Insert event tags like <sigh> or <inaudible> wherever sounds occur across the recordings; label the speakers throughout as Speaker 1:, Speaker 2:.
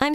Speaker 1: I'm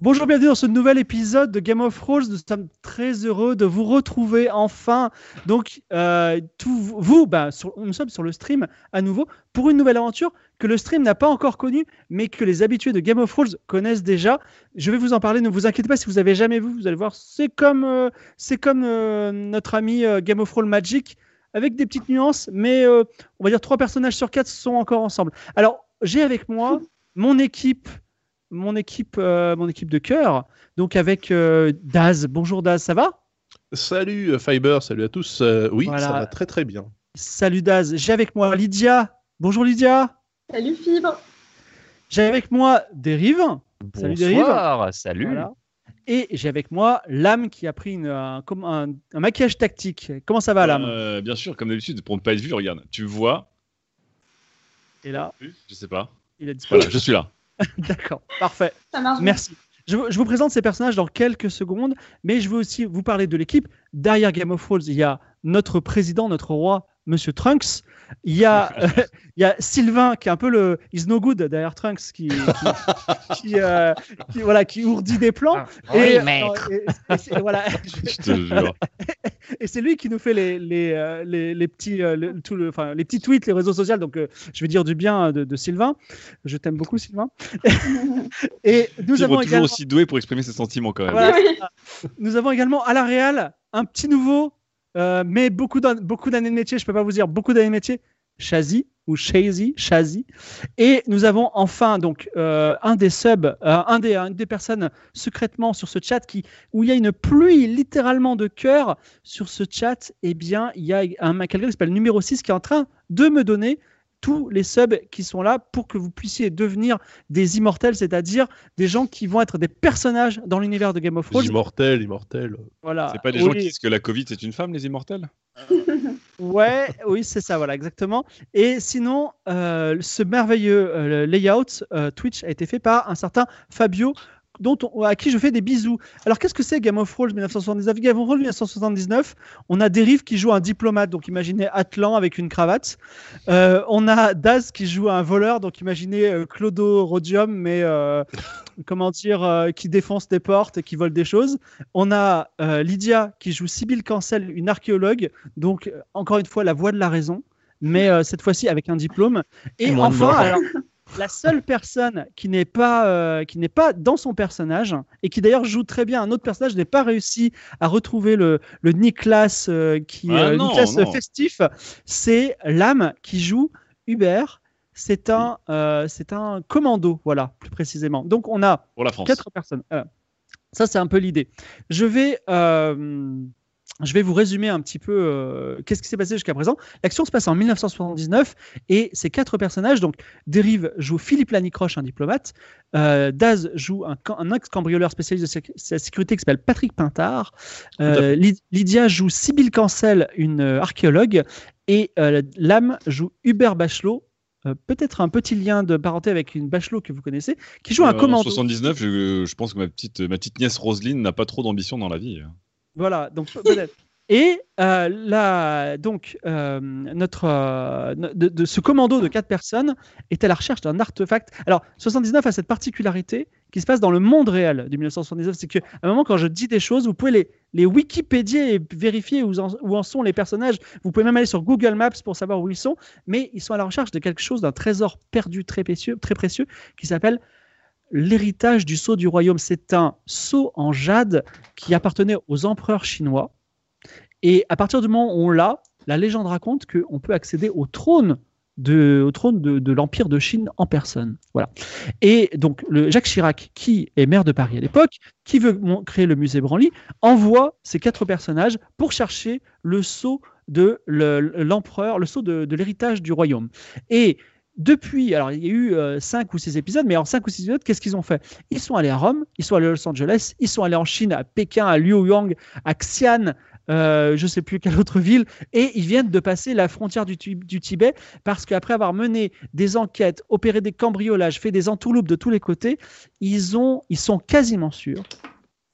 Speaker 2: Bonjour, bienvenue dans ce nouvel épisode de Game of Thrones. Nous sommes très heureux de vous retrouver enfin. Donc, euh, tout, vous, bah, sur- nous sommes sur le stream à nouveau pour une nouvelle aventure que le stream n'a pas encore connue, mais que les habitués de Game of Thrones connaissent déjà. Je vais vous en parler, ne vous inquiétez pas si vous avez jamais vu, vous allez voir, c'est comme, euh, c'est comme euh, notre ami euh, Game of Thrones Magic, avec des petites nuances, mais euh, on va dire trois personnages sur quatre sont encore ensemble. Alors, j'ai avec moi mon équipe, mon équipe, euh, mon équipe de cœur, donc avec euh, Daz. Bonjour Daz, ça va
Speaker 3: Salut euh, Fiber, salut à tous. Euh, oui,
Speaker 2: Voilà.
Speaker 3: ça va très très bien.
Speaker 2: Salut Daz. J'ai avec moi Lydia. Bonjour Lydia.
Speaker 4: Salut Fibre
Speaker 2: J'ai avec moi Dérive. Salut, Dérive.
Speaker 5: Bonsoir, salut.
Speaker 2: Voilà. Et j'ai avec moi Lame qui a pris une, un, comme un- un maquillage tactique. Comment ça va Lame
Speaker 6: Euh, bien sûr, comme d'habitude, pour ne pas être vu, regarde, tu me vois,
Speaker 2: Et là,
Speaker 6: je sais pas.
Speaker 2: il a disparu.
Speaker 3: euh,
Speaker 6: Voilà, je suis là.
Speaker 2: <laughs> D'accord, parfait.
Speaker 4: Ça marche
Speaker 2: <laughs>
Speaker 4: bien.
Speaker 2: Merci. Je, vous- je vous présente ces personnages dans quelques secondes, mais je veux aussi vous parler de l'équipe. Derrière Game of Thrones, il y a notre président, notre roi, Monsieur Trunks. Il y
Speaker 6: <laughs>
Speaker 2: a, euh, il y a Sylvain qui est un peu le is no good derrière Trunks, qui,
Speaker 6: <laughs>
Speaker 2: qui- qui, euh, qui, voilà, qui ourdit des plans.
Speaker 6: Ah,
Speaker 5: oui,
Speaker 2: euh,
Speaker 5: maître.
Speaker 2: et- et c'est- voilà, <laughs>
Speaker 6: <laughs> Je te jure.
Speaker 2: et c'est lui qui nous fait les, les, euh, les, les petits, euh, le- tout le, enfin, les petits tweets, les réseaux sociaux. Donc, euh, je vais dire du bien de, de Sylvain. Je t'aime beaucoup, Sylvain. <laughs> Et nous
Speaker 6: Fibre
Speaker 2: avons
Speaker 6: toujours
Speaker 2: également,
Speaker 6: aussi doué pour exprimer ses sentiments quand même.
Speaker 2: Voilà.
Speaker 4: Oui.
Speaker 2: nous avons également à la Real un petit nouveau, euh, mais beaucoup d'an- beaucoup d'années de métier. Je peux pas vous dire beaucoup d'années de métier. Chazy ou Chazy, Chazy. Et nous avons enfin donc euh, un des subs, euh, un des, une des personnes secrètement sur ce chat qui, où il y a une pluie littéralement de cœur sur ce chat. Eh bien, il y a un quelqu'un qui s'appelle numéro 6 qui est en train de me donner tous les subs qui sont là pour que vous puissiez devenir des immortels, c'est-à-dire des gens qui vont être des personnages dans l'univers de Game of Thrones.
Speaker 3: Immortel, immortel.
Speaker 2: Voilà.
Speaker 6: C'est pas des
Speaker 2: Oui.
Speaker 6: gens qui disent que la Covid c'est une femme, les immortels
Speaker 2: Ouais, oui, c'est ça, voilà, exactement. Et sinon, euh, ce merveilleux euh, layout euh, Twitch a été fait par un certain Fabio, dont on- à qui je fais des bisous. Alors, qu'est-ce que c'est Game of Thrones 1979 Game of Thrones 1979, on a Derive qui joue un diplomate, donc imaginez Atlan avec une cravate. Euh, on a Daz qui joue un voleur, donc imaginez euh, Clodo Rhodium, mais euh, comment dire, euh, qui défonce des portes et qui vole des choses. On a euh, Lydia qui joue Sibylle Cancel, une archéologue, donc euh, encore une fois la voix de la raison, mais euh, cette fois-ci avec un diplôme. Et
Speaker 5: Moins de
Speaker 2: enfin,
Speaker 5: morts.
Speaker 2: alors, la seule personne qui n'est pas euh, qui n'est pas dans son personnage et qui d'ailleurs joue très bien un autre personnage, je n'ai pas réussi à retrouver le le Nicolas euh, qui
Speaker 6: Ah
Speaker 2: euh,
Speaker 6: non,
Speaker 2: Nicolas, euh,
Speaker 6: non.
Speaker 2: festif, c'est l'âme qui joue Hubert. C'est un, euh, c'est un commando, voilà, plus précisément. Donc on a
Speaker 6: Pour la France.
Speaker 2: quatre personnes. Voilà. ça, c'est un peu l'idée. Je vais, euh, je vais vous résumer un petit peu euh, qu'est-ce qui s'est passé jusqu'à présent. L'action se passe en 1979 et ces quatre personnages, donc Derive joue Philippe Lanicroche, un diplomate. Euh, Daz joue un, cam- un ex-cambrioleur spécialiste de sécu- la sécurité qui s'appelle Patrick Pintard. Euh,
Speaker 3: Tout à fait.
Speaker 2: Lyd- Lydia joue Sybille Cancel, une euh, archéologue. Et euh, Lame joue Hubert Bachelot. euh, Peut-être un petit lien de parenté avec une Bachelot que vous connaissez, qui joue un
Speaker 6: Euh, En
Speaker 2: commando.
Speaker 6: 79, je, je pense que ma petite, ma petite nièce Roselyne n'a pas trop d'ambition dans la vie.
Speaker 2: Voilà, donc peut- peut-être. Et euh, là, donc, euh, notre, euh, no- de, de ce commando de quatre personnes est à la recherche d'un artefact. Alors, 79 a cette particularité qui se passe dans le monde réel de 1979, c'est qu'à un moment, quand je dis des choses, vous pouvez les, les Wikipédier et vérifier où en, où en sont les personnages. Vous pouvez même aller sur Google Maps pour savoir où ils sont, mais ils sont à la recherche de quelque chose, d'un trésor perdu très précieux, très précieux qui s'appelle l'héritage du sceau du royaume. C'est un sceau en jade qui appartenait aux empereurs chinois. Et à partir du moment où on l'a, la légende raconte qu'on peut accéder au trône de, au trône de, de l'empire de Chine en personne. Voilà. Et donc le Jacques Chirac, qui est maire de Paris à l'époque, qui veut mon- créer le musée Branly, envoie ces quatre personnages pour chercher le sceau de le- l'empereur, le sceau de, de l'héritage du royaume. Et depuis, alors il y a eu euh, cinq ou six épisodes, mais en cinq ou six épisodes, qu'est-ce qu'ils ont fait ils sont allés à Rome, ils sont allés à Los Angeles, ils sont allés en Chine, à Pékin, à Luoyang, à Xi'an, euh, je ne sais plus quelle autre ville, et ils viennent de passer la frontière du, Ti- du Tibet parce qu'après avoir mené des enquêtes, opéré des cambriolages, fait des entourloupes de tous les côtés, ils, ont, ils sont quasiment sûrs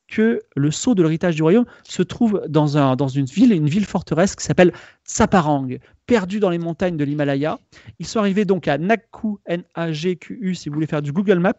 Speaker 2: que le sceau de l'héritage du royaume se trouve dans, un, dans une ville, une ville forteresse qui s'appelle Saparang, perdue dans les montagnes de l'Himalaya. Ils sont arrivés donc à Nagku, N-A-G-Q-U, si vous voulez faire du Google Maps.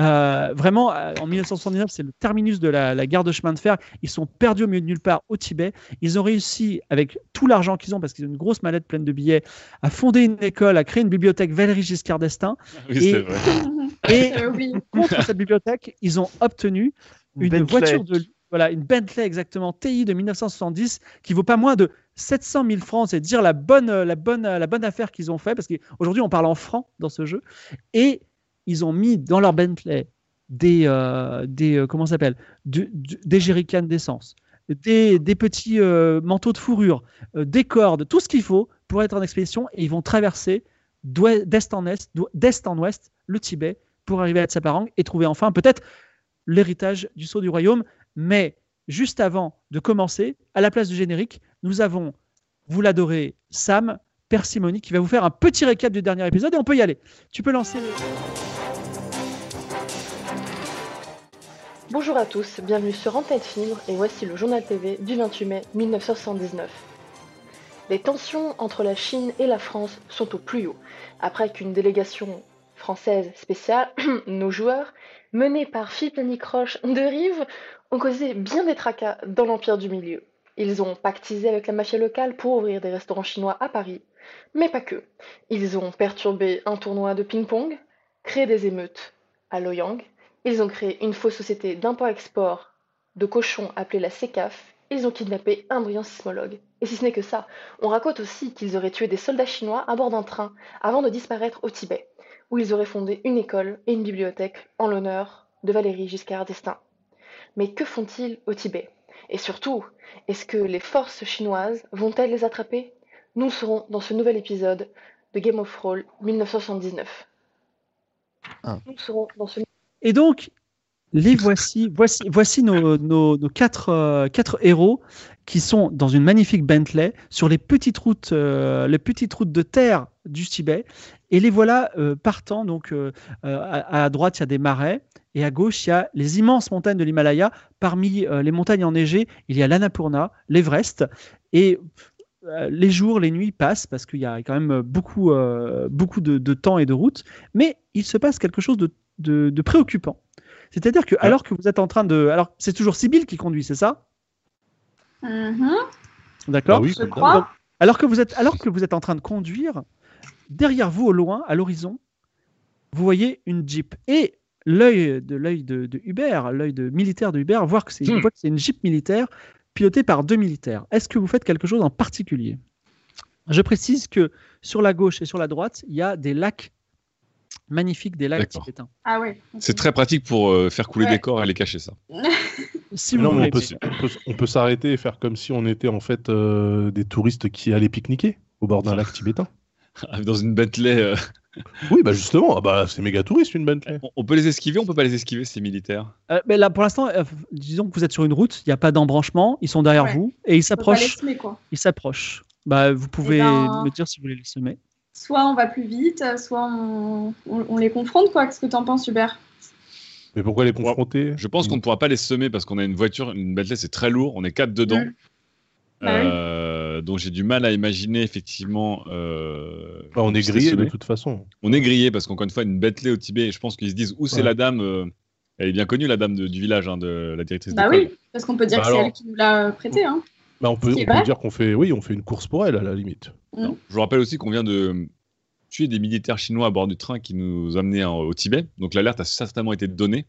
Speaker 2: Euh, vraiment, euh, en 1979, c'est le terminus de la, la gare de chemin de fer. Ils sont perdus au milieu de nulle part au Tibet. Ils ont réussi, avec tout l'argent qu'ils ont, parce qu'ils ont une grosse mallette pleine de billets, à fonder une école, à créer une bibliothèque Valérie Giscard d'Estaing.
Speaker 6: Oui,
Speaker 2: Et-
Speaker 6: c'est vrai.
Speaker 7: <laughs>
Speaker 2: Et
Speaker 4: Euh, oui.
Speaker 2: contre cette bibliothèque, ils ont obtenu une
Speaker 5: Bentley.
Speaker 2: voiture de voilà, une Bentley exactement TI de 1970 qui vaut pas moins de 700 000 francs, c'est dire la bonne, euh, la bonne, euh, la bonne affaire qu'ils ont fait parce qu'aujourd'hui on parle en francs dans ce jeu et ils ont mis dans leur Bentley des euh, des euh, comment ça s'appelle du- du- des jerrycans d'essence, des, des petits euh, manteaux de fourrure, euh, des cordes, tout ce qu'il faut pour être en expédition et ils vont traverser d'ouest- d'est en est, d'ou- d'est en ouest le Tibet pour arriver à Tsaparang et trouver enfin peut-être l'héritage du sceau du royaume. Mais juste avant de commencer, à la place du générique, nous avons, vous l'adorez, Sam Persimony qui va vous faire un petit récap du dernier épisode et on peut y aller. Tu peux lancer.
Speaker 4: Bonjour à tous, bienvenue sur Antenne Fibre et voici le journal TV du 28 mai 1979. Les tensions entre la Chine et la France sont au plus haut, après qu'une délégation française spéciale, <clears throat> nos joueurs, menée par Philippe Lannick Roche de Rive, ont causé bien des tracas dans l'Empire du Milieu. Ils ont pactisé avec la mafia locale pour ouvrir des restaurants chinois à Paris, mais pas que. Ils ont perturbé un tournoi de ping-pong, créé des émeutes à Loyang, ils ont créé une fausse société d'import-export de cochons appelée la CECAF. Ils ont kidnappé un brillant sismologue. Et si ce n'est que ça, on raconte aussi qu'ils auraient tué des soldats chinois à bord d'un train avant de disparaître au Tibet, où ils auraient fondé une école et une bibliothèque en l'honneur de Valérie Giscard d'Estaing. Mais que font-ils au Tibet Et surtout, est-ce que les forces chinoises vont-elles les attraper Nous le saurons dans ce nouvel épisode de Game of Thrones 1979.
Speaker 5: Ah.
Speaker 4: Nous le saurons dans ce
Speaker 2: Et donc, les voici, voici, voici nos, nos- nos quatre, euh, quatre héros qui sont dans une magnifique Bentley sur les petites routes, euh, les petites routes de terre du Tibet. Et les voilà euh, partant. Donc, euh, euh, à, à droite, il y a des marais. Et à gauche, il y a les immenses montagnes de l'Himalaya. Parmi euh, les montagnes enneigées, il y a l'Annapurna, l'Everest. Et euh, les jours, les nuits passent parce qu'il y a quand même beaucoup, euh, beaucoup de, de temps et de route. Mais il se passe quelque chose de, de- de préoccupant. C'est-à-dire que alors que vous êtes en train de, alors c'est toujours Sibyl qui conduit, c'est ça
Speaker 7: Mhm.
Speaker 2: D'accord.
Speaker 3: Bah oui,
Speaker 7: Je
Speaker 3: comme
Speaker 7: crois.
Speaker 3: d'hab.
Speaker 2: Donc, alors que vous êtes, alors que vous êtes en train de conduire, derrière vous au loin, à l'horizon, vous voyez une Jeep et l'œil de l'œil de, de Hubert, l'œil de militaire de Hubert, voit que c'est
Speaker 6: Hmm.
Speaker 2: voit que c'est une Jeep militaire pilotée par deux militaires. Est-ce que vous faites quelque chose en particulier Je précise que sur la gauche et sur la droite, il y a des lacs magnifiques, des lacs
Speaker 6: D'accord.
Speaker 2: tibétains.
Speaker 7: Ah ouais. ok.
Speaker 6: C'est très pratique pour euh, faire couler
Speaker 7: Ouais.
Speaker 6: des corps et les cacher, ça. <laughs>
Speaker 2: Si
Speaker 3: Mais
Speaker 2: vous
Speaker 3: non,
Speaker 2: voulez.
Speaker 3: mais on peut, s- on peut s- on peut s'arrêter et faire comme si on était en fait euh, des touristes qui allaient pique-niquer au bord d'un lac
Speaker 6: <laughs>
Speaker 3: tibétain.
Speaker 6: Dans une Bentley. euh,
Speaker 3: Oui, bah justement, ah bah, c'est méga touriste une Bentley.
Speaker 6: on- On peut les esquiver, on peut pas les esquiver, ces militaires.
Speaker 2: Euh, mais là, pour l'instant, euh, disons que vous êtes sur une route, il n'y a pas d'embranchement, ils sont derrière
Speaker 7: Ouais.
Speaker 2: vous et ils
Speaker 7: Faut pas les
Speaker 2: s'approchent.
Speaker 7: semer, quoi.
Speaker 2: Ils s'approchent. Bah, vous pouvez
Speaker 7: ben-
Speaker 2: me dire si vous voulez les semer.
Speaker 7: Soit on va plus vite, euh, soit on, on- on les confronte, quoi. Qu'est-ce que t'en penses, Hubert
Speaker 3: Mais pourquoi les confronter
Speaker 6: Je pense qu'on ne pourra pas les semer parce qu'on a une voiture, une Bentley, c'est très lourd, on est quatre dedans.
Speaker 7: Mm. Bah oui.
Speaker 6: Euh, Donc j'ai du mal à imaginer effectivement. euh,
Speaker 3: Bah, on est
Speaker 6: se
Speaker 3: grillé de
Speaker 6: semer.
Speaker 3: toute façon.
Speaker 6: On est grillé parce qu'encore une fois, une Bentley au Tibet, je pense qu'ils se disent où c'est
Speaker 3: Ouais.
Speaker 6: la dame. euh, Elle est bien connue, la dame de- du village, hein, de la directrice
Speaker 7: Bah
Speaker 6: d'école.
Speaker 7: oui, parce qu'on peut dire
Speaker 3: Bah
Speaker 7: que c'est
Speaker 3: alors.
Speaker 7: elle qui nous l'a prêté. Hein.
Speaker 3: Bah, on peut,
Speaker 7: Ce qui est
Speaker 3: on peut
Speaker 7: vrai.
Speaker 3: dire qu'on fait, oui, on fait une course pour elle à la limite.
Speaker 6: Je vous rappelle aussi qu'on vient de tuer des militaires chinois à bord du train qui nous amenait en- au Tibet. Donc l'alerte a certainement été donnée.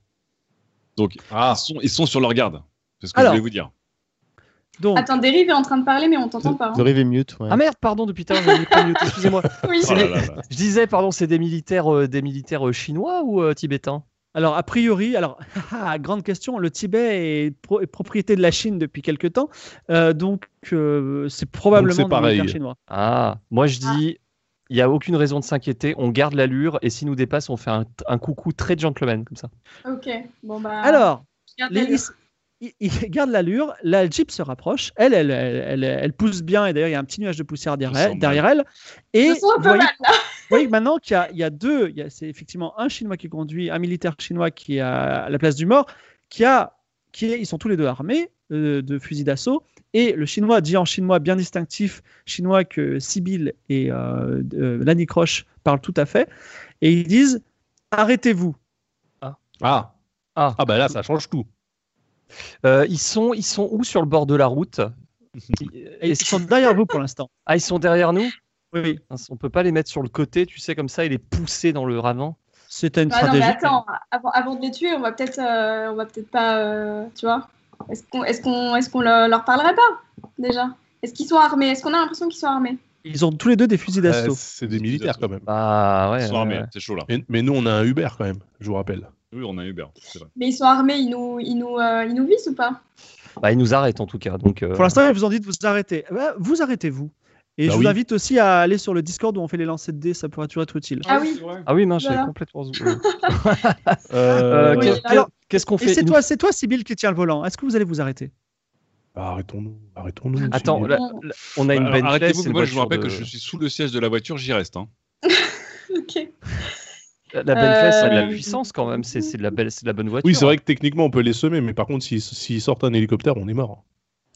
Speaker 6: Donc
Speaker 8: Ah.
Speaker 6: ils, sont, ils sont sur leur garde. C'est ce que
Speaker 2: Alors.
Speaker 6: je voulais vous dire. Oh.
Speaker 2: Donc...
Speaker 7: Attends, Dérive est en train de parler, mais on t'entend pas. hein.
Speaker 5: Vous rêvez mute, ouais.
Speaker 8: Ah merde, pardon, depuis tout à l'heure, j'avais mis pas mute, excusez-moi.
Speaker 7: Oui.
Speaker 6: Oh là là là.
Speaker 8: Je disais, pardon, c'est des militaires, euh, des militaires euh, chinois ou euh, tibétains
Speaker 2: Alors, a priori, alors, <laughs> haha, grande question, le Tibet est, pro- est propriété de la Chine depuis quelque temps, euh, donc euh, c'est probablement
Speaker 3: c'est
Speaker 2: dans le militaire
Speaker 3: pareil.
Speaker 2: chinois.
Speaker 8: Ah, moi je dis, il n'y a aucune raison de s'inquiéter, on garde l'allure et s'ils nous dépassent, on fait un, un coucou très gentleman comme ça.
Speaker 7: Ok. Bon bah.
Speaker 2: Alors,
Speaker 7: je garde
Speaker 2: les-
Speaker 7: l'allure.
Speaker 2: ils, ils gardent l'allure, la Jeep se rapproche, elle, elle, elle, elle- elle pousse bien, et d'ailleurs, il y a un petit nuage de poussière
Speaker 6: Je sens
Speaker 2: derrière,
Speaker 6: mal.
Speaker 2: derrière elle, et
Speaker 7: Je sens
Speaker 2: vous
Speaker 7: un peu
Speaker 2: voyez
Speaker 7: mal là.
Speaker 2: Vous voyez que maintenant qu'il y a, il y a deux, il y a- c'est effectivement un Chinois qui conduit, un militaire chinois qui est à la place du mort, qui a qui est, ils sont tous les deux armés euh, de fusils d'assaut, et le chinois dit en chinois bien distinctif, chinois que Sibyl et euh, euh, Lanny Croche parlent tout à fait, et ils disent arrêtez-vous.
Speaker 3: Ah.
Speaker 8: <laughs> Ah.
Speaker 3: Ah, bah là, ça change tout.
Speaker 8: Euh, ils, sont, ils sont où sur le bord de la route
Speaker 2: Et ils sont derrière vous pour l'instant.
Speaker 8: Ah, ils sont derrière nous Ah,
Speaker 2: Oui, oui.
Speaker 8: On peut pas les mettre sur le côté, tu sais, comme ça, il est poussé dans le ravin.
Speaker 2: C'était une
Speaker 7: Bah non, mais
Speaker 2: stratégie.
Speaker 7: attends, avant, avant de les tuer, on va peut-être euh, on va peut-être pas. euh, tu vois Est-ce qu'on est qu'on est qu'on leur leur parlerait pas déjà Est-ce qu'ils sont armés Est-ce qu'on a l'impression qu'ils sont armés
Speaker 2: Ils ont tous les deux des fusils
Speaker 3: Euh,
Speaker 2: d'assaut.
Speaker 3: c'est des militaires quand même.
Speaker 8: Bah ouais.
Speaker 6: Ils sont
Speaker 8: ouais,
Speaker 6: armés,
Speaker 8: ouais.
Speaker 6: c'est chaud là.
Speaker 3: Mais, mais nous, on a un Uber quand même, je vous rappelle.
Speaker 6: Oui, on a Uber. c'est vrai.
Speaker 7: Mais ils sont armés, ils nous, ils nous, euh, ils nous visent ou pas
Speaker 8: Bah, ils nous arrêtent en tout cas. Donc, euh,
Speaker 2: Pour l'instant, ils vous ont dit de vous arrêter. Eh ben, vous arrêtez-vous. Et
Speaker 3: Bah
Speaker 2: je
Speaker 3: oui.
Speaker 2: vous invite aussi à aller sur le Discord où on fait les lancers de dés, ça pourrait toujours être utile.
Speaker 7: Ah oui.
Speaker 8: Ah oui, mince,
Speaker 7: Voilà.
Speaker 8: j'avais complètement. oublié.
Speaker 3: Euh,
Speaker 8: Euh,
Speaker 7: Oui,
Speaker 8: qu'est-
Speaker 7: là.
Speaker 8: qu'est- Qu'est-ce qu'on
Speaker 2: Et
Speaker 8: fait
Speaker 2: c'est
Speaker 8: Ils
Speaker 2: toi, c'est toi, Sybille, qui tient le volant. Est-ce que vous allez vous arrêter
Speaker 3: bah, Arrêtons-nous, arrêtons-nous.
Speaker 8: nous- Attends,
Speaker 3: Sylvie.
Speaker 8: là, là, on a une
Speaker 6: Bah, Alors,
Speaker 8: Bentley.
Speaker 6: Arrêtez-vous,
Speaker 8: c'est
Speaker 6: mais
Speaker 8: une
Speaker 6: moi je vous
Speaker 8: voiture
Speaker 6: rappelle que
Speaker 8: de-
Speaker 6: je suis sous le siège de la voiture, j'y
Speaker 8: <laughs>
Speaker 6: reste. hein.
Speaker 7: Ok.
Speaker 8: La la Bentley, c'est de la
Speaker 7: Euh,
Speaker 8: puissance quand même. C'est c'est de la belle, c'est de la bonne voiture. hein.
Speaker 3: Oui, c'est vrai que techniquement, on peut les semer, mais par contre, s'ils s'ils sortent un hélicoptère, on est mort.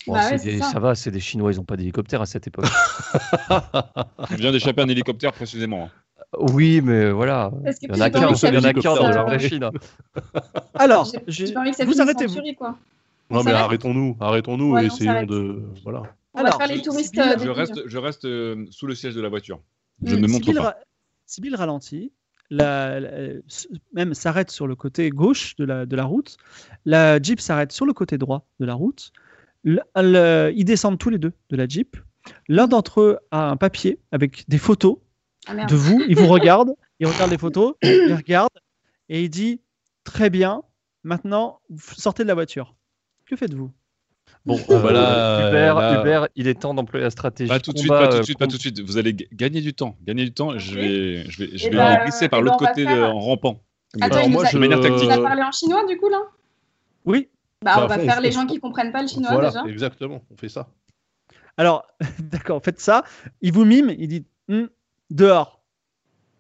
Speaker 8: Bon,
Speaker 7: Bah
Speaker 8: c'est
Speaker 7: ouais,
Speaker 8: des-
Speaker 7: c'est ça.
Speaker 8: ça. va, c'est des Chinois, ils ont pas d'hélicoptère à cette époque.
Speaker 6: On vient d'échapper à un hélicoptère précisément. hein.
Speaker 8: oui, mais voilà.
Speaker 7: Parce que
Speaker 8: Il y en
Speaker 7: j'ai
Speaker 8: a
Speaker 7: pas
Speaker 8: qu'un,
Speaker 7: envie que ça
Speaker 8: il y en a qu'un
Speaker 7: finisse,
Speaker 8: dans hein.
Speaker 7: euh,
Speaker 8: la vraie Chine.
Speaker 2: Alors,
Speaker 7: Ah, j'ai-
Speaker 2: je-
Speaker 7: j'ai pas envie que ça
Speaker 2: vous
Speaker 7: finisse en
Speaker 2: arrêtez-vous.
Speaker 7: tuerie, quoi.
Speaker 3: Non, mais
Speaker 7: s'arrête
Speaker 3: arrêtons-nous, arrêtons-nous
Speaker 7: Ouais,
Speaker 3: et
Speaker 7: on
Speaker 3: essayons
Speaker 7: s'arrête.
Speaker 3: de. Voilà.
Speaker 7: On
Speaker 2: Alors,
Speaker 7: va faire les
Speaker 2: je-
Speaker 7: touristes.
Speaker 2: Sibylle,
Speaker 7: euh,
Speaker 6: Je
Speaker 7: débiles.
Speaker 6: reste, je reste euh, sous le siège de la voiture. Je
Speaker 7: Mm.
Speaker 6: ne me montre
Speaker 2: Sibylle,
Speaker 6: pas.
Speaker 2: ra- Sibylle ralentit, la- la- s- même s'arrête sur le côté gauche de la, de la route. La Jeep s'arrête sur le côté droit de la route. Le- le- ils descendent tous les deux de la Jeep. L'un d'entre eux a un papier avec des photos
Speaker 7: Ah, merde.
Speaker 2: de vous. Il vous regarde, il regarde les photos, il regarde et il dit Très bien, maintenant f- sortez de la voiture. Que faites-vous
Speaker 8: Bon,
Speaker 3: Euh,
Speaker 6: bah
Speaker 8: voilà.
Speaker 3: voilà,
Speaker 8: Hubert,
Speaker 3: là-
Speaker 8: Hubert, il est temps d'employer la stratégie.
Speaker 6: Pas Bah, tout de suite,
Speaker 8: combat,
Speaker 6: pas tout de
Speaker 8: euh,
Speaker 6: suite, pas tout de suite. Vous allez g- gagner du temps. Gagner du temps. Je
Speaker 7: Ok.
Speaker 6: vais, je vais, je
Speaker 7: Eh
Speaker 6: vais
Speaker 7: ben,
Speaker 6: glisser par
Speaker 7: eh ben,
Speaker 6: l'autre
Speaker 7: on va
Speaker 6: côté
Speaker 7: faire-
Speaker 6: euh, en rampant. Comme
Speaker 7: Attends,
Speaker 6: ça.
Speaker 7: il nous a-
Speaker 6: de manière
Speaker 3: euh,
Speaker 7: Tu
Speaker 6: tactique.
Speaker 7: vas parler en chinois du coup là
Speaker 2: Oui,
Speaker 7: Bah,
Speaker 3: Bah,
Speaker 7: on va
Speaker 3: on-
Speaker 7: faire les
Speaker 3: on-
Speaker 7: gens qui comprennent pas le chinois
Speaker 3: voilà,
Speaker 7: déjà.
Speaker 3: exactement, on fait ça.
Speaker 2: alors, <laughs> d'accord, faites ça. Il vous mime, il dit Hmm, Dehors.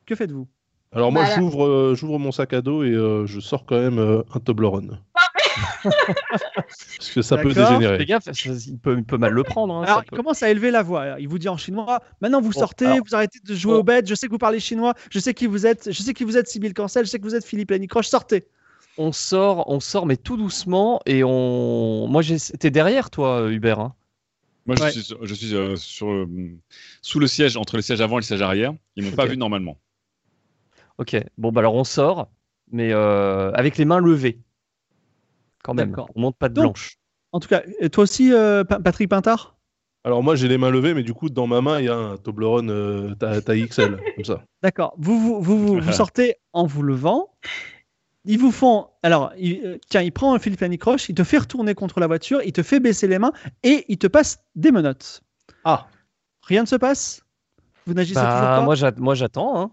Speaker 2: Que faites-vous
Speaker 3: Alors moi,
Speaker 7: Voilà.
Speaker 3: j'ouvre, euh, j'ouvre mon sac à dos et euh, je sors quand même euh, un Toblerone.
Speaker 7: <laughs> Ah,
Speaker 3: <laughs> Parce que ça peut
Speaker 2: D'accord.
Speaker 8: Fais
Speaker 3: dégénérer.
Speaker 8: gaffe, ça- il peut, il peut mal le prendre. hein,
Speaker 2: Alors,
Speaker 8: ça
Speaker 2: il
Speaker 8: peut-
Speaker 2: commence à élever la voix. Alors, il vous dit en chinois Maintenant, vous
Speaker 8: Bon,
Speaker 2: sortez,
Speaker 8: alors-
Speaker 2: vous arrêtez de jouer
Speaker 8: Bon.
Speaker 2: aux bêtes. Je sais que vous parlez chinois. Je sais qui vous êtes. Je sais qui vous êtes, Sybille Cancel. Je sais que vous êtes Philippe Lanicroche. Sortez.
Speaker 8: On sort, on sort, mais tout doucement. Et on. Moi, j'ai- t'es derrière toi, euh, Hubert. hein.
Speaker 6: Moi, je
Speaker 2: Ouais.
Speaker 6: suis, sur- je suis, euh, sur, le- sous le siège, entre le siège avant et le siège arrière. Ils m'ont pas
Speaker 8: Ok.
Speaker 6: vu normalement.
Speaker 8: Ok. Bon, bah alors on sort, mais euh, avec les mains levées. Quand même.
Speaker 2: D'accord.
Speaker 8: On monte pas de
Speaker 2: Donc-
Speaker 8: blanche.
Speaker 2: En tout cas, euh, toi aussi, euh, Pa- Patrick Pintard
Speaker 3: Alors moi, j'ai les mains levées, mais du coup, dans ma main, il y a un Toblerone euh, ta- taille XL, comme ça.
Speaker 2: D'accord. Vous, vous, vous, vous, vous sortez en vous levant. Ils vous font. Alors, il- euh, tiens, il prend un Philippe Lanicroche, il te fait retourner contre la voiture, il te fait baisser les mains et il te passe des menottes.
Speaker 3: Ah.
Speaker 2: Rien ne se passe Vous n'agissez
Speaker 8: Bah,
Speaker 2: toujours pas
Speaker 8: moi, j'a- moi, j'attends. hein.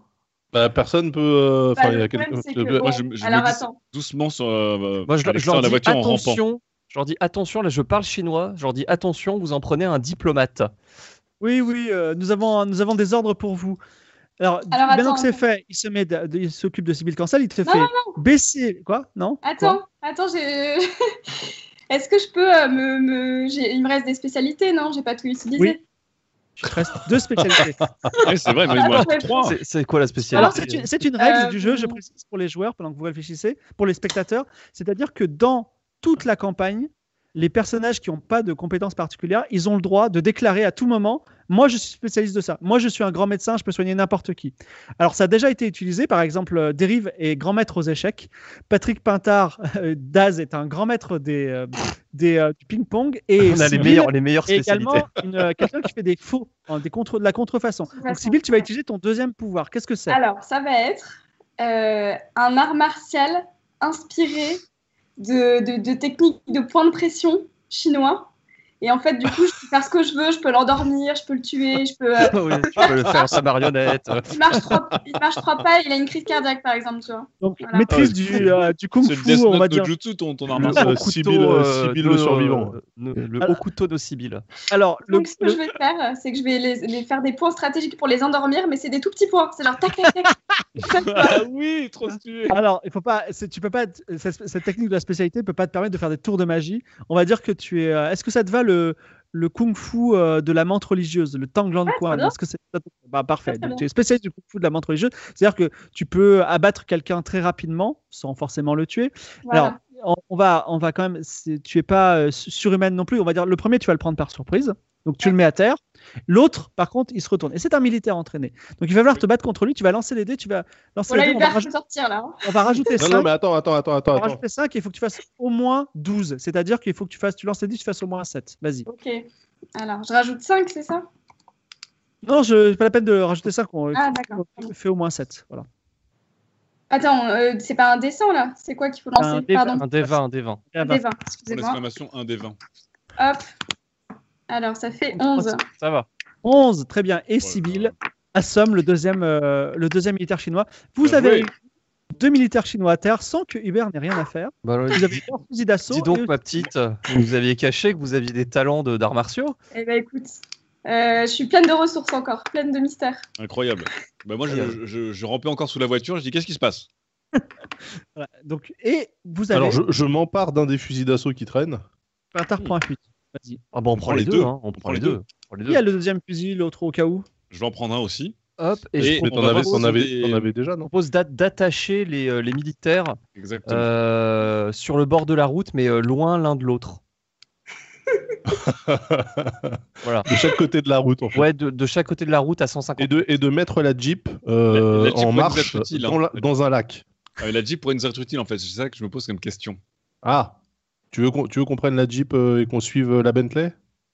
Speaker 3: Bah, personne peut. euh,
Speaker 7: Bah,
Speaker 3: Enfin, il y
Speaker 7: le
Speaker 3: a quelqu'un.
Speaker 7: problème, c'est
Speaker 3: le-
Speaker 7: que, bon,
Speaker 6: Moi, je me- je me
Speaker 7: alors
Speaker 6: dis-
Speaker 7: attends,
Speaker 6: Doucement sur euh,
Speaker 8: Moi, je,
Speaker 6: à
Speaker 8: je leur
Speaker 6: l'extérieur de
Speaker 8: dis
Speaker 6: la voiture en rampant.
Speaker 8: attention. Je leur dis attention. Là, je parle chinois. Je leur dis attention. Vous en prenez un diplomate.
Speaker 2: Oui, oui, euh, nous, avons, nous avons des ordres pour vous. Alors,
Speaker 7: Alors,
Speaker 2: maintenant
Speaker 7: attends,
Speaker 2: que c'est
Speaker 7: attends.
Speaker 2: fait, il se met, de- de- il s'occupe de Sybille Cancel, il te
Speaker 7: Non,
Speaker 2: fait baisser. Quoi Non
Speaker 7: attends,
Speaker 2: Quoi
Speaker 7: attends, j'ai. <laughs> Est-ce que je peux euh, me, me- j'ai- il me reste des spécialités non J'ai pas tout utilisé.
Speaker 2: Oui. Il te reste deux spécialités.
Speaker 6: <laughs> Ouais, c'est vrai, mais il
Speaker 7: Ah,
Speaker 6: m'en reste
Speaker 7: ouais,
Speaker 6: trois.
Speaker 8: C'est- C'est quoi la
Speaker 2: Alors,
Speaker 8: spécialité
Speaker 2: c'est une, c'est une règle
Speaker 7: Euh,
Speaker 2: du jeu, je
Speaker 7: vous-
Speaker 2: précise pour les joueurs, pendant que vous réfléchissez, pour les spectateurs. C'est-à-dire que dans toute la campagne, les personnages qui n'ont pas de compétences particulières, ils ont le droit de déclarer à tout moment Moi, je suis spécialiste de ça. Moi, je suis un grand médecin, je peux soigner n'importe qui. Alors, ça a déjà été utilisé. Par exemple, euh, Dérive est grand maître aux échecs. Patrick Pintard, euh, Daz, est un grand maître des, euh, des, euh, du ping-pong. Et
Speaker 8: On a les
Speaker 2: Sybille
Speaker 8: meilleurs, les meilleures
Speaker 2: et <laughs>
Speaker 8: spécialités.
Speaker 2: également une, euh, quelqu'un qui fait des faux, hein, des contre, de la contrefaçon. Donc, Sybille, tu vas utiliser ton deuxième pouvoir. Qu'est-ce que c'est
Speaker 7: Alors ça va être euh, un art martial inspiré de, de, de techniques de points de pression chinois Et en fait, du coup, je peux faire ce que je veux, je peux l'endormir, je peux le tuer, je peux. euh,
Speaker 8: Oui, <laughs> tu peux le faire en sa marionnette.
Speaker 7: Il marche, trois, il marche trois pas, il a une crise cardiaque par exemple, tu vois.
Speaker 2: Donc,
Speaker 7: Voilà.
Speaker 2: maîtrise du, euh, du kung
Speaker 6: Ah C'est le Death
Speaker 2: fu, on va
Speaker 6: Note de
Speaker 2: dire.
Speaker 6: Jutsu, ton,
Speaker 8: Ah
Speaker 6: ton arme
Speaker 3: Le-
Speaker 6: à feu.
Speaker 3: euh, Sibyl, euh, Sibyl le survivant.
Speaker 8: Le, euh, le haut couteau de Sibyl.
Speaker 2: Alors, le,
Speaker 7: Donc ce que je vais faire, euh, c'est que je vais les, les faire des points stratégiques pour les endormir, mais c'est des tout petits points. C'est genre tac tac tac.
Speaker 6: Ah oui, <laughs> trop stylé.
Speaker 2: Alors, il faut pas, c'est- tu peux pas, t- cette, cette technique de la spécialité peut pas te permettre de faire des tours de magie. On va dire que tu es. euh, Est-ce que ça te va le le kung fu euh, de la menthe religieuse, le tangland
Speaker 7: Ah, très
Speaker 2: kwan
Speaker 7: bien.
Speaker 2: Est-ce que c'est ça te- bah, parfait
Speaker 7: Très,
Speaker 2: Donc,
Speaker 7: très bien.
Speaker 2: Tu es spécialiste du kung fu de la menthe religieuse, c'est-à-dire que tu peux abattre quelqu'un très rapidement sans forcément le tuer.
Speaker 7: Voilà.
Speaker 2: Alors, on, on va, on va quand même. c'est- Tu es pas euh, su- surhumaine non plus. On va dire le premier, tu vas le prendre par surprise. Donc tu le mets à terre. L'autre, par contre, il se retourne. Et c'est un militaire entraîné. Donc il va falloir te battre contre lui. Tu vas lancer les dés. Tu vas lancer
Speaker 7: voilà
Speaker 2: les dés.
Speaker 7: Hubert,
Speaker 2: on va
Speaker 7: faut
Speaker 2: rajouter-
Speaker 7: sortir là. hein.
Speaker 2: on va rajouter
Speaker 3: Non,
Speaker 2: 5.
Speaker 3: non, mais attends, attends, attends, attends.
Speaker 2: on va
Speaker 3: attends.
Speaker 2: rajouter 5 et il faut que tu fasses au moins 12. C'est-à-dire qu'il faut que tu fasses, tu lances les 10, tu fasses au moins 7. Vas-y.
Speaker 7: Ok. Alors, je rajoute 5, c'est ça
Speaker 2: Non, je pas la peine de rajouter 5. On
Speaker 7: Ah, d'accord.
Speaker 2: fait au moins 7. Voilà.
Speaker 7: Attends, euh, c'est pas un dessin là C'est quoi qu'il faut lancer
Speaker 2: Un dé-
Speaker 7: Pardon,
Speaker 8: Un des 20, un des 20.
Speaker 7: un dé 20,
Speaker 6: Pour
Speaker 7: excusez-moi.
Speaker 6: l'exclamation, un des 20.
Speaker 7: Hop. Alors, ça fait 11.
Speaker 8: Ça va.
Speaker 2: 11, très bien. Et
Speaker 6: là
Speaker 2: Sibyl
Speaker 6: là.
Speaker 2: assomme le deuxième, euh, le deuxième militaire chinois. Vous
Speaker 6: Bien
Speaker 2: avez
Speaker 6: joué.
Speaker 2: réuni deux militaires chinois à terre sans que Hubert n'ait rien à faire. Vous avez leur fusil d'assaut.
Speaker 8: Dis donc,
Speaker 2: et-
Speaker 8: ma petite, vous nous aviez caché que vous aviez des talents de- d'arts martiaux
Speaker 7: Eh ben écoute, euh, je suis pleine de ressources encore, pleine de mystères.
Speaker 6: Incroyable. Bah moi, je,
Speaker 8: Incroyable.
Speaker 6: je, je rampais encore sous la voiture. Je dis, qu'est-ce qui se passe
Speaker 2: voilà. donc, et vous avez
Speaker 3: Alors, je, je m'empare d'un des fusils d'assaut qui traîne.
Speaker 2: 20.8. Vas-y.
Speaker 8: Ah bon, on prend les deux. hein, On prend les deux. On prend les
Speaker 2: Il y a
Speaker 8: deux.
Speaker 2: le deuxième fusil, l'autre au cas où.
Speaker 6: Je vais en prendre un aussi.
Speaker 8: Hop, et,
Speaker 6: Et-
Speaker 8: je
Speaker 3: Mais
Speaker 6: On
Speaker 3: t'en
Speaker 6: va
Speaker 3: avais,
Speaker 6: voir
Speaker 3: t'en
Speaker 6: si
Speaker 3: avais,
Speaker 6: des-
Speaker 3: t'en avais <laughs> déjà, non
Speaker 8: propose d'a- d'attacher les, euh, les militaires
Speaker 6: Exactement.
Speaker 8: euh, sur le bord de la route, mais euh, loin l'un de l'autre. Voilà.
Speaker 3: De chaque côté de la route, en fait.
Speaker 8: Ouais, de, de chaque côté de la route à 150.
Speaker 3: Et de, et de mettre la Jeep, euh,
Speaker 6: La- la Jeep
Speaker 3: en
Speaker 6: pourrait nous
Speaker 3: marche
Speaker 6: être utile, hein.
Speaker 3: dans, la- dans un lac.
Speaker 6: Ah, mais la Jeep pourrait nous être utile, en fait. C'est ça que je me pose comme question.
Speaker 3: Ah Tu veux qu'on tu veux qu'on prenne la Jeep euh, et qu'on suive euh, la Bentley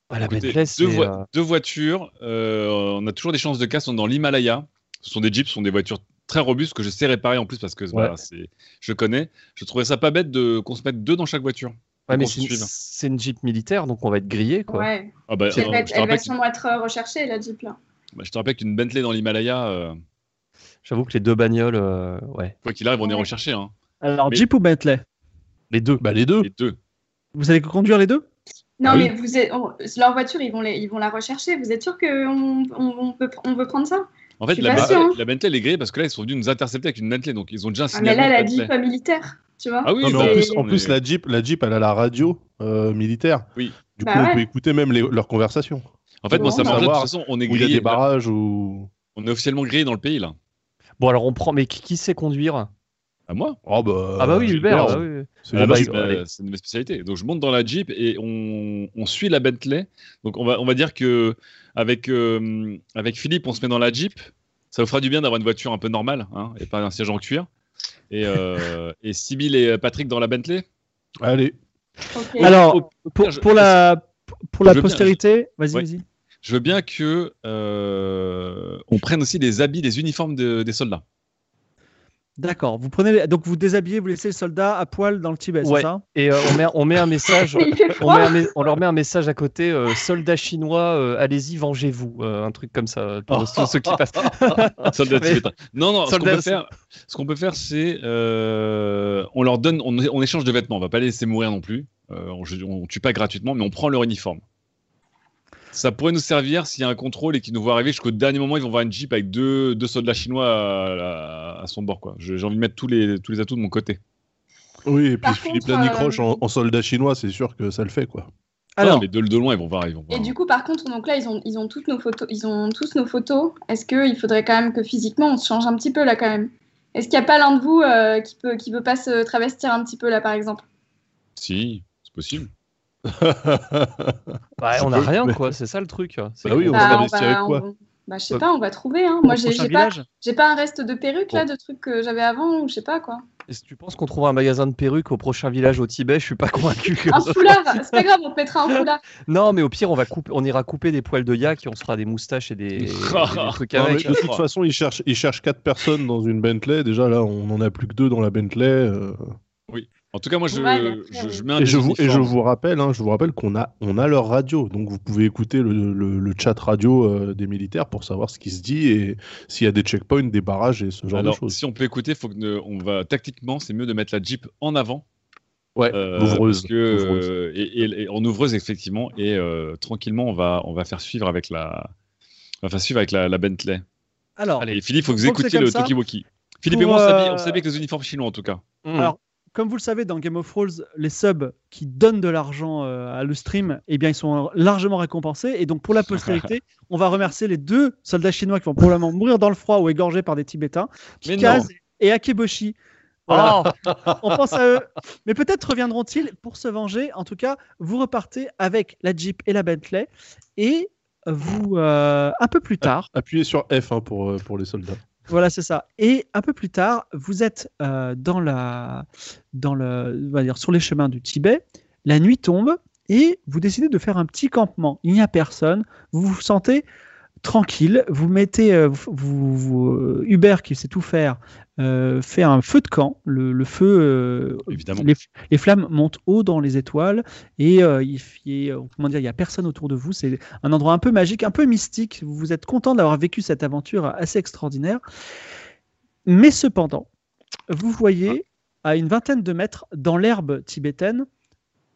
Speaker 8: Ah, la
Speaker 6: Écoutez,
Speaker 8: Bentley, c'est,
Speaker 6: deux, vo-
Speaker 8: euh,
Speaker 6: deux voitures, euh, on a toujours des chances de casse. On est dans l'Himalaya. Ce sont des Jeeps, ce sont des voitures très robustes que je sais réparer en plus parce que bah, c'est, je connais. Je trouverais ça pas bête de, qu'on se mette deux dans chaque voiture.
Speaker 8: ouais, mais
Speaker 6: qu'on
Speaker 8: c'est
Speaker 6: se
Speaker 8: une,
Speaker 6: suive.
Speaker 8: c'est une Jeep militaire, donc on va être grillé. quoi.
Speaker 7: Ouais.
Speaker 6: Ah bah,
Speaker 7: Elle va,
Speaker 6: euh, je,
Speaker 7: être-
Speaker 6: te
Speaker 7: elle va
Speaker 6: rappelle,
Speaker 7: sûrement être euh, recherchée, la Jeep là.
Speaker 6: bah, je te rappelle qu'une Bentley dans l'Himalaya, euh,
Speaker 8: J'avoue que les deux bagnoles, euh, ouais.
Speaker 6: quoi qu'il arrive, on est
Speaker 7: Ouais.
Speaker 6: recherché. Hein.
Speaker 2: Alors,
Speaker 6: Mais-
Speaker 2: Jeep ou Bentley
Speaker 8: Les deux.
Speaker 3: Bah les deux.
Speaker 6: Les deux.
Speaker 2: Vous allez conduire les deux
Speaker 7: Non,
Speaker 6: Ah oui.
Speaker 7: mais vous êtes, on- leur voiture, ils vont, les, ils vont la rechercher. Vous êtes sûr qu'on on, on peut, on veut prendre ça
Speaker 6: En fait,
Speaker 7: Je suis
Speaker 6: la
Speaker 7: pas
Speaker 6: Bentley,
Speaker 7: sûre, hein.
Speaker 6: la Bentley, elle est grillée parce que là, ils sont venus nous intercepter avec une Bentley. Donc, ils ont déjà
Speaker 7: ah, Mais
Speaker 6: signalé.
Speaker 7: là,
Speaker 6: une
Speaker 7: la
Speaker 6: Bentley.
Speaker 7: Jeep euh, militaire, tu vois.
Speaker 6: Ah oui,
Speaker 3: Non, mais
Speaker 6: bah,
Speaker 3: en
Speaker 7: c'est-
Speaker 3: plus, en
Speaker 6: on
Speaker 3: plus
Speaker 6: est-
Speaker 3: la Jeep, la Jeep, elle a la radio euh, militaire.
Speaker 6: Oui.
Speaker 3: Du
Speaker 7: Bah
Speaker 3: coup, on
Speaker 7: ouais.
Speaker 3: peut écouter même les- leurs conversations.
Speaker 6: En fait, moi, ça
Speaker 7: Bon,
Speaker 6: m'arrange. De
Speaker 3: savoir
Speaker 6: toute façon, on est
Speaker 3: Où il y a
Speaker 6: grillé. bah.
Speaker 3: des barrages ou.
Speaker 6: On est officiellement grillé dans le pays, là.
Speaker 8: Bon, alors on prend. Mais qui, qui sait conduire
Speaker 6: À moi
Speaker 3: Oh bah.
Speaker 8: Ah, bah oui,
Speaker 3: Hubert,
Speaker 8: Hubert. bah oui.
Speaker 3: c'est
Speaker 6: À la
Speaker 3: le
Speaker 6: base,
Speaker 3: mec.
Speaker 6: bah,
Speaker 8: allez.
Speaker 6: c'est une de mes spécialités. Donc, je monte dans la Jeep et on, on suit la Bentley. Donc, on va, on va dire que avec, euh, avec Philippe, on se met dans la Jeep. Ça vous fera du bien d'avoir une voiture un peu normale hein, et pas un siège en cuir. Et, euh, <laughs> et Sibyl et Patrick dans la Bentley.
Speaker 3: Allez.
Speaker 7: ok.
Speaker 2: Alors, pour,
Speaker 6: pire, je-
Speaker 2: pour la, pour la
Speaker 6: je veux bien,
Speaker 2: postérité, vas-y,
Speaker 6: Ouais.
Speaker 2: vas-y.
Speaker 6: Je veux bien que euh, on prenne aussi des habits, des uniformes de- des soldats.
Speaker 2: D'accord. Vous prenez, les- donc vous déshabillez, vous laissez le soldat à poil dans le Tibet, c'est
Speaker 8: Ouais.
Speaker 2: ça
Speaker 8: Et euh, on, met, on met un message.
Speaker 7: Mais <laughs> il fait
Speaker 8: On, met
Speaker 7: froid.
Speaker 8: un mes- on leur met un message à côté euh, soldats chinois, euh, allez-y, vengez-vous. Euh, un truc comme ça euh, pour ceux
Speaker 3: Oh.
Speaker 8: ceux qui
Speaker 3: <laughs>
Speaker 8: passent.
Speaker 6: <laughs> Soldats
Speaker 8: Mais-
Speaker 6: tibétains. Non, non, ce qu'on
Speaker 8: Soldats-
Speaker 6: peut faire, ce qu'on peut faire, c'est euh, on leur donne, on, on échange de vêtements. On va pas les laisser mourir non plus. Euh, on, je- on tue pas gratuitement, mais on prend leur uniforme. Ça pourrait nous servir s'il y a un contrôle et qu'ils nous voient arriver jusqu'au dernier moment, ils vont voir une jeep avec deux, deux soldats chinois à, à- à son bord. quoi. Je- J'ai envie de mettre tous les, tous les atouts de mon côté.
Speaker 3: Oui, et puis
Speaker 7: Par
Speaker 3: Philippe
Speaker 7: contre,
Speaker 3: Lanicroche
Speaker 7: euh,
Speaker 3: en, en soldat chinois, c'est sûr que ça le fait quoi.
Speaker 6: non,
Speaker 2: Alors,
Speaker 6: mais de, de loin, ils vont voir. Ils vont voir.
Speaker 7: Et du coup, par contre, donc là, ils ont, ils ont toutes nos photos. Ils ont tous nos photos. Est-ce qu'il faudrait quand même que physiquement, on se change un petit peu là quand même Est-ce qu'il n'y a pas l'un de vous euh, qui peut, qui veut pas se travestir un petit peu là, par exemple
Speaker 6: Si, c'est possible.
Speaker 8: Ouais,
Speaker 3: Je
Speaker 8: on a
Speaker 3: peux,
Speaker 8: rien,
Speaker 3: mais-
Speaker 8: quoi. C'est ça le truc. C'est
Speaker 3: Bah oui,
Speaker 8: que-
Speaker 3: on va travestir avec quoi
Speaker 7: on- bah, je sais pas, on va trouver. hein. Moi, j'ai
Speaker 2: prochain
Speaker 7: j'ai pas,
Speaker 2: village.
Speaker 7: j'ai pas un reste de perruque là, de trucs que j'avais avant ou je sais
Speaker 3: <laughs>
Speaker 7: pas quoi.
Speaker 8: Est-ce que tu penses qu'on trouvera un magasin de perruques au prochain village au Tibet Je suis pas convaincu. que-
Speaker 7: Un foulard, c'est pas grave, on te mettra un
Speaker 3: <laughs>
Speaker 7: foulard.
Speaker 8: <laughs> Non, mais au pire, on va couper, on ira couper des poils de yak et on se fera des moustaches et
Speaker 3: <laughs>
Speaker 8: des, et des trucs
Speaker 3: Non, mais
Speaker 8: avec.
Speaker 3: de toute façon, ils cherchent, ils cherchent quatre personnes dans une Bentley. Déjà là, on en a plus que deux dans la Bentley. euh.
Speaker 6: En tout cas, moi, je,
Speaker 7: Ouais, mais après,
Speaker 6: je,
Speaker 7: oui.
Speaker 6: je mets un
Speaker 3: Et je, vous, et
Speaker 6: désuniforme.
Speaker 3: je vous rappelle, hein, je vous rappelle qu'on a, on a leur radio, donc vous pouvez écouter le, le- le chat radio euh, des militaires pour savoir ce qui se dit et s'il y a des checkpoints, des barrages et ce genre
Speaker 6: Alors,
Speaker 3: de choses.
Speaker 6: si on peut écouter, faut que ne- on va tactiquement, c'est mieux de mettre la Jeep en avant.
Speaker 3: Ouais,
Speaker 6: euh,
Speaker 3: l'ouvreuse,
Speaker 6: parce que, euh,
Speaker 3: l'ouvreuse.
Speaker 6: et, et- et en ouvreuse effectivement, et euh, tranquillement, on va, on va faire suivre avec la, on va faire suivre avec la, la Bentley.
Speaker 2: Alors,
Speaker 6: Allez, Philippe, faut que vous
Speaker 2: Donc, c'est
Speaker 6: écoutiez
Speaker 2: comme
Speaker 6: le
Speaker 2: ça.
Speaker 6: Tokiwoki. Philippe et
Speaker 2: Pour,
Speaker 6: moi, on
Speaker 2: euh,
Speaker 6: s'habille- on s'habille avec les uniformes chinois en tout cas.
Speaker 8: Mmh. Ah,
Speaker 2: Alors, comme vous le savez, dans Game of Thrones, les subs qui donnent de l'argent euh, à le stream, eh bien, ils sont largement récompensés. Et donc, pour la postérité, on va remercier les deux soldats chinois qui vont probablement mourir dans le froid ou égorgés par des Tibétains,
Speaker 6: Mais
Speaker 2: Kaz et Akeboshi. Voilà. on pense à eux. Mais peut-être reviendront-ils pour se venger. En tout cas, vous repartez avec la Jeep et la Bentley. Et vous, euh, un peu plus tard,
Speaker 3: Appuyez sur F hein, pour, euh, pour les soldats.
Speaker 2: voilà, c'est ça. Et un peu plus tard, vous êtes euh, dans la, dans le, on va dire, sur les chemins du Tibet. La nuit tombe et vous décidez de faire un petit campement. Il n'y a personne. Vous vous sentez tranquille. Vous mettez, euh, vous, vous- vous- euh, Hubert qui sait tout faire, euh, fait un feu de camp. Le, le feu, euh,
Speaker 6: Évidemment.
Speaker 2: Les, les flammes montent haut dans les étoiles et euh, il, il- euh, comment dire, il y a personne autour de vous. C'est un endroit un peu magique, un peu mystique. Vous- Vous êtes content d'avoir vécu cette aventure assez extraordinaire. Mais cependant, vous voyez
Speaker 3: Ah.
Speaker 2: à une vingtaine de mètres dans l'herbe tibétaine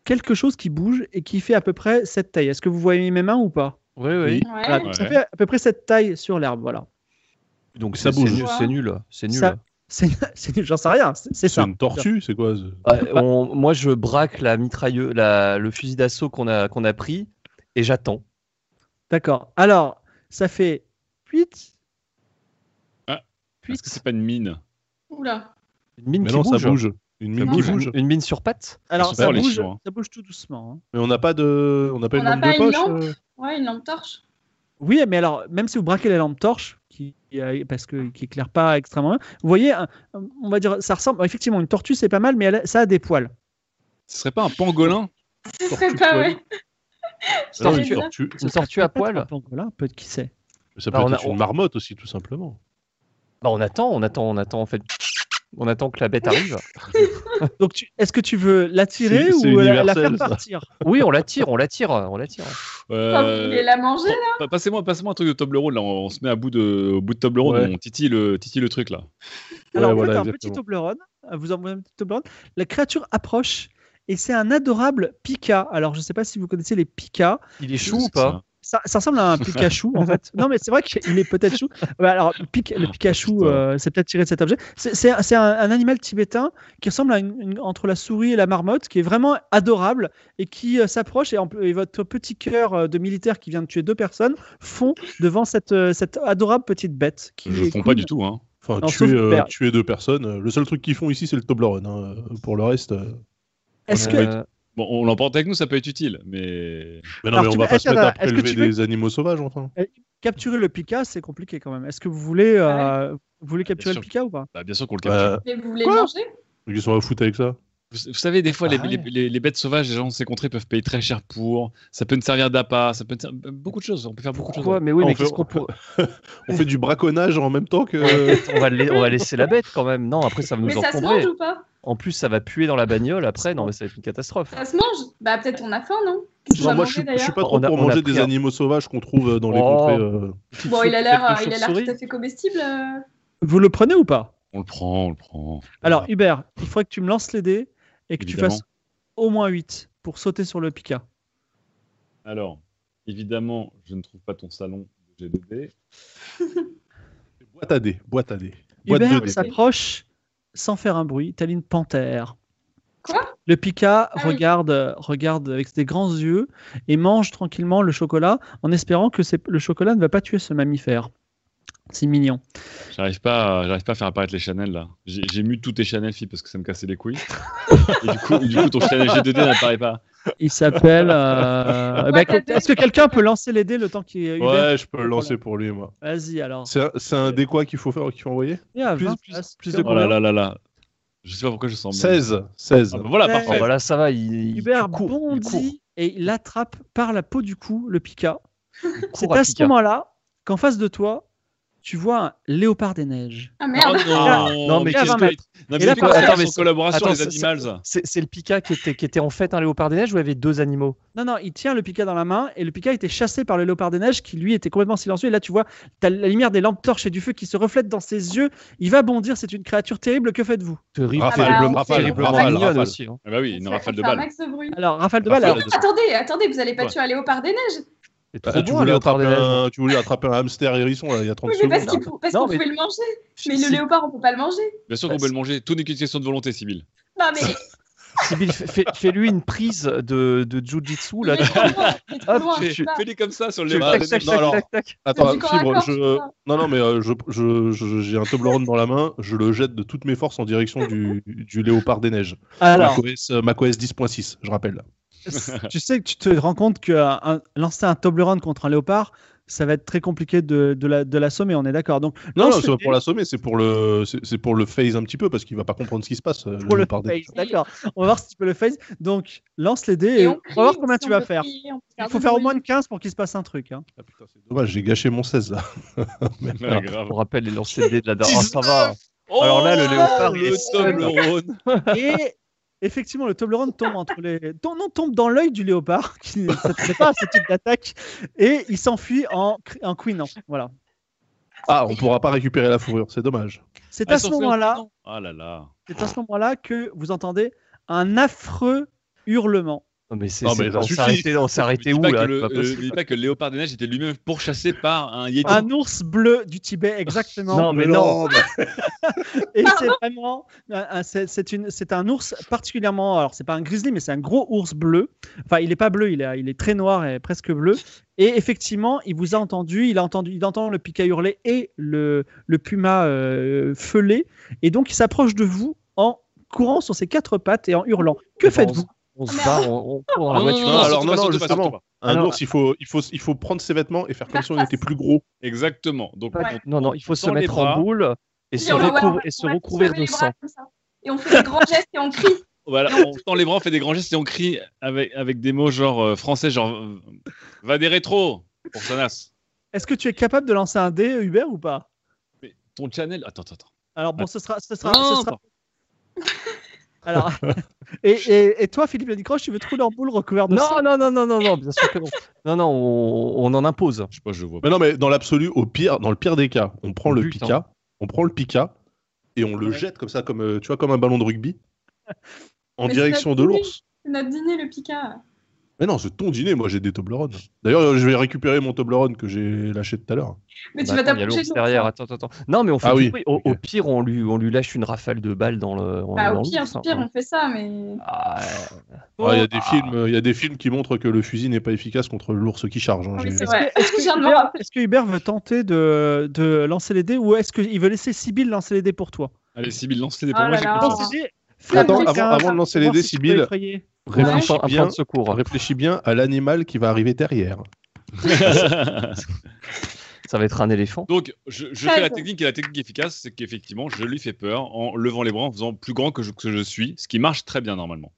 Speaker 2: quelque chose qui bouge et qui fait à peu près cette taille. Est-ce que vous voyez mes mains ou pas
Speaker 8: Oui, oui.
Speaker 7: Ouais.
Speaker 3: Ah,
Speaker 2: Voilà, donc Ça
Speaker 6: Ouais.
Speaker 2: fait à peu près cette taille sur l'herbe. Voilà. <laughs>
Speaker 8: Donc
Speaker 3: Ça
Speaker 8: ça
Speaker 3: bouge.
Speaker 8: bouge. C'est nul. C'est nul.
Speaker 2: Ça- C'est, c'est nul, j'en sais rien. C'est, c'est
Speaker 3: C'est
Speaker 2: ça.
Speaker 3: une tortue, c'est quoi ce-
Speaker 8: Ouais, on- moi, je braque la mitrailleuse, la- le fusil d'assaut qu'on a, qu'on a pris et j'attends.
Speaker 2: D'accord. Alors, ça fait 8.
Speaker 6: Ah, Est-ce que c'est pas une mine
Speaker 7: Oula.
Speaker 8: Une mine
Speaker 3: Mais
Speaker 8: qui
Speaker 3: non,
Speaker 8: bouge.
Speaker 3: ça bouge. Une mine
Speaker 8: Une
Speaker 7: Ça
Speaker 3: qui
Speaker 8: mine-
Speaker 3: bouge.
Speaker 8: Une mine sur patte.
Speaker 2: Alors,
Speaker 6: sont
Speaker 2: ça
Speaker 6: forts, les
Speaker 2: bouge,
Speaker 6: Chinois, hein.
Speaker 2: ça bouge tout doucement. hein.
Speaker 3: Mais on n'a pas de, on n'a pas
Speaker 7: On
Speaker 3: une
Speaker 7: n'a
Speaker 3: lampe
Speaker 7: pas
Speaker 3: de
Speaker 7: une
Speaker 3: poche.
Speaker 7: lampe
Speaker 3: euh
Speaker 7: Ouais, une lampe
Speaker 3: <laughs>
Speaker 7: torche.
Speaker 2: Oui, mais alors, même si vous braquez la lampe torche, qui, euh, parce que, qui éclaire pas extrêmement bien, vous voyez, un- un- on va dire, ça ressemble, effectivement, une tortue, c'est pas mal, mais elle a- ça a des poils.
Speaker 6: Ce serait pas un pangolin
Speaker 7: Ce serait pas,
Speaker 3: poêlée.
Speaker 7: <laughs> ouais.
Speaker 3: Ah non,
Speaker 8: Tortue.
Speaker 3: une
Speaker 7: J'allais dire.
Speaker 3: tortue.
Speaker 8: Une tortue à
Speaker 2: Peut-être un
Speaker 8: poil.
Speaker 2: pangolin, peut-être qui sait.
Speaker 3: Ça peut
Speaker 8: Bah, on
Speaker 3: être
Speaker 8: a-
Speaker 3: une
Speaker 8: on-
Speaker 3: marmotte aussi, tout simplement.
Speaker 8: Bah, on attend, on attend, on attend en fait. On attend que la bête arrive.
Speaker 2: Donc, tu- est-ce que tu veux l'attirer
Speaker 3: C'est- c'est
Speaker 2: ou la, la
Speaker 3: universel,
Speaker 2: faire
Speaker 3: ça.
Speaker 2: partir
Speaker 8: Oui, on la tire, on la tire, on la tire.
Speaker 7: Ah, Vous
Speaker 6: Euh,
Speaker 7: voulez la manger là
Speaker 6: pa- Passez-moi passez un truc de Toblerone, là, on, on se met à bout de, au bout de Toblerone,
Speaker 3: Ouais.
Speaker 6: on titille le, titille le truc là.
Speaker 2: Alors,
Speaker 3: Ouais,
Speaker 2: vous
Speaker 3: voilà,
Speaker 2: faites un petit
Speaker 3: exactement.
Speaker 2: Toblerone, euh, vous envoyez un petit Toblerone, la créature approche, et c'est un adorable Pika. Alors, je ne sais pas si vous connaissez les Pika,
Speaker 8: Il est chou ou pas
Speaker 2: Ça, ça ressemble
Speaker 6: <laughs>
Speaker 2: à un Pikachu en fait. Non mais c'est vrai qu'il est peut-être chou. Ouais, alors Pic- le Pikachu,
Speaker 6: putain.
Speaker 2: euh, c'est peut-être tiré de cet objet. C'est- C'est un- c'est un, un animal tibétain qui ressemble à une, une- entre la souris et la marmotte, qui est vraiment adorable et qui euh, s'approche et, en pl- et votre petit cœur euh, de militaire qui vient de tuer deux personnes fond devant cette, euh, cette adorable petite bête. Qui
Speaker 6: Je
Speaker 2: est
Speaker 6: ne fonds
Speaker 2: cool.
Speaker 6: pas du tout. Hein.
Speaker 3: Enfin,
Speaker 2: Non,
Speaker 3: tuer,
Speaker 2: sauf
Speaker 3: euh,
Speaker 2: Hubert.
Speaker 3: tuer deux personnes. euh, Le seul truc qu'ils font ici, c'est le Toblerone. hein. Pour le reste. euh,
Speaker 2: Est-ce que
Speaker 8: Euh,
Speaker 6: Bon, on l'emporte avec nous, ça peut être utile, mais.
Speaker 3: Mais non,
Speaker 2: Alors, tu
Speaker 3: mais on
Speaker 2: veux-
Speaker 3: va pas
Speaker 2: est-ce
Speaker 3: se
Speaker 2: que-
Speaker 3: mettre à
Speaker 2: est-ce que tu
Speaker 3: prélever
Speaker 2: veux-
Speaker 3: des animaux sauvages, enfin.
Speaker 2: capturer le Pika c'est compliqué quand même Est-ce que vous voulez euh, vous voulez capturer le
Speaker 6: Ah, sûr.
Speaker 2: Pika ou pas
Speaker 6: Bah, bien sûr qu'on le capture.
Speaker 3: Bah,
Speaker 7: Mais vous voulez
Speaker 2: Quoi
Speaker 7: manger
Speaker 3: Ils sont à foutre avec ça.
Speaker 6: Vous, vous savez, des fois, les,
Speaker 8: Ah
Speaker 6: les-
Speaker 8: ouais.
Speaker 6: les- les bêtes sauvages, les gens de ces contrées peuvent payer très cher pour. Ça peut nous servir d'appât, ça peut nous servir- beaucoup de choses. On peut faire beaucoup de
Speaker 8: Pourquoi
Speaker 6: choses.
Speaker 8: Mais oui,
Speaker 3: On
Speaker 8: mais
Speaker 3: fait-
Speaker 8: qu'est-ce qu'on peut-
Speaker 3: On fait du braconnage en même temps que.
Speaker 8: <laughs> on, va la- on va laisser la bête quand même. Non, après ça va
Speaker 7: Mais
Speaker 8: nous
Speaker 7: ça se mange
Speaker 8: encombrer.
Speaker 7: ou pas
Speaker 8: En plus, ça va puer dans la bagnole. Après, non, mais ça va être une catastrophe.
Speaker 7: Ça se mange Bah peut-être on a faim, non Qu'est-ce qu'on
Speaker 3: Non,
Speaker 7: va
Speaker 3: moi, je
Speaker 7: manger
Speaker 3: suis, je suis
Speaker 7: d'ailleurs
Speaker 3: pas trop
Speaker 8: On a-
Speaker 3: pour
Speaker 8: on a
Speaker 3: manger
Speaker 8: pris
Speaker 3: des
Speaker 8: un-
Speaker 3: animaux sauvages qu'on trouve euh, dans les
Speaker 8: Oh.
Speaker 3: contrées. euh.
Speaker 7: Bon, il a l'air euh, il
Speaker 8: Petite
Speaker 7: a l'air
Speaker 8: chauve-souris.
Speaker 7: tout à fait comestible. euh.
Speaker 2: Vous le prenez ou pas
Speaker 6: On le prend, on le prend.
Speaker 2: Alors Hubert, il faudrait que tu me lances les dés et que
Speaker 6: Évidemment.
Speaker 2: tu fasses au moins 8 pour sauter sur le Pika.
Speaker 6: Alors, évidemment, je ne trouve pas ton salon de G2D.
Speaker 3: Boîte à dés, boîte à dés. Boîte de
Speaker 2: Hubert
Speaker 3: dés.
Speaker 2: s'approche sans faire un bruit, telle une panthère.
Speaker 7: Quoi Ah
Speaker 2: Le Pika
Speaker 7: oui.
Speaker 2: regarde, euh, regarde avec ses grands yeux et mange tranquillement le chocolat en espérant que c'est- le chocolat ne va pas tuer ce mammifère. C'est mignon.
Speaker 6: J'arrive pas, à- j'arrive pas à faire apparaître les Chanel là. J'ai j'ai mu tous tes Chanel filles parce que ça me cassait les couilles. et du coup, du coup, ton Chanel G2D
Speaker 8: <laughs>
Speaker 6: n'apparaît pas.
Speaker 2: Il s'appelle.
Speaker 7: <laughs>
Speaker 2: euh,
Speaker 7: Ouais,
Speaker 2: bah,
Speaker 7: t'as deux.
Speaker 2: Est-ce que quelqu'un peut lancer les dés le temps qu'il Hubert
Speaker 3: Ouais, je peux le lancer pour lui, moi.
Speaker 2: Vas-y alors.
Speaker 3: C'est un- c'est un dé quoi qu'il faut faire, qu'il faut envoyer
Speaker 2: Et à
Speaker 3: plus-
Speaker 2: 20,
Speaker 3: plus-
Speaker 2: là,
Speaker 3: plus
Speaker 2: c'est
Speaker 3: de
Speaker 2: bon.
Speaker 6: Oh là là là là. Je sais pas pourquoi je sens. bien.
Speaker 3: 16, 16.
Speaker 6: Ah bah voilà,
Speaker 8: Oh,
Speaker 6: parfait.
Speaker 8: bah là, ça va. Il, il-
Speaker 2: Hubert
Speaker 8: tu cours, il court.
Speaker 2: bondit et il attrape par la peau du cou le Pika.
Speaker 8: Il court
Speaker 2: C'est
Speaker 8: à hein.
Speaker 2: à ce
Speaker 8: Pika.
Speaker 2: moment-là qu'en face de toi, tu vois un léopard des neiges.
Speaker 7: Ah merde.
Speaker 6: Oh non,
Speaker 8: Non, mais
Speaker 2: Il est à
Speaker 8: qu'est-ce
Speaker 2: 20
Speaker 8: que-
Speaker 2: mètres.
Speaker 6: Non,
Speaker 8: Et là,
Speaker 6: mais
Speaker 8: par- attends,
Speaker 6: attends,
Speaker 8: mais
Speaker 6: mais en
Speaker 8: c'est-
Speaker 6: collaboration
Speaker 8: attends,
Speaker 6: les
Speaker 8: ça-
Speaker 6: animals. ça.
Speaker 8: C'est c'est le Pika qui était, qui était en fait un léopard des neiges où il y avait deux animaux.
Speaker 2: Non, non, il tient le Pika dans la main et le Pika était chassé par le léopard des neiges qui lui était complètement silencieux. Et là, tu vois, t'as la lumière des lampes torches et du feu qui se reflète dans ses yeux. Il va bondir, c'est une créature terrible. Que faites-vous
Speaker 8: Ah, Terrible,
Speaker 3: Rafale,
Speaker 8: terriblement-
Speaker 3: rafale,
Speaker 8: terriblement
Speaker 3: rafale,
Speaker 8: mignonne
Speaker 3: rafale.
Speaker 8: aussi. hein.
Speaker 6: Ah bah oui, une rafale de balles.
Speaker 7: Max de bruit.
Speaker 2: Alors, rafale de balle.
Speaker 3: Rafale
Speaker 2: alors-
Speaker 3: de-
Speaker 7: Attendez, attendez, vous allez pas
Speaker 6: Ouais.
Speaker 7: tuer un léopard des neiges
Speaker 8: C'est
Speaker 3: Bah,
Speaker 8: trop
Speaker 3: tu,
Speaker 8: bon, un
Speaker 3: voulais
Speaker 8: léopard des
Speaker 3: attraper
Speaker 8: neiges.
Speaker 3: un, tu voulais attraper un hamster hérisson là, il y a 30
Speaker 7: Oui, mais
Speaker 3: secondes.
Speaker 7: parce qu'il faut- parce
Speaker 8: Non,
Speaker 7: qu'on
Speaker 8: mais-
Speaker 7: pouvait le manger. Mais
Speaker 8: Si-
Speaker 7: le léopard, on peut pas le manger.
Speaker 6: Bien sûr qu'on
Speaker 8: Bah,
Speaker 6: peut le manger. Tout n'est qu'une question de volonté, Sibyl.
Speaker 7: Non, mais
Speaker 8: Sibyl, <laughs> fais- fais- fais-lui une prise de, de jujitsu. Là,
Speaker 7: il est trop loin, il est trop
Speaker 8: Hop,
Speaker 7: loin,
Speaker 8: tu-
Speaker 7: je sais Ah, pas.
Speaker 6: Fais-les comme ça sur le
Speaker 8: tu-
Speaker 6: lèvre.
Speaker 8: tac, tac,
Speaker 3: non,
Speaker 8: tac,
Speaker 3: alors-
Speaker 8: tac, tac.
Speaker 3: Attends,
Speaker 7: C'est du corps à
Speaker 3: fibre,
Speaker 7: corps,
Speaker 3: je...
Speaker 7: c'est ça.
Speaker 3: non, non, mais euh, je- je- je- j'ai un Toblerone dans la main, je le jette de toutes mes forces en direction du, du léopard des neiges.
Speaker 2: alors,
Speaker 3: macOS, euh, macOS 10.6, je rappelle. <laughs>
Speaker 2: tu sais que tu te rends compte que euh, un- lancer un Toblerone contre un léopard, ça va être très compliqué de, de la- de l'assommer, on est d'accord. Donc,
Speaker 3: Non, non,
Speaker 2: lance
Speaker 3: c'est
Speaker 2: le
Speaker 3: pas pour l'assommer, c'est pour le, c'est c'est pour le phase un petit peu parce qu'il va pas comprendre ce qui se passe. euh,
Speaker 2: dé pour le
Speaker 3: léopard des neiges.
Speaker 2: face, d'accord. On va voir si tu peux le face. Donc, lance les dés et, on,
Speaker 7: crie,
Speaker 2: va voir combien
Speaker 7: si
Speaker 2: tu
Speaker 7: on
Speaker 2: vas
Speaker 7: peut
Speaker 2: faire.
Speaker 7: crier, on peut
Speaker 2: Il
Speaker 7: faire
Speaker 2: faut
Speaker 7: du
Speaker 2: faire au
Speaker 7: bruit.
Speaker 2: moins une 15 pour qu'il se passe un truc. hein.
Speaker 3: Ah, putain, c'est dommage, j'ai gâché mon 16 là.
Speaker 6: Ouais, grave. Oh,
Speaker 8: On rappelle les lancers de dés de la dernière. Ah, ça va. Alors là, le léopard, il est
Speaker 6: le
Speaker 8: seul.
Speaker 6: Toblerone.
Speaker 2: Et effectivement, le Toblerone tombe entre les, tom- non, tombe dans l'œil du léopard, <laughs> qui ne s'attendait pas à ce type d'attaque, et il s'enfuit en, cri- en couinant. Voilà.
Speaker 3: Ah, on pourra pas récupérer la fourrure, c'est dommage.
Speaker 2: C'est
Speaker 6: Ah,
Speaker 2: à
Speaker 6: ils
Speaker 2: ce
Speaker 6: sont faits en
Speaker 2: moment-là,
Speaker 6: coton. Ah là là.
Speaker 2: c'est à ce moment-là que vous entendez un affreux hurlement.
Speaker 8: Non, mais c'est,
Speaker 3: Non,
Speaker 8: c'est-
Speaker 3: mais ça
Speaker 8: on
Speaker 3: suffit.
Speaker 8: s'est arrêté, on s'est arrêté
Speaker 6: Dis
Speaker 8: où
Speaker 6: pas
Speaker 8: là
Speaker 6: que le-
Speaker 8: C'est pas
Speaker 6: euh,
Speaker 8: possible.
Speaker 6: Dis pas que le léopard des neiges était lui-même pourchassé par un yéti.
Speaker 2: Un ours bleu du Tibet, exactement.
Speaker 8: Non, mais non.
Speaker 2: Et c'est vraiment, un- un- c'est c'est une- c'est un ours particulièrement, alors c'est pas un grizzly, mais c'est un gros ours bleu. Enfin, il est pas bleu, il est, il est très noir et presque bleu. Et effectivement, il vous a entendu, il a entendu, il entend le pika hurler et le, le puma euh, feuler. Et donc, il s'approche de vous en courant sur ses quatre pattes et en hurlant. Que
Speaker 8: Bon,
Speaker 2: faites-vous
Speaker 8: Eh ben, On se barre, on, on court dans la
Speaker 6: Non,
Speaker 8: voiture.
Speaker 6: non, non,
Speaker 3: alors,
Speaker 6: surtout
Speaker 3: non,
Speaker 6: pas,
Speaker 3: non,
Speaker 6: surtout pas, surtout
Speaker 3: justement.
Speaker 6: pas.
Speaker 3: Un
Speaker 8: Alors-
Speaker 3: ours, il faut, il, faut, il faut prendre ses vêtements et faire comme si on était plus gros.
Speaker 6: Exactement. Donc,
Speaker 8: Pas
Speaker 6: on-
Speaker 8: du- Non, non, il faut
Speaker 6: on
Speaker 8: se
Speaker 6: tend les
Speaker 8: mettre en
Speaker 6: bras.
Speaker 8: boule et
Speaker 7: Puis
Speaker 8: se,
Speaker 7: on va-
Speaker 8: recouvre-
Speaker 7: on va-
Speaker 8: et se
Speaker 7: on va
Speaker 8: recouvrir
Speaker 7: lever
Speaker 8: de
Speaker 7: les
Speaker 8: sang.
Speaker 7: bras comme ça. Et on fait des grands gestes et on crie.
Speaker 6: Voilà, Bah, on tend les bras, on fait des grands gestes et on crie avec, avec des mots genre euh, français, genre euh, va des rétros pour Sanas.
Speaker 2: Est-ce que tu es capable de lancer un dé, Hubert, ou pas
Speaker 6: Mais ton channel. Attends, attends, attends.
Speaker 2: Alors bon, ce sera, ce sera,
Speaker 6: Non,
Speaker 2: ce sera- <laughs> Alors, <laughs> et, et, et toi, Philippe Lanicroche, tu veux trouver leur boule recouvert de sang
Speaker 8: Non, non, non, non, non, non, bien sûr que non. Non, non, on, on en impose.
Speaker 6: Je sais pas, je vois pas.
Speaker 3: Mais non, mais dans l'absolu, au pire, dans le pire des cas, on prend le
Speaker 8: Putain.
Speaker 2: hein.
Speaker 3: pika, on prend le pika et on le
Speaker 2: Ouais.
Speaker 3: jette comme ça, comme euh, tu vois, comme un ballon de rugby, en
Speaker 7: Mais
Speaker 3: direction
Speaker 7: c'est
Speaker 3: de
Speaker 7: notre
Speaker 3: l'ours.
Speaker 7: C'est notre dîner, le Pika.
Speaker 3: Mais non, c'est ton dîner, moi j'ai des Toblerone. D'ailleurs, euh, je vais récupérer mon Toblerone que j'ai lâché tout à l'heure.
Speaker 7: Mais tu
Speaker 8: Bah,
Speaker 7: vas
Speaker 8: attends, il y a
Speaker 7: t'approcher
Speaker 8: l'ours
Speaker 7: de
Speaker 8: derrière. Attends, attends, attends. Non, mais on fait
Speaker 3: Ah
Speaker 8: du
Speaker 3: oui,
Speaker 8: bruit. Au,
Speaker 3: ok.
Speaker 8: au pire, on lui, on lui lâche une rafale de balles dans le. dans-
Speaker 7: Bah,
Speaker 8: dans
Speaker 7: au pire,
Speaker 8: l'ours, hein.
Speaker 7: au pire, on fait ça, mais.
Speaker 8: Ah, ouais.
Speaker 2: Oh.
Speaker 3: Ah, Il y, a des films, euh, il y a des films qui montrent que le fusil n'est pas efficace contre l'ours qui charge. hein,
Speaker 7: Ah oui,
Speaker 3: j'ai-
Speaker 7: c'est vrai.
Speaker 3: <laughs>
Speaker 2: Est-ce que,
Speaker 7: Je viens de me
Speaker 2: Hubert,
Speaker 7: rappeler.
Speaker 2: est-ce que Hubert veut tenter de, de lancer les dés ou est-ce qu'il veut laisser Sibyl lancer les dés pour toi
Speaker 6: Allez, Sibyl, lance les dés
Speaker 7: Oh
Speaker 6: pour moi.
Speaker 7: là
Speaker 6: j'ai
Speaker 7: là.
Speaker 6: confiance.
Speaker 2: Lance les dés, fais
Speaker 3: Ah. Attends,
Speaker 2: un
Speaker 3: avant,
Speaker 2: petit
Speaker 7: hein.
Speaker 2: quinze,
Speaker 3: avant de lancer les
Speaker 2: voir
Speaker 3: dés,
Speaker 2: si tu peux
Speaker 3: Sibyl,
Speaker 2: effrayer.
Speaker 8: Réfléchis
Speaker 3: Ouais.
Speaker 8: un
Speaker 3: Bien.
Speaker 8: plan de secours.
Speaker 3: réfléchis bien à l'animal qui va arriver derrière.
Speaker 2: Oh,
Speaker 8: Ça va être un éléphant.
Speaker 6: <laughs> Donc, je, je fais la
Speaker 7: Treize.
Speaker 6: technique et la technique efficace, c'est qu'effectivement, je lui fais peur en levant les bras, en faisant plus grand que je, que je suis, ce qui marche très bien normalement.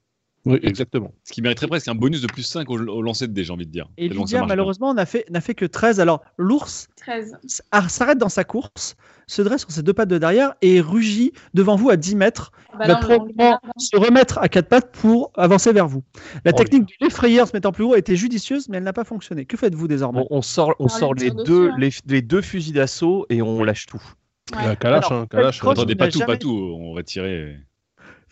Speaker 3: Oui, exactement.
Speaker 6: Ce qui mériterait presque un bonus de plus 5 au, au lancer de dés, j'ai envie de dire.
Speaker 2: Et
Speaker 6: Tellement que ça
Speaker 2: Lydia,
Speaker 6: marche bien.
Speaker 2: malheureusement, n'a fait, n'a fait que 13. Alors, l'ours
Speaker 7: 13.
Speaker 2: s- ar- s'arrête dans sa course, se dresse sur ses deux pattes de derrière et rugit devant vous à 10 mètres.
Speaker 7: Bah,
Speaker 2: va
Speaker 7: là, on-
Speaker 2: probablement
Speaker 7: on-
Speaker 2: se remettre à quatre pattes pour avancer vers vous. La
Speaker 8: Oh,
Speaker 2: technique de l'effrayer en se mettant plus haut était judicieuse, mais elle n'a pas fonctionné. Que faites-vous désormais
Speaker 8: Bon, on sort, on
Speaker 7: On
Speaker 8: sort
Speaker 7: les
Speaker 8: les,
Speaker 7: tire dessus,
Speaker 8: deux,
Speaker 7: hein.
Speaker 8: les, les deux fusils d'assaut et on lâche tout.
Speaker 7: Ouais.
Speaker 3: La Kalash,
Speaker 2: Alors,
Speaker 3: hein, Kalash.
Speaker 2: Cross,
Speaker 6: Attendez,
Speaker 2: tu
Speaker 6: pas
Speaker 2: n'as
Speaker 6: tout,
Speaker 2: jamais-
Speaker 6: pas tout, on va tirer.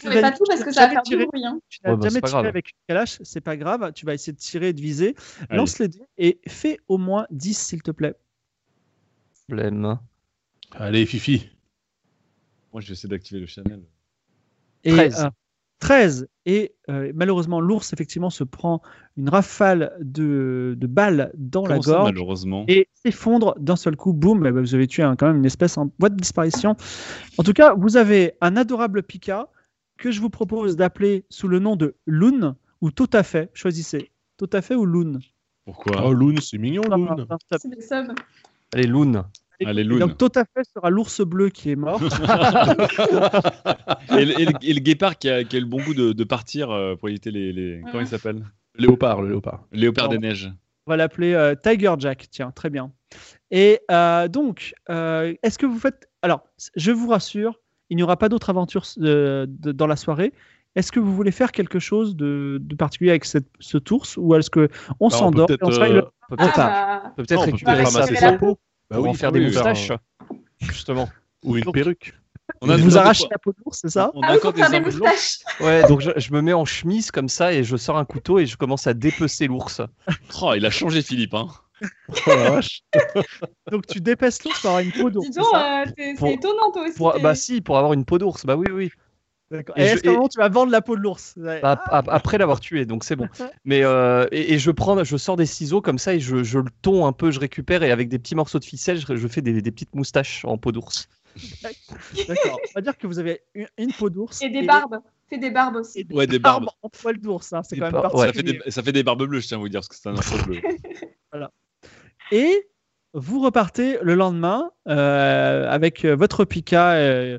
Speaker 7: Non, mais pas tout parce
Speaker 2: Tu
Speaker 7: que
Speaker 2: n'as
Speaker 7: ça va
Speaker 2: jamais
Speaker 7: faire du
Speaker 2: tiré-
Speaker 7: bruit. hein.
Speaker 2: Tu n'as
Speaker 8: Ouais, bah, c'est
Speaker 2: jamais
Speaker 8: pas
Speaker 2: tiré
Speaker 8: grave.
Speaker 2: avec une calache, c'est pas grave. Tu vas essayer de tirer et de viser.
Speaker 6: Allez.
Speaker 2: Lance les dés et fais au moins 10, s'il te plaît.
Speaker 8: Problème.
Speaker 3: Allez, Fifi.
Speaker 6: Moi, je vais essayer d'activer le channel.
Speaker 2: Et,
Speaker 8: 13.
Speaker 2: euh, 13. Et euh, malheureusement, l'ours, effectivement, se prend une rafale de, de balles dans la
Speaker 6: Comment ça,
Speaker 2: gorge
Speaker 6: malheureusement.
Speaker 2: et s'effondre d'un seul coup. Boum, eh ben, vous avez tué un- quand même une espèce en voie de disparition. En tout cas, vous avez un adorable Pika que je vous propose d'appeler sous le nom de Loon ou Tout à fait. Choisissez. Tout à fait ou Loon Hein.
Speaker 6: Pourquoi
Speaker 3: Oh, Loon, c'est mignon,
Speaker 2: Ah,
Speaker 3: Loon.
Speaker 2: Enfin, ça
Speaker 7: C'est des subs.
Speaker 8: Allez, Loon.
Speaker 3: Ah,
Speaker 6: Allez,
Speaker 2: Et
Speaker 6: Loon.
Speaker 2: Donc, tout à fait sera l'ours bleu qui est mort.
Speaker 6: et, le, et le- et le guépard qui a, qui a le bon goût de, de partir euh, pour éviter les. les- Comment il s'appelle
Speaker 3: Léopard, le léopard.
Speaker 6: Léopard
Speaker 2: Non.
Speaker 6: des neiges.
Speaker 2: On va l'appeler euh, Tiger Jack, tiens, très bien. Et euh, donc, euh, est-ce que vous faites... Alors, je vous rassure, il n'y aura pas d'autres aventures euh, de- dans la soirée. Est-ce que vous voulez faire quelque chose de, de particulier avec cette- ce ours ou est-ce que on
Speaker 3: Bah, on
Speaker 2: s'endort
Speaker 3: peut
Speaker 2: et on
Speaker 3: peut-être,
Speaker 2: se réveille
Speaker 3: euh,
Speaker 2: le
Speaker 8: On
Speaker 7: Ah
Speaker 8: peut peut-être,
Speaker 7: bah,
Speaker 8: on peut peut-être
Speaker 3: Non, on peut
Speaker 8: récupérer
Speaker 3: peut-être
Speaker 8: sa
Speaker 3: ramasser
Speaker 8: peau
Speaker 3: sa
Speaker 8: pour
Speaker 3: Bah
Speaker 8: en
Speaker 3: oui,
Speaker 8: faire des
Speaker 3: oui, faire un-
Speaker 8: moustaches.
Speaker 6: hein.
Speaker 8: Justement.
Speaker 3: Ou une
Speaker 8: Donc-
Speaker 3: perruque.
Speaker 6: On a
Speaker 2: vous
Speaker 6: on a-
Speaker 2: arrachez la peau d'ours, c'est
Speaker 6: <laughs>
Speaker 2: ça
Speaker 6: On
Speaker 7: Ah oui, faut
Speaker 6: accorde des
Speaker 7: faire des
Speaker 6: armes blanches.
Speaker 7: moustaches.
Speaker 8: Ouais, donc je, je me mets en chemise comme ça et je sors un couteau et je commence à dépecer l'ours.
Speaker 6: Oh, il a changé Philippe. Hein.
Speaker 3: Oh la vache.
Speaker 2: Donc tu dépèces l'ours pour avoir une peau d'ours.
Speaker 7: Dis
Speaker 2: c'est
Speaker 7: donc,
Speaker 2: ça
Speaker 7: euh, t'es-
Speaker 8: Pour-
Speaker 7: c'est étonnant toi aussi.
Speaker 8: Pour-
Speaker 7: t'es-
Speaker 8: bah si, pour avoir une peau d'ours, bah oui, oui.
Speaker 7: euh,
Speaker 2: D'accord.
Speaker 8: et
Speaker 2: Et
Speaker 8: je-
Speaker 2: est-ce qu'à un
Speaker 8: et-
Speaker 2: moment, tu vas vendre la peau de l'ours
Speaker 8: Bah,
Speaker 7: Ah,
Speaker 8: ap- après l'avoir tué, donc c'est bon. Mais euh, et, et je prends, je sors des ciseaux comme ça et je, je le tonds un peu, je récupère et avec des petits morceaux de ficelle, je, je fais des, des petites moustaches en peau
Speaker 6: <laughs>
Speaker 8: d'ours.
Speaker 2: D'accord. On va dire que vous avez une, une peau d'ours
Speaker 7: Et des barbes. Fais des barbes aussi.
Speaker 2: et des
Speaker 6: Ouais, des
Speaker 2: barbes
Speaker 6: barbes.
Speaker 2: en poil d'ours. hein, C'est
Speaker 8: Des
Speaker 2: quand même
Speaker 8: barbes,
Speaker 6: ça, fait
Speaker 2: particulier.
Speaker 6: des, ça fait des barbes bleues, je tiens à vous dire, parce que c'est un arbre bleu.
Speaker 2: Et vous repartez le lendemain euh, avec euh, votre Pika euh,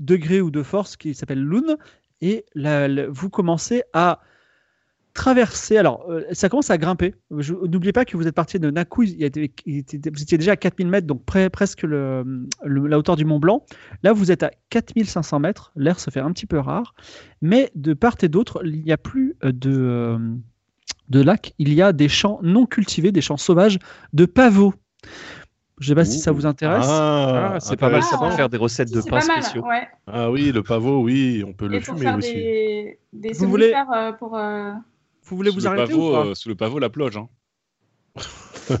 Speaker 2: degré ou de force qui s'appelle Loon. Et la- la- vous commencez à traverser. Alors, euh, ça commence à grimper. Je- N'oubliez pas que vous êtes parti de Naku. il y avait- il était- vous étiez déjà à 4000 mètres, donc près- presque le- le- la hauteur du Mont Blanc. Là, vous êtes à 4500 mètres. L'air se fait un petit peu rare. Mais de part et d'autre, il n'y a plus euh, de, euh, de lac. Il y a des champs non cultivés, des champs sauvages de pavots. Je ne sais pas si
Speaker 3: Ouh.
Speaker 2: ça vous intéresse.
Speaker 3: Ah,
Speaker 8: Ah, c'est pas mal ça
Speaker 3: intéressant.
Speaker 8: pour faire des recettes
Speaker 7: Si,
Speaker 8: de
Speaker 7: c'est
Speaker 8: pain
Speaker 7: pas mal,
Speaker 8: spéciaux.
Speaker 7: ouais.
Speaker 3: Ah oui, le pavot, oui, on peut le
Speaker 7: Et pour
Speaker 3: fumer
Speaker 7: faire
Speaker 3: aussi.
Speaker 7: des, des
Speaker 2: Vous voulez-
Speaker 7: somnifères, euh, pour. euh,
Speaker 2: Vous voulez
Speaker 6: Sous
Speaker 2: vous
Speaker 6: le
Speaker 2: arrêter
Speaker 6: pavot,
Speaker 2: ou pas
Speaker 6: euh, Sous le pavot, la plage. Hein.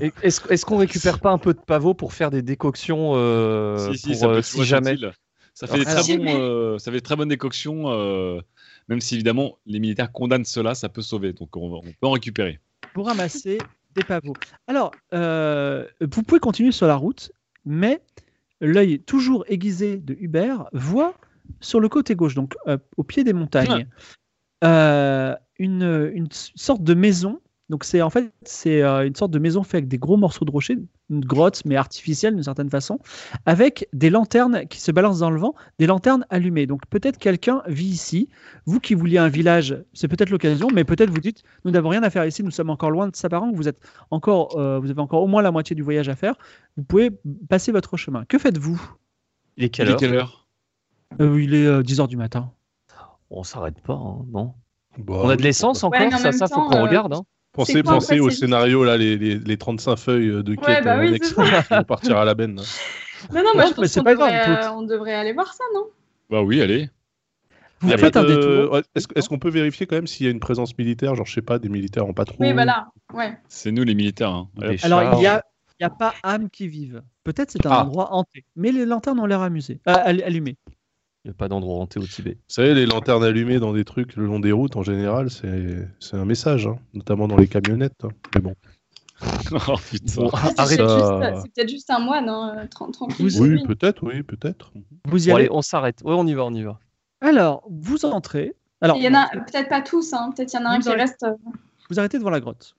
Speaker 8: Et Est-ce est-ce qu'on récupère pas un peu de pavot pour faire des décoctions euh,
Speaker 6: si, si,
Speaker 8: pour,
Speaker 6: ça peut
Speaker 8: euh,
Speaker 6: être
Speaker 8: si
Speaker 6: toujours
Speaker 8: jamais
Speaker 6: utile. Ça
Speaker 3: Ah,
Speaker 6: fait, des
Speaker 2: Alors-
Speaker 6: très bons, euh, ça fait des très bonnes décoctions, euh, même si évidemment les militaires condamnent cela, ça peut sauver, donc on, on peut en récupérer.
Speaker 2: Vous ramassez des pavots. Alors, euh, vous pouvez continuer sur la route, mais l'œil toujours aiguisé de Hubert voit sur le côté gauche, donc euh, au pied des montagnes,
Speaker 6: Ah.
Speaker 2: euh, une, une sorte de maison. Donc c'est en fait c'est euh, une sorte de maison faite avec des gros morceaux de rochers, une grotte mais artificielle d'une certaine façon, avec des lanternes qui se balancent dans le vent, des lanternes allumées. Donc peut-être quelqu'un vit ici. Vous qui vouliez un village, c'est peut-être l'occasion, mais peut-être vous dites nous n'avons rien à faire ici, nous sommes encore loin de Sabaran, vous êtes encore, euh, vous avez encore au moins la moitié du voyage à faire. Vous pouvez passer votre chemin. Que faites-vous
Speaker 8: Il est quelle
Speaker 6: Il est
Speaker 8: heure
Speaker 6: quelle heure
Speaker 2: Euh, Il est 10h du matin.
Speaker 8: On s'arrête pas, hein, non
Speaker 3: Bah,
Speaker 8: On a de
Speaker 3: oui,
Speaker 8: l'essence encore,
Speaker 7: mais en
Speaker 8: ça,
Speaker 7: même
Speaker 8: ça faut
Speaker 7: temps,
Speaker 8: qu'on
Speaker 7: euh,
Speaker 8: regarde. hein.
Speaker 3: Pensez,
Speaker 7: C'est quoi,
Speaker 3: pensez
Speaker 7: en fait,
Speaker 3: au
Speaker 7: c'est-
Speaker 3: scénario, là, les, les, les 35 feuilles de quête
Speaker 7: Ouais, bah
Speaker 3: euh,
Speaker 7: oui,
Speaker 3: annexe
Speaker 7: c'est ça.
Speaker 3: qui <laughs> vont partir à la benne. là.
Speaker 7: Non, non,
Speaker 2: Ouais,
Speaker 7: moi je
Speaker 2: mais
Speaker 7: pense
Speaker 2: c'est
Speaker 7: qu'on
Speaker 2: pas grave,
Speaker 7: devrait,
Speaker 2: écoute.
Speaker 7: euh, on devrait aller voir ça, non
Speaker 6: Bah oui, allez.
Speaker 2: Vous
Speaker 3: Y a
Speaker 2: faites
Speaker 3: pas
Speaker 2: un
Speaker 3: de-
Speaker 2: détour.
Speaker 3: Ouais, Est-ce est-ce qu'on peut vérifier quand même s'il y a une présence militaire Genre, je sais pas, des militaires en patrouille.
Speaker 7: Oui, voilà. Ouais.
Speaker 6: C'est nous les militaires. hein. Allez,
Speaker 8: Des
Speaker 2: Alors, il n'y
Speaker 8: charges.
Speaker 2: a, il y a pas âme qui vive. Peut-être c'est un
Speaker 3: Ah.
Speaker 2: endroit hanté. Mais les lanternes ont l'air amusées, Ah, all- allumées.
Speaker 8: Il y a pas d'endroit hanté au Tibet.
Speaker 3: Vous savez, les lanternes allumées dans des trucs le long des routes, en général, c'est c'est un message, hein, notamment dans les camionnettes. hein. Mais bon.
Speaker 6: <laughs> oh putain.
Speaker 7: C'est
Speaker 8: Bon, Ah, arrête.
Speaker 7: peut-être
Speaker 3: ça.
Speaker 7: juste- euh, c'est peut-être juste un moine, hein, tran- tranquille.
Speaker 2: Vous-
Speaker 3: Oui, peut-être, oui, peut-être.
Speaker 2: Vous y
Speaker 8: Bon,
Speaker 2: allez.
Speaker 8: allez, on s'arrête. Ouais, on y va, on y va.
Speaker 2: Alors, vous entrez. Alors,
Speaker 7: Il y en a peut-être pas tous, hein. peut-être il y en a un
Speaker 2: Vous
Speaker 7: qui
Speaker 2: aurez-
Speaker 7: reste. euh,
Speaker 2: vous arrêtez devant la grotte.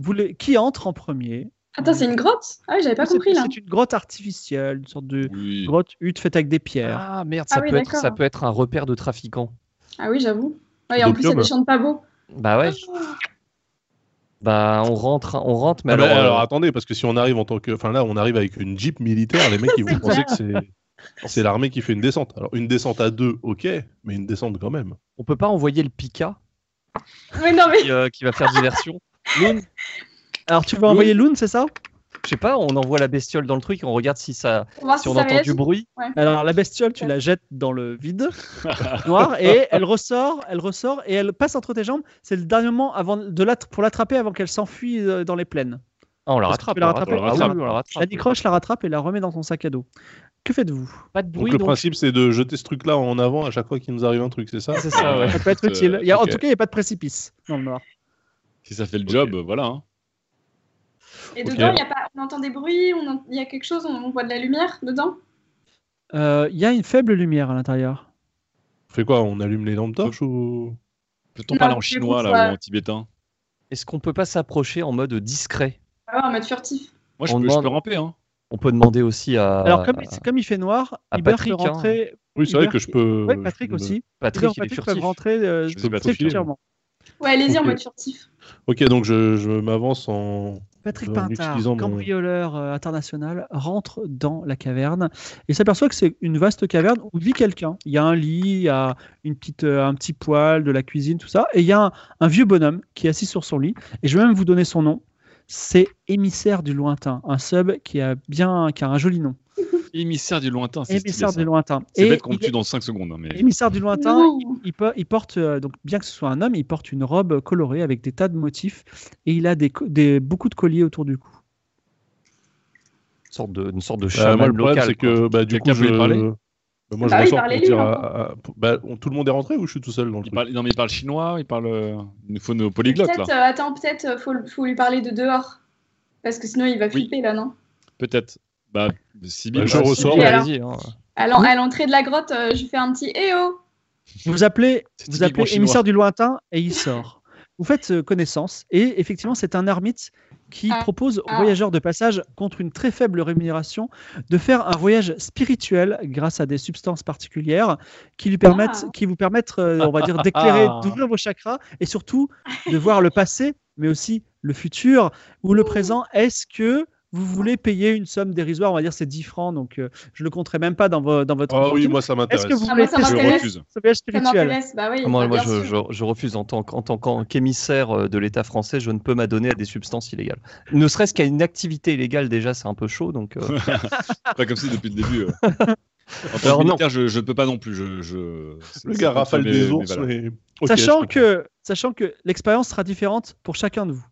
Speaker 2: Vous les- Qui entre en premier
Speaker 7: Attends, c'est une grotte Ah oui, j'avais pas
Speaker 2: C'est-
Speaker 7: compris là.
Speaker 2: C'est une grotte artificielle, une sorte de
Speaker 6: Oui.
Speaker 2: grotte hutte faite avec des pierres.
Speaker 8: Ah merde,
Speaker 7: Ah
Speaker 8: ça,
Speaker 7: oui,
Speaker 8: peut, être,
Speaker 7: d'accord.
Speaker 8: ça peut être un repère de trafiquants.
Speaker 7: Ah oui, j'avoue. Ouais, et en
Speaker 3: Des
Speaker 7: plus, il y a des
Speaker 3: piombes.
Speaker 7: champs de pavots.
Speaker 8: Bah ouais. Bah on rentre, on rentre, mais
Speaker 3: Ah bah,
Speaker 8: alors, euh,
Speaker 3: alors, attendez, parce que si on arrive en tant que. Enfin là, on arrive avec une jeep militaire, les mecs, ils vont penser que c'est. C'est l'armée qui fait une descente. Alors, une descente à deux, ok, mais une descente quand même.
Speaker 8: on peut pas envoyer le Pika
Speaker 7: <laughs> Mais non, mais
Speaker 8: qui, euh, qui va faire diversion. Loun,
Speaker 2: Alors, tu vas envoyer Loon, c'est ça
Speaker 8: je sais pas, on envoie la bestiole dans le truc, on regarde si ça,
Speaker 7: pour voir Ah, si,
Speaker 8: si on
Speaker 7: ça
Speaker 8: entend
Speaker 7: réagit.
Speaker 8: du bruit.
Speaker 2: Alors la bestiole, tu la jettes dans le
Speaker 8: <laughs>
Speaker 2: vide noir et elle ressort, elle ressort et elle passe entre tes jambes. C'est le dernier moment avant de l'attra- pour l'attraper avant qu'elle s'enfuit euh, dans les plaines.
Speaker 8: Ah, on la
Speaker 2: Est-ce que tu
Speaker 8: rattrape.
Speaker 2: peux la
Speaker 8: on la
Speaker 6: rattraper
Speaker 8: rattrape. Ah oui, on la
Speaker 2: La
Speaker 8: rattrape.
Speaker 2: décroche, la rattrape et la remet dans son sac à dos. Que faites-vous
Speaker 8: Pas de
Speaker 3: Donc,
Speaker 8: bruit.
Speaker 3: le
Speaker 8: donc.
Speaker 3: principe, c'est de jeter ce truc-là en avant à chaque fois qu'il nous arrive un truc, c'est ça
Speaker 8: C'est ça, Ah ouais. Euh,
Speaker 2: Ça peut être utile. Il y a- En
Speaker 6: ok.
Speaker 2: tout cas, il n'y a pas de précipice dans le noir.
Speaker 6: Si ça fait le job, voilà. hein.
Speaker 7: Et
Speaker 3: Ok.
Speaker 7: dedans, il y a pas... on entend des bruits, on en- il y a quelque chose, on voit de la lumière dedans.
Speaker 2: Euh, Il y a une faible lumière à l'intérieur.
Speaker 3: On fait quoi On allume les lampes torches ou
Speaker 6: Peut-on
Speaker 7: Non,
Speaker 6: parler en
Speaker 7: c'est
Speaker 6: chinois
Speaker 7: bon,
Speaker 6: là
Speaker 7: ça-
Speaker 6: ou en tibétain
Speaker 8: Est-ce qu'on peut pas s'approcher en mode discret
Speaker 7: Ah ouais, en mode furtif.
Speaker 6: Moi je
Speaker 8: On
Speaker 6: peux, je
Speaker 8: demande-
Speaker 6: peux ramper. Hein.
Speaker 8: On peut demander aussi à
Speaker 2: Alors comme, il- comme il fait noir,
Speaker 8: Euh, à
Speaker 2: Hubert
Speaker 8: Patrick,
Speaker 2: peut
Speaker 8: hein. Euh,
Speaker 2: rentrer.
Speaker 3: Oui, c'est vrai que je peux.
Speaker 2: Ouais, Patrick
Speaker 3: je peux me-
Speaker 2: aussi.
Speaker 8: Patrick,
Speaker 2: Hubert,
Speaker 8: il est
Speaker 2: Patrick peut
Speaker 8: furtif.
Speaker 2: rentrer euh,
Speaker 6: Je peux me
Speaker 2: très
Speaker 6: faufiler,
Speaker 2: furtivement.
Speaker 7: Ouais, allez-y en
Speaker 3: Ok.
Speaker 7: mode furtif.
Speaker 3: Ok, donc je, je m'avance en.
Speaker 2: Patrick
Speaker 3: En
Speaker 2: Pintard,
Speaker 3: utilisant mon-
Speaker 2: cambrioleur euh, international, rentre dans la caverne et s'aperçoit que c'est une vaste caverne où vit quelqu'un. Il y a un lit, il y a une petite, euh, un petit poêle, de la cuisine, tout ça. Et il y a un, un vieux bonhomme qui est assis sur son lit. Et je vais même vous donner son nom. C'est Émissaire du Lointain, un sub qui a, bien, qui a un joli nom.
Speaker 6: Émissaire du lointain, c'est stylé,
Speaker 2: Émissaire
Speaker 6: ça.
Speaker 2: du Lointain.
Speaker 6: C'est
Speaker 2: Et
Speaker 6: bête qu'on
Speaker 2: il
Speaker 6: le
Speaker 2: est-
Speaker 6: tue dans 5 secondes. hein, mais...
Speaker 2: Émissaire du Lointain,
Speaker 7: Non.
Speaker 2: il, po- il porte, euh, donc, bien que ce soit un homme, il porte une robe colorée avec des tas de motifs et il a des, co- des, beaucoup de colliers autour du cou.
Speaker 8: Une sorte de, une sorte de
Speaker 3: Bah,
Speaker 8: chaman
Speaker 3: moi, le problème,
Speaker 8: local,
Speaker 3: c'est
Speaker 8: quoi.
Speaker 3: que bah, du
Speaker 6: Quelqu'un
Speaker 3: coup, je.
Speaker 6: peut lui parler
Speaker 3: Bah, moi, je
Speaker 7: Bah oui,
Speaker 3: ressors pour
Speaker 7: parlez-lui,
Speaker 3: dire. à-
Speaker 7: maintenant.
Speaker 3: à- à- pour- bah, on- tout le monde est rentré ou je suis tout seul dans le
Speaker 6: Il
Speaker 3: truc
Speaker 6: parle... Non, mais il parle chinois, il parle. euh, Il nous faut nos polyglottes
Speaker 7: Peut-être,
Speaker 6: là.
Speaker 7: euh, attends, peut-être euh, faut, faut lui parler de dehors. Parce que sinon il va flipper là, non
Speaker 6: Peut-être. Bah, Sibyl,
Speaker 3: Bah, je
Speaker 6: ouais,
Speaker 3: ressors.
Speaker 7: Sibyl,
Speaker 3: ouais.
Speaker 7: alors.
Speaker 8: Allez-y, hein.
Speaker 7: à l'en- à l'entrée de la grotte, euh, je fais un petit Eh oh
Speaker 2: Vous appelez,
Speaker 6: C'est
Speaker 2: vous
Speaker 6: typiquement
Speaker 2: appelez
Speaker 6: chinois.
Speaker 2: émissaire du lointain et il sort. Vous faites euh, connaissance et effectivement c'est un ermite qui
Speaker 7: Ah,
Speaker 2: propose aux
Speaker 7: ah.
Speaker 2: voyageurs de passage contre une très faible rémunération de faire un voyage spirituel grâce à des substances particulières qui lui permettent,
Speaker 7: Ah.
Speaker 2: qui vous permettent, euh, on va dire,
Speaker 3: <laughs>
Speaker 2: d'éclairer, d'ouvrir vos chakras et surtout de voir le passé, mais aussi le futur ou le présent. Est-ce que vous voulez payer une somme dérisoire, on va dire c'est 10 francs, donc euh, je le compterai même pas dans, vo- dans votre.
Speaker 3: Ah oui,
Speaker 2: fortune.
Speaker 3: moi, ça m'intéresse.
Speaker 2: Est-ce que vous
Speaker 7: Ah,
Speaker 2: voulez
Speaker 7: moi, ça
Speaker 2: tester
Speaker 6: je
Speaker 7: m'intéresse.
Speaker 6: refuse.
Speaker 2: ce voyage
Speaker 7: Ça
Speaker 2: spirituel
Speaker 7: m'intéresse, bah oui.
Speaker 8: Ah, Moi,
Speaker 7: bah,
Speaker 8: moi,
Speaker 7: bien
Speaker 8: je,
Speaker 7: sûr.
Speaker 8: je- je refuse. En tant, qu- en tant qu'en- qu'émissaire euh, de l'État français, je ne peux m'adonner à des substances illégales. Ne serait-ce qu'à une activité illégale, déjà, c'est un peu chaud. Donc, euh,
Speaker 6: Pas comme si depuis le
Speaker 2: <laughs>
Speaker 6: début. euh. En tant que
Speaker 8: Alors, non.
Speaker 6: militaire, je je ne peux pas non plus. Je, je...
Speaker 3: Le
Speaker 6: c'est
Speaker 3: gars
Speaker 6: contre
Speaker 3: rafale
Speaker 6: mes-
Speaker 3: des
Speaker 6: mes
Speaker 3: ours.
Speaker 6: valeurs.
Speaker 3: mais- Ok,
Speaker 2: sachant,
Speaker 3: je
Speaker 2: que, sachant que l'expérience sera différente pour chacun de vous.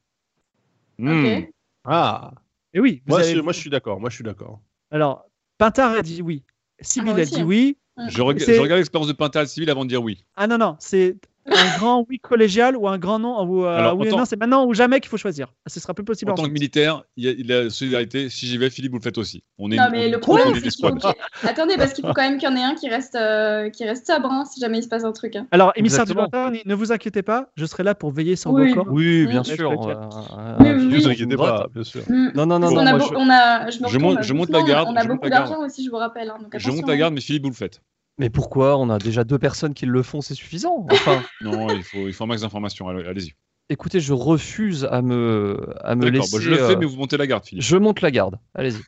Speaker 6: Hmm.
Speaker 7: Ok.
Speaker 3: Ah
Speaker 2: Et oui, vous
Speaker 3: Moi,
Speaker 2: avez-
Speaker 3: je, moi, je suis d'accord. Moi, je suis d'accord.
Speaker 2: alors Pintard a dit oui.
Speaker 7: Ah,
Speaker 2: Sibyl
Speaker 7: moi
Speaker 2: a
Speaker 7: aussi,
Speaker 2: dit
Speaker 7: hein.
Speaker 2: oui.
Speaker 6: Hmm. Je, reg-
Speaker 2: C'est-
Speaker 6: je regarde l'expérience de Pintal Civil avant de dire oui.
Speaker 2: Ah non, non,
Speaker 7: <laughs>
Speaker 2: c'est un grand oui collégial ou un grand non. Ou, euh,
Speaker 6: Alors,
Speaker 2: oui
Speaker 6: en
Speaker 2: ou non,
Speaker 6: tant-
Speaker 2: c'est maintenant ou jamais qu'il faut choisir. Ce sera plus possible
Speaker 6: En tant que
Speaker 2: ensuite.
Speaker 6: militaire, il y a, il y a la solidarité. Si j'y vais, Philippe, vous le faites aussi. On est
Speaker 7: Non,
Speaker 6: une- on
Speaker 7: mais
Speaker 6: est
Speaker 7: le
Speaker 6: trop
Speaker 7: problème,
Speaker 6: des
Speaker 7: c'est qu'il faut
Speaker 6: squads.
Speaker 7: qu'il- Attendez, parce qu'il faut quand même qu'il y en ait un qui reste, euh, qui reste sobre, hein, si jamais il se passe un truc. hein.
Speaker 2: Alors, émissaire du
Speaker 8: Exactement.
Speaker 2: Lointain, ne vous inquiétez pas, je serai là pour veiller sur
Speaker 7: Oui.
Speaker 2: vos corps.
Speaker 8: oui,
Speaker 7: Oui,
Speaker 8: bien
Speaker 2: je
Speaker 8: sûr.
Speaker 2: préfère.
Speaker 8: euh,
Speaker 2: Ah,
Speaker 7: Oui,
Speaker 8: euh,
Speaker 7: oui,
Speaker 3: Ne
Speaker 7: oui.
Speaker 3: vous inquiétez pas, bien sûr.
Speaker 7: Hmm.
Speaker 8: Non, non, non,
Speaker 7: Parce
Speaker 8: non.
Speaker 7: qu'on a
Speaker 8: moi,
Speaker 7: beau-
Speaker 8: je-
Speaker 7: on a- je me
Speaker 6: je
Speaker 7: retourne,
Speaker 6: monte- je monte
Speaker 7: doucement,
Speaker 6: la garde,
Speaker 7: On a
Speaker 6: je monte
Speaker 7: beaucoup
Speaker 6: la garde.
Speaker 7: d'argent aussi, je vous rappelle. hein, donc
Speaker 6: Je monte
Speaker 7: attention,
Speaker 6: la
Speaker 7: hein.
Speaker 6: garde, mais Philippe, vous le faites.
Speaker 8: Mais pourquoi On a déjà deux personnes qui le font, c'est suffisant.
Speaker 7: <laughs>
Speaker 8: Enfin,
Speaker 6: Non, il faut, il faut un max d'informations. allez- Allez-y.
Speaker 8: écoutez, je refuse à me, à me
Speaker 6: D'accord,
Speaker 8: laisser.
Speaker 6: bah, je le fais,
Speaker 8: euh,
Speaker 6: mais vous montez la garde,
Speaker 8: <laughs>
Speaker 6: Philippe.
Speaker 8: Je monte la garde.
Speaker 7: <laughs>
Speaker 8: Allez-y.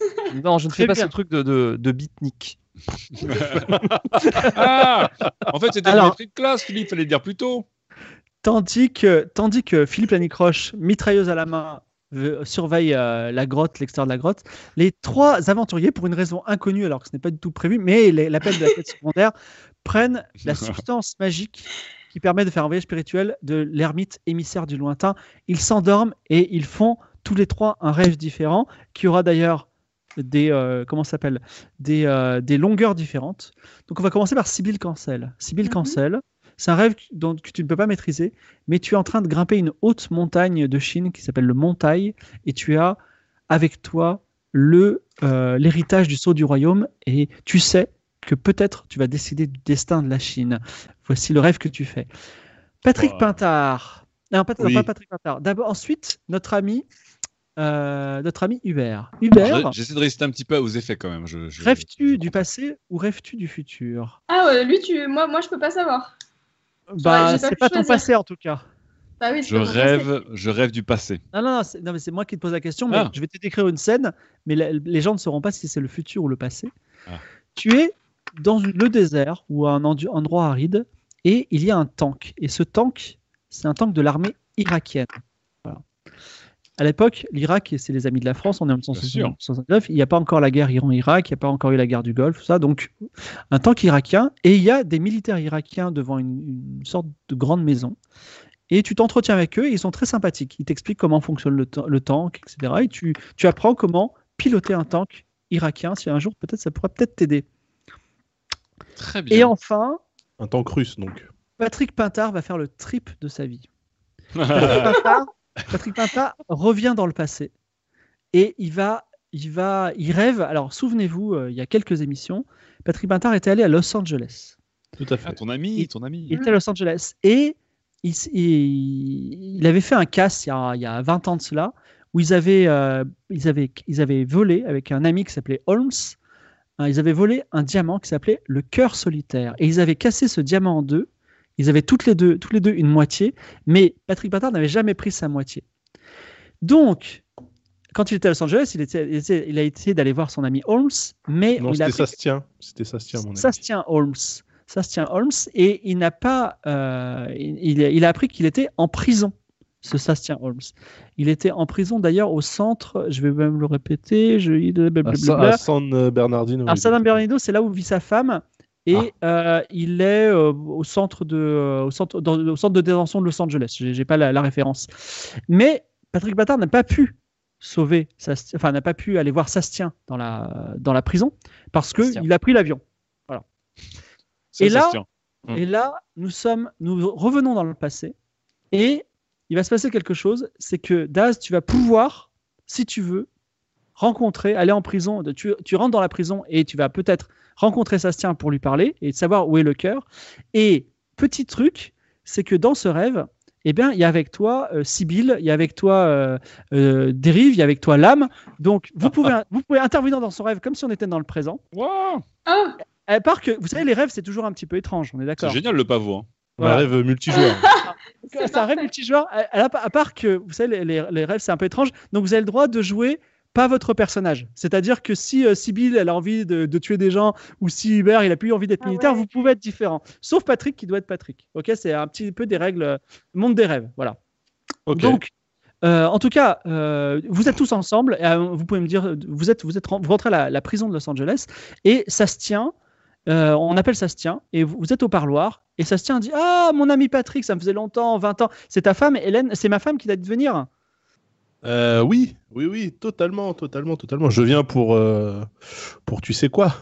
Speaker 8: non, je ne
Speaker 2: Très
Speaker 8: fais pas
Speaker 2: bien.
Speaker 8: ce truc de, de, de beatnik.
Speaker 6: Ah En fait, c'était
Speaker 2: Alors-
Speaker 6: une maîtrise de classe, Philippe, fallait le dire plus tôt.
Speaker 2: Tandis que, tandis que Philippe Lanicroche, mitrailleuse à la main, ve- surveille euh, la grotte, l'extérieur de la grotte, les trois aventuriers, pour une raison inconnue, alors que ce n'est pas du tout prévu, mais les- l'appel de la quête secondaire, prennent la substance magique qui permet de faire un voyage spirituel de l'ermite émissaire du lointain. Ils s'endorment et ils font tous les trois un rêve différent, qui aura d'ailleurs des, euh, comment ça s'appelle des, euh, des longueurs différentes. Donc on va commencer par Sibyl Cancel. Sibyl
Speaker 7: Mhm.
Speaker 2: Cancel, c'est un rêve que- dont, que tu ne peux pas maîtriser, mais tu es en train de grimper une haute montagne de Chine qui s'appelle le Montail, et tu as avec toi le euh, l'héritage du sceau du royaume, et tu sais que peut-être tu vas décider du destin de la Chine. Voici le rêve que tu fais. Patrick
Speaker 6: Wow.
Speaker 2: Pintard. Non, Pat- non,
Speaker 3: Oui.
Speaker 2: pas Patrick Pintard. D'abord, ensuite, notre ami, euh, notre ami Hubert. Hubert,
Speaker 6: Je- J'essaie de résister un petit peu aux effets quand même. Je, je-
Speaker 2: rêves-tu
Speaker 6: je-
Speaker 2: du passé ou rêves-tu du futur
Speaker 7: Ah, ouais, lui, tu... moi, moi, je peux pas savoir.
Speaker 2: Bah,
Speaker 7: j'ai pas
Speaker 2: c'est
Speaker 7: pu
Speaker 2: pas ton
Speaker 7: choisir.
Speaker 2: passé en tout cas.
Speaker 7: Bah oui,
Speaker 6: Je
Speaker 7: c'est pas mon passé.
Speaker 6: rêve, je rêve du passé.
Speaker 2: Non, non, non, c'est, non, mais c'est moi qui te pose la question, mais
Speaker 6: Ah.
Speaker 2: je vais te décrire une scène, mais la- les gens ne sauront pas si c'est le futur ou le passé.
Speaker 6: Ah.
Speaker 2: Tu es dans une- le désert ou un endu- endroit aride, et il y a un tank. Et ce tank, c'est un tank de l'armée irakienne. Voilà. À l'époque, l'Irak, et c'est les amis de la France, on est en
Speaker 6: Bien sûr.
Speaker 2: 1969, il n'y a pas encore la guerre Iran-Irak, il n'y a pas encore eu la guerre du Golfe, tout ça. Donc, un tank irakien, et il y a des militaires irakiens devant une- une sorte de grande maison et tu t'entretiens avec eux et ils sont très sympathiques. Ils t'expliquent comment fonctionne le, ta- le tank, etc. Et tu, tu apprends comment piloter un tank irakien. Si un jour, peut-être, ça pourrait peut-être t'aider.
Speaker 6: Très bien.
Speaker 2: Et <laughs> enfin,
Speaker 3: Un tank russe, donc.
Speaker 2: Patrick Pintard va faire le trip de sa vie.
Speaker 6: Euh.
Speaker 2: Patrick Pintard, Patrick Pintard revient dans le passé et il va, il va, il rêve. Alors, souvenez-vous, euh, il y a quelques émissions, Patrick Pintard était allé à Los Angeles.
Speaker 3: Tout à
Speaker 6: Ah,
Speaker 3: fait.
Speaker 6: ton ami, ton ami.
Speaker 2: Il était à Los Angeles et il, s- il- il avait fait un casse il y, a, il y a 20 ans de cela où ils avaient, euh, ils avaient, ils avaient volé avec un ami qui s'appelait Holmes. hein, Ils avaient volé un diamant qui s'appelait le cœur solitaire et ils avaient cassé ce diamant en deux Ils avaient toutes les deux, toutes les deux une moitié, mais Patrick Bâtard n'avait jamais pris sa moitié. Donc, quand il était à Los Angeles, il, était, il, était- il a essayé d'aller voir son ami Holmes, mais il
Speaker 3: Non,
Speaker 2: a
Speaker 3: c'était
Speaker 2: appris
Speaker 3: ça se tient. C'était ça se tient, à mon avis.
Speaker 2: ça se tient Holmes. Ça se tient Holmes et il n'a pas. euh, il, il a appris qu'il était en prison. Ce ça se tient Holmes. Il était en prison d'ailleurs au centre. Je vais même le répéter. Je, il-
Speaker 3: À,
Speaker 2: blablabla.
Speaker 3: Sa- à San euh, Bernardino.
Speaker 2: Alors,
Speaker 3: oui, Ah.
Speaker 2: San
Speaker 3: donc.
Speaker 2: Bernardino, c'est là où vit sa femme. Et euh, il est euh, au, centre de, euh, au, centre, dans- au centre de détention de Los Angeles. J'ai j'ai pas la, la référence. Mais Patrick Bâtard n'a pas pu sauver, Sastien- enfin n'a pas pu aller voir Sastien dans la, dans la prison parce
Speaker 8: Sastien.
Speaker 2: qu'il a pris l'avion.
Speaker 6: Ça,
Speaker 2: Et
Speaker 6: ça
Speaker 2: là-
Speaker 6: se tient. Mm.
Speaker 2: Et là, nous sommes, nous revenons dans le passé et il va se passer quelque chose. C'est que Daz, tu vas pouvoir, si tu veux, rencontrer, aller en prison. de- Tu, tu rentres dans la prison et tu vas peut-être rencontrer Sastien pour lui parler et savoir où est le cœur. Et petit truc, c'est que dans ce rêve, eh bien, il y a avec toi euh, Sibyl, il y a avec toi euh, euh, Dérive, il y a avec toi l'âme. Donc, vous pouvez, vous pouvez intervenir dans son rêve comme si on était dans le présent.
Speaker 6: Wow,
Speaker 7: Ah,
Speaker 2: À part que, vous savez, les rêves, c'est toujours un petit peu étrange, on est
Speaker 6: c'est
Speaker 2: d'accord
Speaker 6: génial le pavot. hein.
Speaker 3: Un rêve multijoueur.
Speaker 7: c'est
Speaker 2: c'est un rêve multijoueur, à, à la- à part que, vous savez, les, les- les rêves, c'est un peu étrange. Donc, vous avez le droit de jouer pas votre personnage. C'est-à-dire que si euh, Sibyl, elle a envie de, de tuer des gens, ou si Hubert, il a plus envie d'être
Speaker 7: Ah
Speaker 2: militaire,
Speaker 7: ouais.
Speaker 2: vous pouvez être différent. Sauf Patrick, qui doit être Patrick. Ok, c'est un petit peu des règles, euh, monde des rêves. Voilà.
Speaker 3: Ok.
Speaker 2: Donc, euh, en tout cas, euh, vous êtes tous ensemble. et, euh, vous pouvez me dire, vous êtes, vous êtes, ren- vous rentrez à la, la prison de Los Angeles et ça se tient. euh, on appelle ça se tient et vous, vous êtes au parloir et ça se tient dit ah mon ami Patrick, ça me faisait longtemps, 20 ans. C'est ta femme, Hélène. C'est ma femme qui t'a dit de venir.
Speaker 3: Euh, oui, oui, oui, totalement, totalement, totalement. Je viens pour, euh, pour tu sais quoi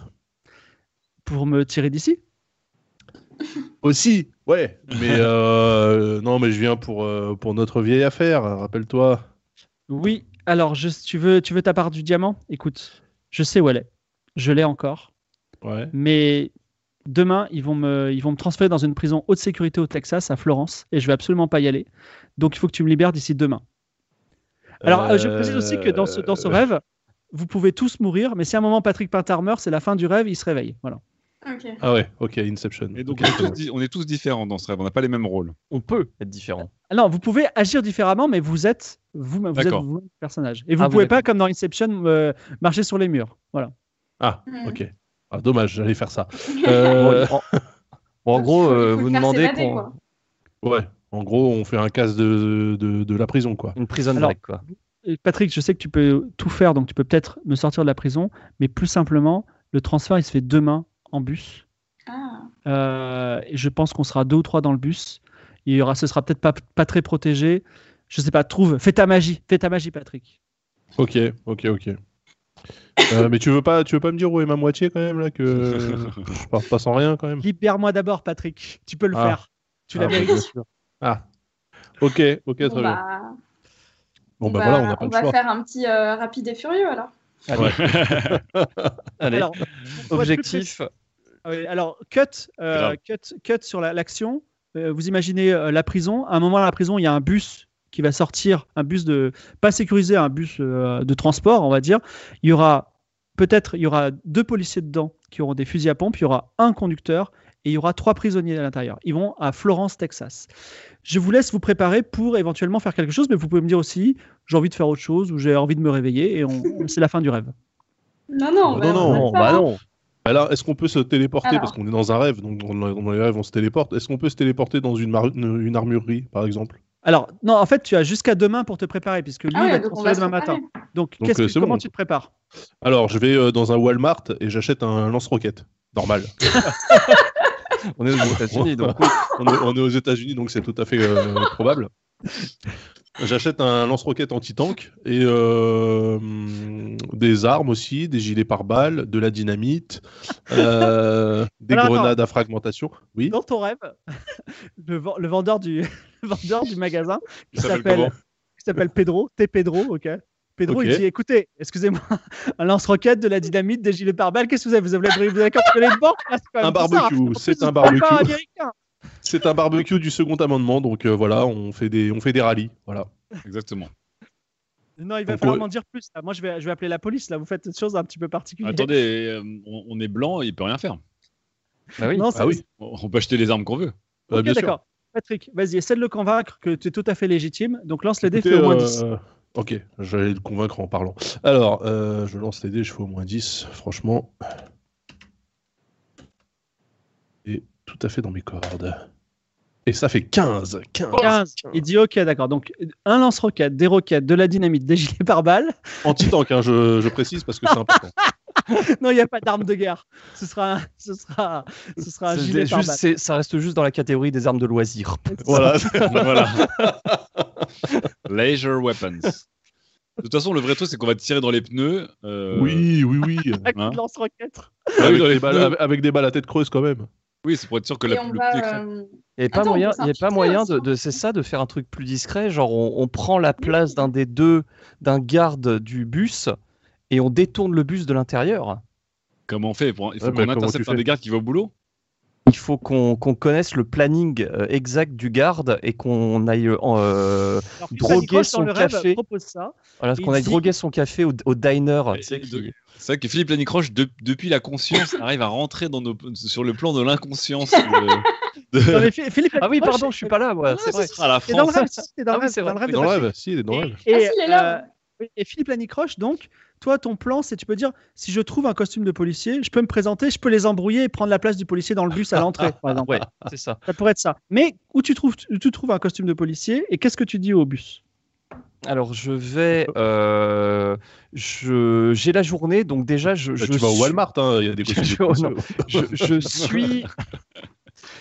Speaker 2: Pour me tirer d'ici
Speaker 3: Aussi, ouais. Mais euh, non, mais je viens pour, euh, pour notre vieille affaire, rappelle-toi.
Speaker 2: Oui. Alors, je- tu veux, tu veux ta part du diamant Écoute, je sais où elle est. Je l'ai encore.
Speaker 3: Ouais.
Speaker 2: Mais demain, ils vont, me, ils vont me transférer dans une prison haute sécurité au Texas, à Florence, et je vais absolument pas y aller. Donc il faut que tu me libères d'ici demain. Alors euh, je précise aussi que dans ce, dans ce
Speaker 3: Euh,
Speaker 2: rêve, vous pouvez tous mourir, mais si à un moment Patrick Pintard meurt, c'est la fin du rêve, il se réveille. Voilà.
Speaker 7: Ok.
Speaker 3: Ah ouais, ok, Inception.
Speaker 6: Et donc
Speaker 3: Ok,
Speaker 6: on est,
Speaker 3: très
Speaker 6: tous,
Speaker 3: bien.
Speaker 6: di- on est tous différents dans ce rêve, on n'a pas les mêmes rôles.
Speaker 8: On peut être différent.
Speaker 2: Alors Ah vous pouvez agir différemment, mais vous êtes vous, vous êtes
Speaker 6: D'accord.
Speaker 2: vous, le personnage. Et vous
Speaker 8: Ah, vous
Speaker 2: pouvez
Speaker 8: êtes-
Speaker 2: pas, comme dans Inception, euh, marcher sur les murs. Voilà.
Speaker 3: Ah,
Speaker 7: Hmm.
Speaker 3: ok. Ah, dommage, j'allais faire ça. Euh,
Speaker 8: Bon, en, bon,
Speaker 7: <laughs>
Speaker 8: en gros,
Speaker 7: Faut-
Speaker 8: euh,
Speaker 7: faut le
Speaker 8: vous
Speaker 7: faire
Speaker 8: demandez
Speaker 7: s'évader,
Speaker 8: qu'on-
Speaker 7: quoi.
Speaker 3: ouais, en gros, on fait un casse de, de, de la prison, quoi.
Speaker 8: une prison
Speaker 2: Alors,
Speaker 8: break, quoi.
Speaker 2: Et Patrick, je sais que tu peux tout faire, donc tu peux peut-être me sortir de la prison, mais plus simplement, le transfert il se fait demain en bus.
Speaker 7: Ah.
Speaker 2: Euh, et je pense qu'on sera deux ou trois dans le bus. Il y aura, ce sera peut-être pas, pas très protégé. Je sais pas, trouve, fais ta magie, fais ta magie, Patrick.
Speaker 3: Ok, ok, ok. Euh, mais tu veux pas, tu veux pas me dire où est ma moitié quand même là
Speaker 8: <laughs>
Speaker 3: que je pars pas sans rien quand
Speaker 8: Hmm.
Speaker 3: même.
Speaker 2: Libère-moi d'abord, Patrick. Tu peux le
Speaker 3: Ah.
Speaker 2: faire. Tu
Speaker 3: Ah,
Speaker 2: la
Speaker 3: bah, bien
Speaker 2: mérites.
Speaker 3: sûr. Ah. Ok, ok, très
Speaker 7: Bon,
Speaker 3: bien.
Speaker 7: bah,
Speaker 3: Bon
Speaker 7: on
Speaker 3: bah
Speaker 7: va-
Speaker 3: voilà, on n'a pas
Speaker 7: on
Speaker 3: le
Speaker 7: va
Speaker 3: choix.
Speaker 7: faire un petit euh, rapide et furieux alors.
Speaker 8: Allez,
Speaker 2: Alors, pour être plus précis-
Speaker 8: objectif.
Speaker 2: Ah oui, alors, cut, euh,
Speaker 6: Grave.
Speaker 2: cut, cut sur la- l'action. Euh, vous imaginez euh, la prison. À un moment, à la prison, il y a un bus qui va sortir, un bus de pas sécurisé, un bus euh, de transport, on va dire. Il y aura peut-être, il y aura deux policiers dedans qui auront des fusils à pompe. Il y aura un conducteur et il y aura trois prisonniers à l'intérieur. Ils vont à Florence, Texas. Je vous laisse vous préparer pour éventuellement faire quelque chose, mais vous pouvez me dire aussi j'ai envie de faire autre chose ou j'ai envie de me réveiller et on- c'est la fin du rêve.
Speaker 7: Non, non, on va-
Speaker 3: Non,
Speaker 7: on va le
Speaker 8: non,
Speaker 7: faire,
Speaker 8: bah
Speaker 7: hein.
Speaker 8: non.
Speaker 3: Alors, est-ce qu'on peut se téléporter
Speaker 7: Alors.
Speaker 3: parce qu'on est dans un rêve, donc dans, dans les rêves on se téléporte. Est-ce qu'on peut se téléporter dans une, mar- une une armurerie par exemple
Speaker 2: Alors, non, en fait, tu as jusqu'à demain pour te préparer, puisque lui,
Speaker 7: Ah
Speaker 2: il va
Speaker 7: ouais,
Speaker 2: te
Speaker 7: donc on
Speaker 2: transférer
Speaker 7: va se
Speaker 2: demain matin.
Speaker 7: préparer.
Speaker 2: Donc,
Speaker 3: Donc,
Speaker 2: qu'est-ce que-
Speaker 3: euh, c'est
Speaker 2: comment
Speaker 3: bon.
Speaker 2: tu te prépares
Speaker 3: Alors, je vais euh, dans un Walmart et j'achète un lance-roquette.
Speaker 7: <laughs>
Speaker 3: Normal.
Speaker 8: On est <laughs> aux États-Unis, donc. oui.
Speaker 3: on, est, on est aux États-Unis, donc c'est tout à fait euh, <laughs> probable. J'achète un lance-roquette anti-tank et euh, hum, des armes aussi, des gilets pare-balles, de la dynamite,
Speaker 2: <laughs>
Speaker 3: euh, des
Speaker 2: Alors, attends.
Speaker 3: grenades à fragmentation. Oui.
Speaker 2: Dans ton rêve, <laughs> le, ven- le vendeur, du, <laughs> le vendeur du magasin, qui
Speaker 6: Il s'appelle
Speaker 2: s'appelle
Speaker 6: comment
Speaker 2: qui s'appelle Pedro, t'es Pedro, ok Pedro, il
Speaker 3: Ok.
Speaker 2: dit écoutez, excusez-moi, <laughs> un lance-roquette, de la dynamite, des gilets pare-balles, qu'est-ce que vous avez Vous avez, vous avez, vous avez cartonné de banque là, c'est quand même
Speaker 3: Un
Speaker 2: bizarre.
Speaker 3: barbecue,
Speaker 2: En plus,
Speaker 3: c'est
Speaker 2: vous
Speaker 3: un
Speaker 2: êtes
Speaker 3: barbecue.
Speaker 2: pas américain.
Speaker 3: C'est un barbecue du second amendement, donc euh, voilà, on fait des, on fait des rallyes, voilà.
Speaker 7: <laughs>
Speaker 6: Exactement.
Speaker 2: Non, il va
Speaker 3: Donc,
Speaker 2: falloir
Speaker 3: ouais.
Speaker 2: m'en dire plus. là. Moi, je vais, je vais appeler la police, là, vous faites des choses un petit peu particulières.
Speaker 6: Attendez, euh, on, on est blanc, il peut rien faire.
Speaker 8: Bah oui.
Speaker 2: Non, c'est-
Speaker 3: Ah oui. <laughs>
Speaker 6: On on peut acheter les armes qu'on veut.
Speaker 3: Bah,
Speaker 2: Ok,
Speaker 3: bien sûr.
Speaker 2: d'accord. Patrick, vas-y, essaie de le convaincre que tu es tout à fait légitime. Donc lance les dés,
Speaker 3: Écoutez,
Speaker 2: fais au moins
Speaker 3: euh,
Speaker 2: 10.
Speaker 3: Ok, j'allais le convaincre en parlant. Alors, euh, je lance les dés, je fais au moins 10, franchement. Et tout à fait dans mes cordes. Et ça fait 15, 15
Speaker 2: 15. Il dit ok, d'accord. Donc un lance-roquette, des roquettes, de la dynamite, des gilets pare-balles. <laughs>
Speaker 3: anti-tank, hein, je, je précise parce que c'est important.
Speaker 2: non, il n'y a pas d'arme de guerre. Ce sera, un- ce sera, ce sera un
Speaker 8: C'est-
Speaker 2: gilet
Speaker 8: c'est juste-
Speaker 2: pare-balles.
Speaker 8: c'est- ça reste juste dans la catégorie des armes de loisirs. <laughs>
Speaker 6: Voilà. <laughs> voilà. Leisure weapons. De toute façon, le vrai truc, c'est qu'on va tirer dans les pneus. euh,
Speaker 3: <laughs> Oui, oui, Euh, oui.
Speaker 2: Un coup
Speaker 6: hein.
Speaker 2: de lance-roquette.
Speaker 6: Ah oui,
Speaker 3: avec,
Speaker 6: dans les
Speaker 3: des balles,
Speaker 6: pneus.
Speaker 3: Euh, avec- avec des balles à tête creuse quand même.
Speaker 6: Oui, c'est pour être sûr que
Speaker 7: Et
Speaker 6: la,
Speaker 7: on
Speaker 6: le
Speaker 7: va,
Speaker 6: pneu crève.
Speaker 7: euh,
Speaker 8: Il n'y a pas
Speaker 7: Attends, on
Speaker 8: moyen,
Speaker 7: peut
Speaker 8: il y a pas
Speaker 7: s'infiltrer
Speaker 8: moyen
Speaker 7: aussi,
Speaker 8: de,
Speaker 7: hein.
Speaker 8: de- c'est ça, de faire un truc plus discret. Genre, on, on prend la place d'un des deux, d'un garde du bus et on détourne le bus de l'intérieur.
Speaker 6: Comment on fait pour- Il faut
Speaker 3: Ouais, mais
Speaker 6: qu'on
Speaker 3: comment
Speaker 6: intercepte
Speaker 3: tu
Speaker 6: un
Speaker 3: fais
Speaker 6: des gardes qui va au boulot
Speaker 8: Il faut qu'on qu'on connaisse le planning euh, exact du garde et qu'on aille, euh, en, euh,
Speaker 2: Alors, Stéphane
Speaker 8: Droguer
Speaker 2: Croche, dans
Speaker 8: son
Speaker 2: le rêve,
Speaker 8: café.
Speaker 2: propose ça.
Speaker 8: voilà,
Speaker 2: Il
Speaker 8: qu'on aille
Speaker 2: dit-
Speaker 8: droguer son café au, au diner. tu sais,
Speaker 6: Et-
Speaker 8: qui-
Speaker 6: de- C'est vrai que Philippe Lanicroche, de- depuis la conscience, <laughs> arrive à rentrer dans nos- sur le plan de l'inconscience. euh,
Speaker 7: <laughs>
Speaker 6: de- de-
Speaker 2: Non, mais Fi- Philippe
Speaker 8: Ah oui,
Speaker 2: Croche,
Speaker 8: pardon, je suis pas là. moi,
Speaker 2: Non,
Speaker 8: c'est
Speaker 2: non,
Speaker 8: vrai.
Speaker 2: c'est-
Speaker 6: Ah, la
Speaker 2: t'es dans le
Speaker 6: France.
Speaker 2: rêve, si, t'es dans
Speaker 8: Ah
Speaker 2: le
Speaker 8: oui,
Speaker 2: rêve,
Speaker 8: c'est
Speaker 2: t'es dans le
Speaker 8: vrai.
Speaker 2: rêve de
Speaker 3: Dans le
Speaker 2: Patrick.
Speaker 3: rêve, si, il est dans le rêve.
Speaker 2: Et,
Speaker 7: Ah, si, il est là.
Speaker 2: euh, et Philippe Lanicroche, donc, toi, ton plan, c'est tu peux dire si je trouve un costume de policier, je peux me présenter, je peux les embrouiller et prendre la place du policier dans le bus à l'entrée, par exemple.
Speaker 8: <laughs> Ouais, c'est ça.
Speaker 2: Ça pourrait être ça. Mais où tu trouves, tu trouves un costume de policier et qu'est-ce que tu dis au bus
Speaker 8: Alors je vais, euh, je j'ai la journée, donc déjà je,
Speaker 3: Bah,
Speaker 8: je
Speaker 3: tu vas au
Speaker 8: suis-
Speaker 3: Walmart, hein, il y a <laughs> des
Speaker 8: Je-
Speaker 3: costumes. de
Speaker 8: je- oh,
Speaker 3: police.
Speaker 8: non. <laughs> je, je suis,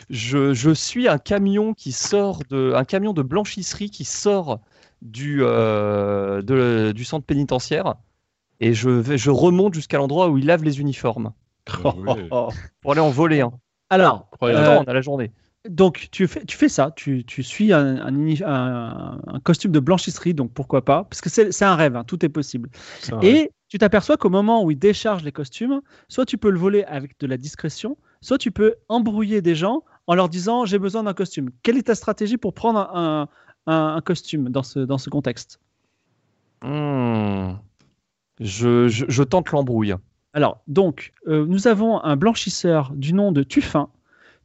Speaker 8: je, je suis un camion qui sort de, un camion de blanchisserie qui sort du euh, de- du centre pénitentiaire et je vais, je remonte jusqu'à l'endroit où ils lavent les uniformes
Speaker 6: Ah ouais.
Speaker 8: pour aller en voler. Euh, Hein.
Speaker 2: Oh, Alors, euh,
Speaker 3: Incroyable.
Speaker 8: Attends, on a la journée.
Speaker 2: donc tu fais, tu fais ça, tu, tu suis un, un ini- un- un costume de blanchisserie, donc pourquoi pas Parce que c'est c'est un rêve, hein, tout est possible.
Speaker 3: C'est un-
Speaker 2: Et tu t'aperçois qu'au moment où ils déchargent les costumes, soit tu peux le voler avec de la discrétion, soit tu peux embrouiller des gens en leur disant j'ai besoin d'un costume. Quelle est ta stratégie pour prendre un, un- un costume dans ce, dans ce contexte
Speaker 8: Hmm. Je, je, je tente l'embrouille.
Speaker 2: Alors, donc, euh, nous avons un blanchisseur du nom de Tuffin,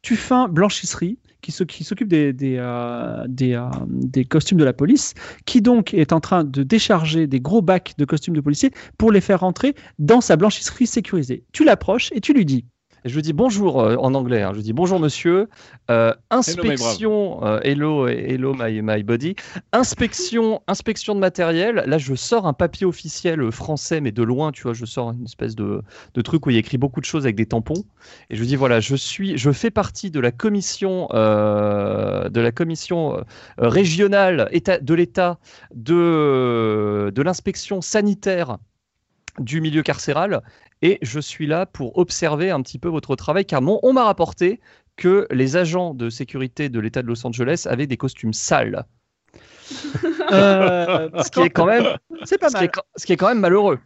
Speaker 2: Tuffin Blanchisserie, qui s'oc- qui s'occupe des, des, euh, des, euh, des costumes de la police, qui donc est en train de décharger des gros bacs de costumes de policiers pour les faire rentrer dans sa blanchisserie sécurisée. Tu l'approches et tu lui dis
Speaker 8: Et je lui dis bonjour euh, en anglais. hein. Je lui dis bonjour monsieur. Euh,
Speaker 6: my
Speaker 8: inspection. euh, Hello, hello, my, my body. Inspection, inspection de matériel. Là, je sors un papier officiel euh, français, mais de loin, tu vois, je sors une espèce de, de truc où il y a écrit beaucoup de choses avec des tampons. Et je lui dis voilà, je suis, je fais partie de la commission, euh, de la commission euh, régionale état, de l'État de de l'inspection sanitaire du milieu carcéral et je suis là pour observer un petit peu votre travail car mon- on m'a rapporté que les agents de sécurité de l'État de Los Angeles avaient des costumes sales,
Speaker 2: <laughs> Euh,
Speaker 8: ce qui est quand même,
Speaker 2: C'est <laughs> pas
Speaker 8: ce qui est
Speaker 2: mal.
Speaker 8: quand- ce qui est quand même malheureux.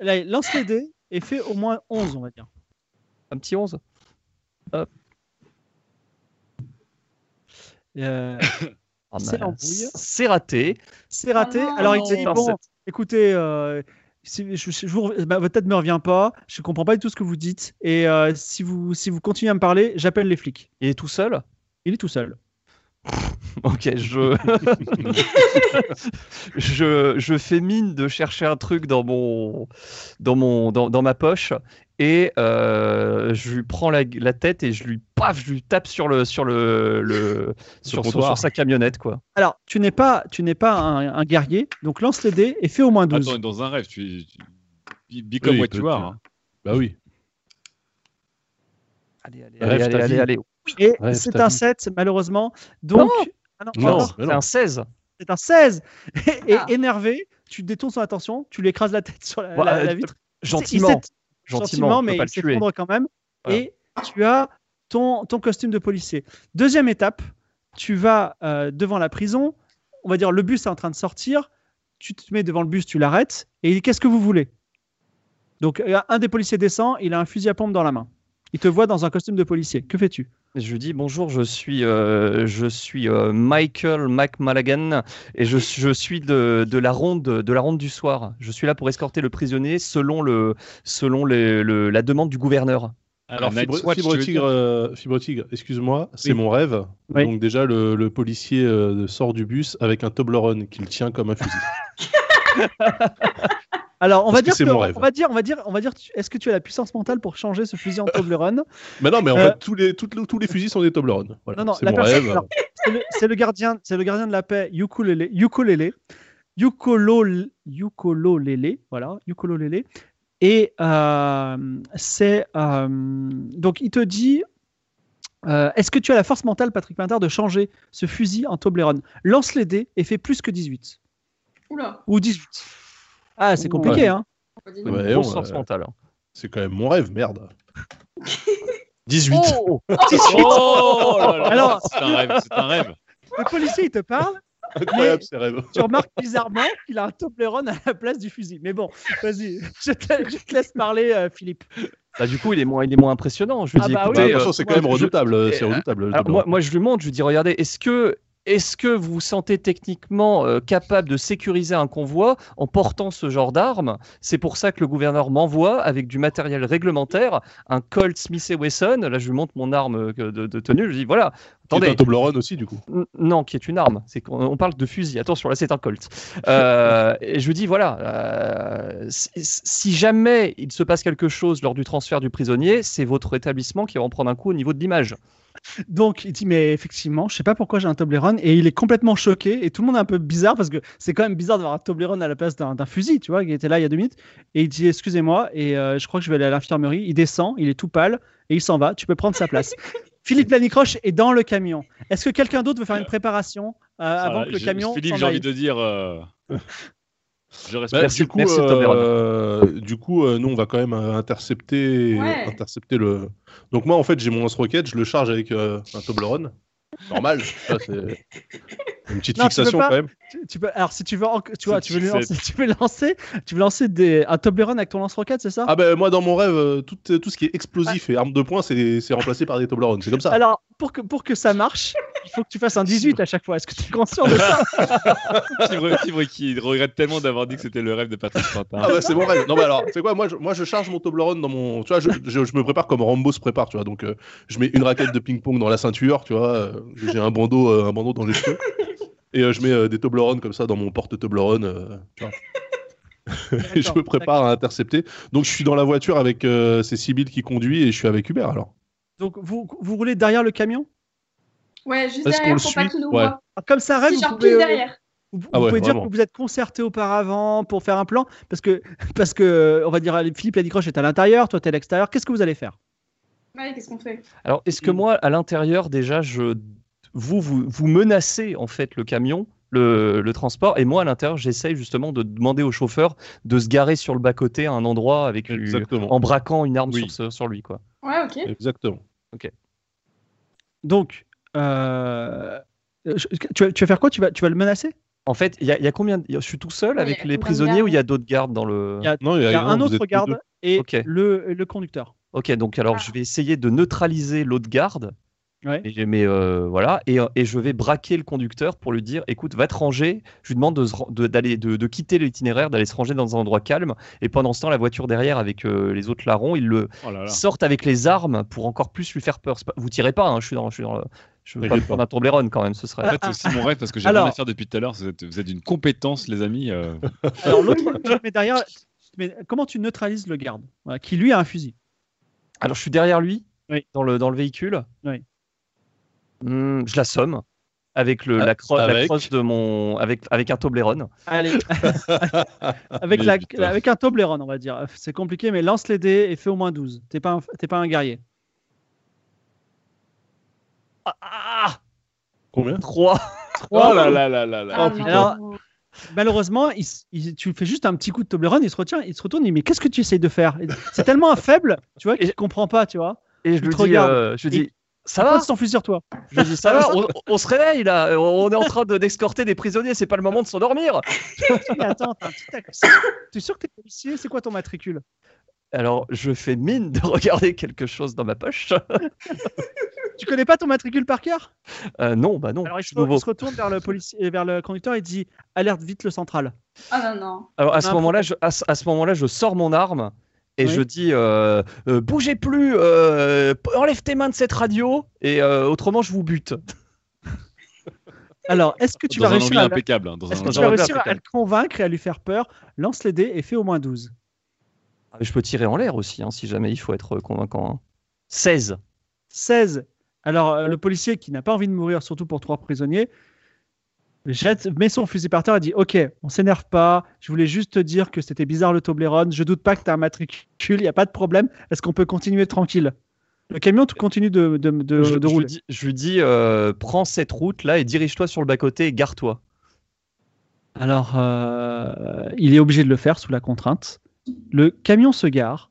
Speaker 2: Allez, lance les dés et fais au moins 11, on va dire.
Speaker 8: Un petit 11
Speaker 2: Euh,
Speaker 8: Ah,
Speaker 2: C'est
Speaker 8: bah,
Speaker 2: l'embrouille.
Speaker 8: C'est raté.
Speaker 2: c'est raté.
Speaker 7: Ah non.
Speaker 2: Alors, il te dit
Speaker 8: Non,
Speaker 2: Bon,
Speaker 8: c'est-
Speaker 2: écoutez, euh, si, je, je- je vous- ma- votre tête ne me revient pas, je comprends pas du tout ce que vous dites. Et euh, si, vous, si vous continuez à me parler, j'appelle les flics.
Speaker 8: Il est tout seul
Speaker 2: Il est tout seul.
Speaker 8: Ok,
Speaker 2: <laughs>
Speaker 8: je... <laughs> je je fais mine de chercher un truc dans mon dans mon dans, dans ma poche et euh, je lui prends la, la tête et je lui paf, je lui tape sur le sur le, le- sur, sur,
Speaker 3: comptoir.
Speaker 8: sur sa camionnette quoi.
Speaker 2: Alors, tu n'es pas, tu n'es pas un, un guerrier, donc lance les dés et fais au moins 12.
Speaker 6: Attends, dans un rêve, tu, tu- be- become
Speaker 3: Oui,
Speaker 6: what you
Speaker 3: peut-
Speaker 6: are, hein.
Speaker 3: Bah oui.
Speaker 8: Allez, allez,
Speaker 3: Rêve
Speaker 8: allez,
Speaker 3: ta
Speaker 8: allez, allez,
Speaker 3: vie.
Speaker 8: allez.
Speaker 2: et
Speaker 3: Ouais,
Speaker 2: c'est
Speaker 3: putain.
Speaker 2: un 7, malheureusement. Donc, Ah non,
Speaker 3: Non.
Speaker 2: encore,
Speaker 8: C'est un 16.
Speaker 2: c'est un 16. <laughs> Et, et
Speaker 7: Ah.
Speaker 2: énervé, tu détournes son attention, tu lui écrases la tête sur la,
Speaker 8: Ouais,
Speaker 2: la-
Speaker 8: euh,
Speaker 2: la vitre. Il
Speaker 8: Gentiment.
Speaker 2: s'est-
Speaker 8: Gentiment, on peut
Speaker 2: mais
Speaker 8: pas
Speaker 2: il
Speaker 8: le
Speaker 2: s'est
Speaker 8: tuer.
Speaker 2: prendre quand même.
Speaker 8: Voilà.
Speaker 2: Et tu as ton, ton costume de policier. Deuxième étape, tu vas euh, devant la prison. On va dire le bus est en train de sortir. Tu te mets devant le bus, tu l'arrêtes. Et il dit Qu'est-ce que vous voulez Donc, euh, un des policiers descend. Il a un fusil à pompe dans la main. Il te voit dans un costume de policier. Que fais-tu
Speaker 8: Je lui dis bonjour, je suis, euh, je suis euh, Michael McMalagan et je, je suis de, de, la ronde, de la ronde du soir. Je suis là pour escorter le prisonnier selon, le, selon les- le- la demande du gouverneur.
Speaker 3: Alors,
Speaker 6: Night's
Speaker 3: Fibre,
Speaker 6: Watch,
Speaker 3: Fibre
Speaker 6: tu veux
Speaker 3: Tigre,
Speaker 6: dire
Speaker 3: euh, Fibre Tigre, excuse-moi, c'est
Speaker 2: Oui.
Speaker 3: mon rêve.
Speaker 2: Oui.
Speaker 3: Donc déjà, le, le policier euh, sort du bus avec un Toblerone qu'il tient comme un fusil. <laughs>
Speaker 2: Alors, on
Speaker 3: Parce
Speaker 2: va
Speaker 3: que
Speaker 2: dire,
Speaker 3: c'est
Speaker 2: que-
Speaker 3: mon rêve.
Speaker 2: on va dire, on va dire, on va dire, tu- est-ce que tu as la puissance mentale pour changer ce
Speaker 8: <laughs>
Speaker 2: fusil en Toblerone
Speaker 3: Mais non, mais en
Speaker 2: Euh.
Speaker 3: fait, tous les, toutes les- tous les fusils sont des Toblerone. Voilà,
Speaker 2: Non, non,
Speaker 3: c'est
Speaker 2: la
Speaker 3: mon
Speaker 2: personne-
Speaker 3: rêve.
Speaker 2: alors, C'est le, c'est le gardien, c'est le gardien de la paix, Ukulele, Ukulele, Ukolol- Ukololele, voilà, Ukololele. Et euh, c'est euh, donc il te dit. euh, Est-ce que tu as la force mentale, Patrick Pintard, de changer ce fusil en Toblerone Lance les dés et fais plus que 18.
Speaker 7: Oula.
Speaker 2: Ou 18. Ah, c'est
Speaker 3: Ouh,
Speaker 2: compliqué,
Speaker 3: ouais.
Speaker 2: hein
Speaker 7: Oh, dis donc.
Speaker 3: Ouais,
Speaker 8: bon
Speaker 3: on,
Speaker 8: sens
Speaker 3: euh,
Speaker 8: mental. hein.
Speaker 3: C'est quand même mon rêve, merde. 18.
Speaker 2: Oh 18.
Speaker 6: <laughs> Oh là là,
Speaker 2: Alors-
Speaker 6: <laughs> c'est un rêve, c'est un rêve.
Speaker 2: Le policier, il te parle.
Speaker 3: Incroyable ces rêves.
Speaker 2: tu remarques bizarrement qu'il a un Toblerone à la place du fusil. Mais bon, vas-y, <laughs> je te, je te laisse parler, euh, Philippe.
Speaker 8: Bah, du coup, il est moins, il est moins impressionnant. Je lui
Speaker 2: Ah
Speaker 8: dis,
Speaker 2: bah
Speaker 8: écoutez,
Speaker 3: Bah,
Speaker 2: oui,
Speaker 8: euh,
Speaker 3: attention, c'est quand
Speaker 8: moi,
Speaker 3: même
Speaker 8: je-
Speaker 3: redoutable. euh,
Speaker 8: Et,
Speaker 3: C'est
Speaker 8: euh,
Speaker 3: redoutable. le
Speaker 8: Alors, moi,
Speaker 3: Toblerone.
Speaker 8: moi, je lui montre, je lui dis regardez, est-ce que, est que vous vous sentez techniquement euh, capable de sécuriser un convoi en portant ce genre d'armes C'est pour ça que le gouverneur m'envoie avec du matériel réglementaire, un Colt Smith Wesson. Là, je lui montre mon arme euh, de, de tenue. Je lui dis voilà,
Speaker 3: Qui est
Speaker 8: attendez,
Speaker 3: un Toblerone aussi, du coup.
Speaker 8: N- Non, qui est une arme. C'est qu'on on parle de fusil. Attention, là, c'est un Colt. Euh, et je lui dis, voilà, euh, si, si jamais il se passe quelque chose lors du transfert du prisonnier, c'est votre établissement qui va en prendre un coup au niveau de l'image.
Speaker 2: Donc, il dit, mais effectivement, je sais pas pourquoi j'ai un Toblerone. Et il est complètement choqué. Et tout le monde est un peu bizarre parce que c'est quand même bizarre d'avoir un Toblerone à la place d'un d'un fusil, tu vois, qui était là il y a deux minutes. Et il dit, excusez-moi, et euh, je crois que je vais aller à l'infirmerie. Il descend, il est tout pâle, et il s'en va. Tu peux prendre sa place. Philippe Lanicroche est dans le camion. Est-ce que quelqu'un d'autre veut faire une préparation euh, <laughs> avant
Speaker 6: Voilà,
Speaker 2: que le
Speaker 6: Ah, je-
Speaker 2: camion.
Speaker 6: Philippe,
Speaker 2: s'en
Speaker 6: j'ai envie
Speaker 2: aille
Speaker 6: de
Speaker 2: <laughs>
Speaker 6: dire. euh, Je respecte.
Speaker 3: Bah,
Speaker 8: Merci-
Speaker 3: du coup,
Speaker 8: merci, Tom
Speaker 3: euh, du coup euh, nous, on va quand même euh, intercepter,
Speaker 7: Ouais.
Speaker 3: intercepter le. Donc, moi, en fait, j'ai mon lance-roquette, je le charge avec euh, un Toblerone. Normal. ça, c'est une petite
Speaker 2: Non, tu peux
Speaker 3: fixation
Speaker 2: pas.
Speaker 3: quand même.
Speaker 2: Tu- tu peux, alors si tu veux, en- tu vois,
Speaker 6: C'est
Speaker 2: tu veux, lui
Speaker 6: succès.
Speaker 2: lancer, <laughs> tu veux lancer, tu veux lancer des, un Toblerone avec ton lance-roquette, c'est ça
Speaker 3: Ah, ben moi, dans mon rêve, euh, tout, euh, tout ce qui est explosif et armes de poing, c'est c'est remplacé par des Toblerone. C'est comme ça.
Speaker 2: Alors pour que pour que ça marche, il faut que tu fasses un 18 à chaque fois. Est-ce que tu es conscient de ça Bah,
Speaker 6: Fibre, Fibre qui regrette tellement d'avoir dit que c'était le rêve de Patrick
Speaker 3: Ah
Speaker 6: Quentin.
Speaker 3: bah c'est mon rêve. Non mais alors, c'est quoi moi je, moi je charge mon Toblerone dans mon tu vois je, je, je me prépare comme Rambo se prépare, tu vois. Donc euh, je mets une raquette de ping-pong dans la ceinture, tu vois, euh, j'ai un bandeau euh, un bandeau dans les cheveux. Et euh, je mets euh, des Toblerone comme ça dans mon porte Toblerone euh, tu vois. Et je
Speaker 2: D'accord,
Speaker 3: me prépare à intercepter. Donc je suis dans la voiture avec euh, c'est Sibyl qui conduit et je suis avec Hubert alors.
Speaker 2: Donc vous vous roulez derrière le camion
Speaker 7: Ouais, juste
Speaker 3: Est-ce qu'on
Speaker 7: derrière
Speaker 3: le
Speaker 7: pour pas
Speaker 3: suit
Speaker 7: qu'il nous
Speaker 3: Ouais.
Speaker 7: voit.
Speaker 2: Ah, Comme ça rêve,
Speaker 7: Si,
Speaker 2: vous
Speaker 7: genre
Speaker 2: pouvez,
Speaker 7: pile
Speaker 2: euh,
Speaker 7: derrière.
Speaker 2: vous- vous
Speaker 3: Ah ouais,
Speaker 2: pouvez dire
Speaker 3: vraiment.
Speaker 2: que vous êtes concerté auparavant pour faire un plan parce que <laughs> parce que on va dire Philippe Lanicroche est à l'intérieur, toi tu es à l'extérieur. Qu'est-ce que vous allez faire
Speaker 7: Ouais, qu'est-ce qu'on fait
Speaker 8: Alors, est-ce que
Speaker 2: Mm.
Speaker 8: moi, à l'intérieur, déjà, je, vous, vous, vous menacez en fait le camion, le, le transport, et moi, à l'intérieur, j'essaye justement de demander au chauffeur de se garer sur le bas-côté à un endroit avec une-
Speaker 3: Exactement.
Speaker 8: en braquant une arme
Speaker 6: Oui.
Speaker 8: sur, ce- sur lui, quoi.
Speaker 7: Ouais,
Speaker 3: Euh,
Speaker 7: ok.
Speaker 3: Exactement.
Speaker 2: Donc euh, je- tu, vas, tu vas faire quoi Tu vas tu vas le
Speaker 3: Bah,
Speaker 2: menacer
Speaker 8: En fait, il y, a- il y a combien de- Je suis tout seul
Speaker 7: Ouais, il y a
Speaker 8: avec
Speaker 7: combien
Speaker 8: les
Speaker 7: de
Speaker 8: prisonniers
Speaker 7: gardes
Speaker 8: ou il y a d'autres gardes dans le.
Speaker 2: Il y a-
Speaker 3: Non,
Speaker 2: Il y a un
Speaker 3: vous
Speaker 2: autre
Speaker 3: êtes tous
Speaker 2: garde
Speaker 3: deux.
Speaker 2: et
Speaker 8: Ok.
Speaker 2: le le conducteur.
Speaker 8: Ok, donc alors
Speaker 7: Ah.
Speaker 8: je vais essayer de neutraliser l'autre garde.
Speaker 2: Ouais.
Speaker 8: Mais, mais, euh, voilà, et, euh, et je vais braquer le conducteur pour lui dire écoute, va te ranger. Je lui demande de, se ran- de, d'aller- de, de quitter l'itinéraire, d'aller se ranger dans un endroit calme. Et pendant ce temps, la voiture derrière avec euh, les autres larrons, ils le
Speaker 6: Oh là
Speaker 3: <laughs>
Speaker 6: là.
Speaker 8: sortent avec les armes pour encore plus lui faire peur. C'est Pas, vous tirez pas, hein, je suis dans, je suis dans le. Je veux pas
Speaker 3: T'inquiète
Speaker 8: me prendre un Toblerone quand même, ce serait.
Speaker 6: En
Speaker 3: ah.
Speaker 6: fait, c'est aussi mon rêve parce que j'ai
Speaker 2: Alors-
Speaker 6: rien à faire depuis tout à l'heure. Vous êtes, vous êtes d'une compétence, les
Speaker 2: <laughs>
Speaker 6: amis. euh.
Speaker 2: Alors l'autre, tu le mets derrière. tu te mets- comment tu neutralises le garde Voilà, qui lui a un fusil
Speaker 8: Alors je suis derrière lui,
Speaker 2: Oui.
Speaker 8: dans, le, dans le véhicule.
Speaker 2: Oui.
Speaker 8: Hmm, je l'assomme avec le, la, cro- la
Speaker 3: Avec
Speaker 8: crosse de mon. Avec, avec un Toblerone.
Speaker 2: <laughs> Allez, avec,
Speaker 6: Mais
Speaker 2: la,
Speaker 6: putain.
Speaker 2: avec un Toblerone, on va dire. C'est compliqué, mais lance les dés et fais au moins 12. T'es pas, un- t'es pas un guerrier.
Speaker 8: Ah, ah,
Speaker 3: Combien
Speaker 8: 3
Speaker 6: Oh là là là là là.
Speaker 7: Ah,
Speaker 3: putain.
Speaker 2: Alors- Malheureusement, il s- il- tu fais juste un petit coup de Toblerone, il se retient, il se retourne, il dit mais qu'est-ce que tu essayes de faire C'est tellement un faible, tu vois, qu'il comprend pas, tu vois.
Speaker 8: Et je
Speaker 2: Il
Speaker 8: lui
Speaker 2: te
Speaker 8: dis,
Speaker 2: regarde.
Speaker 8: euh, je lui
Speaker 2: Et-
Speaker 8: dis ça
Speaker 2: Pose
Speaker 8: va
Speaker 2: ton fusil sur toi.
Speaker 8: Je lui dis ça
Speaker 2: <laughs>
Speaker 8: va, on, on se réveille là, euh, on est en train de- d'escorter des prisonniers, c'est pas le moment de s'endormir.
Speaker 2: Mais attends, t'as un petit accent. <coughs> T'es sûr que t'es policier C'est quoi ton matricule
Speaker 8: Alors je fais mine de regarder quelque chose dans ma poche.
Speaker 2: Tu connais pas ton matricule par cœur
Speaker 8: Euh, non, bah non,
Speaker 2: Alors il
Speaker 8: je
Speaker 2: se,
Speaker 8: suis nouveau.
Speaker 2: il se retourne vers le, policier, vers le conducteur et dit alerte vite le central.
Speaker 7: Ah non, non.
Speaker 8: Alors à ce
Speaker 2: Un
Speaker 8: moment-là, je, à, ce- à ce moment-là, je sors mon arme et je dis euh, euh, bougez plus, euh, enlève tes mains de cette radio et euh, autrement je vous bute.
Speaker 2: Alors, est-ce que tu
Speaker 6: Dans
Speaker 2: vas
Speaker 6: un
Speaker 2: réussir
Speaker 6: anglais
Speaker 2: à la-
Speaker 6: impeccable. hein, dans
Speaker 2: est-ce
Speaker 6: un
Speaker 2: que tu
Speaker 8: anglais
Speaker 2: vas réussir à
Speaker 8: impeccable.
Speaker 2: le convaincre et à lui faire peur Lance les dés et fais au moins 12.
Speaker 8: Ah, mais Je peux tirer en l'air aussi hein, si jamais il faut être convaincant. hein. 16.
Speaker 2: 16. Alors, euh, le policier qui n'a pas envie de mourir, surtout pour trois prisonniers, jette, met son fusil par terre et dit Ok, on s'énerve pas, je voulais juste te dire que c'était bizarre le Toblerone, je doute pas que tu as un matricule, il n'y a pas de problème, est-ce qu'on peut continuer tranquille Le camion tu- continue de, de, de-
Speaker 8: je,
Speaker 2: de
Speaker 8: je lui
Speaker 2: rouler.
Speaker 8: dis, je lui dis, euh, prends cette route là et dirige-toi sur le bas-côté et gare-toi.
Speaker 2: Alors, euh, il est obligé de le faire sous la contrainte. Le camion se gare.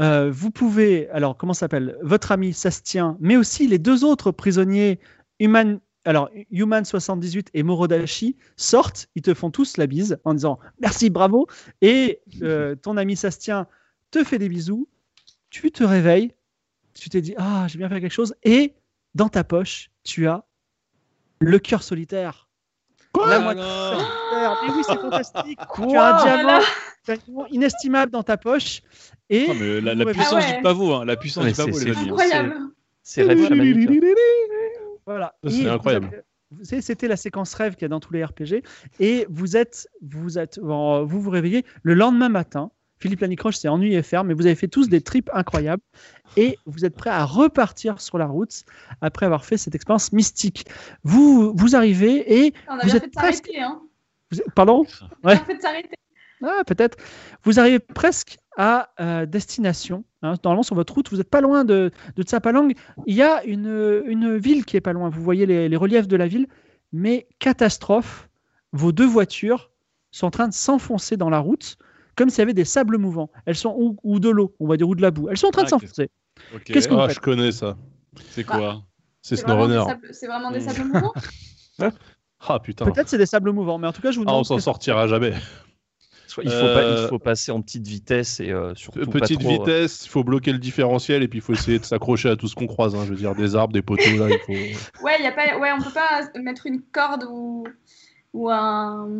Speaker 2: Euh, vous pouvez, alors comment ça s'appelle Votre ami Sastien, mais aussi les deux autres prisonniers, Human, alors Human 78 et Morodashi, sortent, ils te font tous la bise en disant merci, bravo, et euh, ton ami Sastien te fait des bisous, tu te réveilles, tu t'es dit ah j'ai bien fait quelque chose, et dans ta poche tu as le cœur solitaire. La moitié- Super,
Speaker 6: Alors
Speaker 2: Mais oui, c'est fantastique. tu as un diamant,
Speaker 7: Voilà.
Speaker 2: tu as un diamant inestimable dans ta poche. Et
Speaker 3: Oh,
Speaker 6: Ah, mais la, la
Speaker 2: vous m'avez-
Speaker 6: puissance
Speaker 7: ouais.
Speaker 6: du pavot, hein, la puissance
Speaker 8: Mais
Speaker 6: du pavot,
Speaker 8: c'est-
Speaker 6: les
Speaker 8: c'est
Speaker 6: amis. hein.
Speaker 7: Incroyable.
Speaker 8: C'est rêve chamanique.
Speaker 2: voilà.
Speaker 3: hein. Ça, c'est
Speaker 2: Et vous
Speaker 3: incroyable.
Speaker 2: avez- vous savez, C'était la séquence rêve qu'il y a dans tous les RPG. Et vous êtes, vous êtes, vous vous réveillez le lendemain matin. Philippe Lanicroche s'est ennuyé ferme, mais vous avez fait tous des trips incroyables et vous êtes prêt à repartir sur la route après avoir fait cette expérience mystique. Vous, vous arrivez et
Speaker 7: On a
Speaker 2: Vous
Speaker 7: bien
Speaker 2: êtes
Speaker 7: fait de
Speaker 2: presque-
Speaker 7: s'arrêter. Hein.
Speaker 2: vous, pardon.
Speaker 7: On a
Speaker 2: Ouais.
Speaker 7: bien fait de s'arrêter.
Speaker 2: Ah, peut-être. Vous arrivez presque à euh, destination. hein. Normalement, sur votre route, vous n'êtes pas loin de, de Tsapalang. Il y a une, euh, une ville qui est pas loin. Vous voyez les, les reliefs de la ville. Mais catastrophe, vos deux voitures sont en train de s'enfoncer dans la route comme s'il y avait des sables mouvants. Elles sont ou, ou de l'eau, on va dire, ou de la boue. Elles sont en train de
Speaker 6: Ah,
Speaker 2: s'enfoncer.
Speaker 6: Ok.
Speaker 2: Qu'est-ce que-
Speaker 3: Ah, je connais ça.
Speaker 6: C'est quoi
Speaker 3: C'est
Speaker 7: vraiment des
Speaker 3: SnowRunner.
Speaker 7: sables- C'est vraiment des
Speaker 6: Mm.
Speaker 7: sables mouvants.
Speaker 3: Ah putain.
Speaker 2: Peut-être c'est des sables mouvants, mais en tout cas, je vous
Speaker 3: Ah, on
Speaker 2: demande.
Speaker 3: s'en
Speaker 2: que-
Speaker 3: sortira jamais.
Speaker 8: Il faut, pas- il
Speaker 3: Euh,
Speaker 8: faut passer en petite vitesse et euh, surtout pas
Speaker 3: Petite
Speaker 8: trop, euh,
Speaker 3: vitesse, il faut bloquer le différentiel et puis il faut essayer de s'accrocher à tout ce qu'on croise. hein. Je veux dire, des arbres, des poteaux, là, il faut.
Speaker 7: Ouais, y a pas... ouais, on peut pas mettre une corde ou, ou un.
Speaker 2: Alors,
Speaker 7: Oui,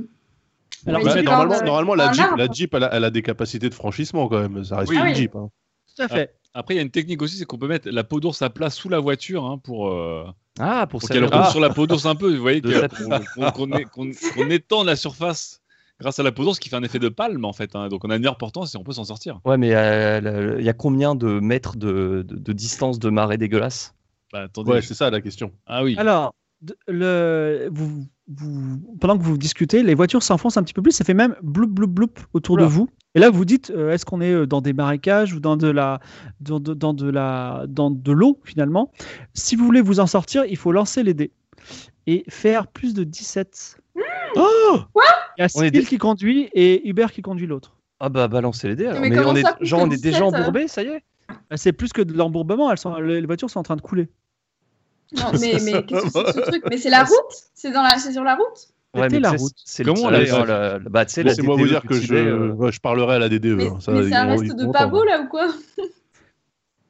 Speaker 3: Bah,
Speaker 2: vous avez-
Speaker 7: c'est
Speaker 3: normalement,
Speaker 7: dans, euh,
Speaker 3: normalement la
Speaker 7: dans un
Speaker 3: Jeep,
Speaker 7: arbre.
Speaker 3: la Jeep elle, a, elle a des capacités de franchissement quand même. Ça reste
Speaker 7: Oui.
Speaker 3: une
Speaker 7: Ah oui.
Speaker 3: Jeep. hein.
Speaker 2: tout à fait.
Speaker 6: Après, il y a une technique aussi, c'est qu'on peut mettre la peau d'ours à plat sous la voiture hein, pour, euh,
Speaker 8: Ah, pour
Speaker 6: pour
Speaker 8: ça.
Speaker 6: qu'elle roule sur la peau d'ours un peu. Vous voyez
Speaker 8: De
Speaker 6: que-
Speaker 8: sa-
Speaker 6: qu'on qu'on é- qu'on- qu'on étend la surface grâce à la peau d'ours qui fait un effet de palme en fait. hein. Donc on a une meilleure portance et on peut s'en sortir.
Speaker 8: Ouais, mais euh, le- il y a combien de mètres de, de- de distance de marée dégueulasse
Speaker 6: Bah, attendez.
Speaker 3: Ouais, c'est ça la question.
Speaker 6: Ah oui.
Speaker 2: Alors, de- le, vous, vous- pendant que vous discutez, les voitures s'enfoncent un petit peu plus. Ça fait même bloup, bloup, bloup autour
Speaker 8: Oula.
Speaker 2: de vous. Et là, vous dites, euh, est-ce qu'on est euh, dans des marécages ou dans de la, dans de, dans de la, dans de l'eau finalement Si vous voulez vous en sortir, il faut lancer les dés et faire plus de 17.
Speaker 8: Oh
Speaker 2: Il y a
Speaker 8: On est
Speaker 2: Sybille
Speaker 8: des-
Speaker 2: qui conduit et Hubert qui conduit l'autre.
Speaker 8: Ah bah balancez les dés. alors.
Speaker 7: mais
Speaker 8: Mais,
Speaker 7: comment
Speaker 8: on est,
Speaker 7: ça, plus
Speaker 8: genre,
Speaker 7: que
Speaker 8: on est déjà
Speaker 7: 17, euh
Speaker 8: embourbé, ça y est
Speaker 2: Bah, C'est plus que de l'embourbement. Elles sont, les les voitures sont en train de couler.
Speaker 7: Non, mais, mais qu'est-ce que c'est que ce truc Mais c'est la route C'est dans la... c'est sur la route
Speaker 2: C'était la
Speaker 8: tu sais,
Speaker 2: route.
Speaker 8: C'est
Speaker 6: Comment on
Speaker 8: le,
Speaker 6: l'a
Speaker 8: c'est
Speaker 6: fait
Speaker 3: euh,
Speaker 8: la- la- bah, tu sais, la
Speaker 3: Laissez-moi vous
Speaker 8: DTE
Speaker 3: dire
Speaker 8: du
Speaker 3: que je,
Speaker 8: Tibet,
Speaker 3: <laughs>
Speaker 8: euh,
Speaker 3: ouais, je parlerai à la DDE.
Speaker 7: Mais,
Speaker 3: hein. Ça,
Speaker 7: mais
Speaker 3: ils
Speaker 7: c'est un
Speaker 3: vont-
Speaker 7: reste
Speaker 3: ils
Speaker 7: de
Speaker 3: vont
Speaker 7: pavot
Speaker 3: entendre.
Speaker 7: là ou quoi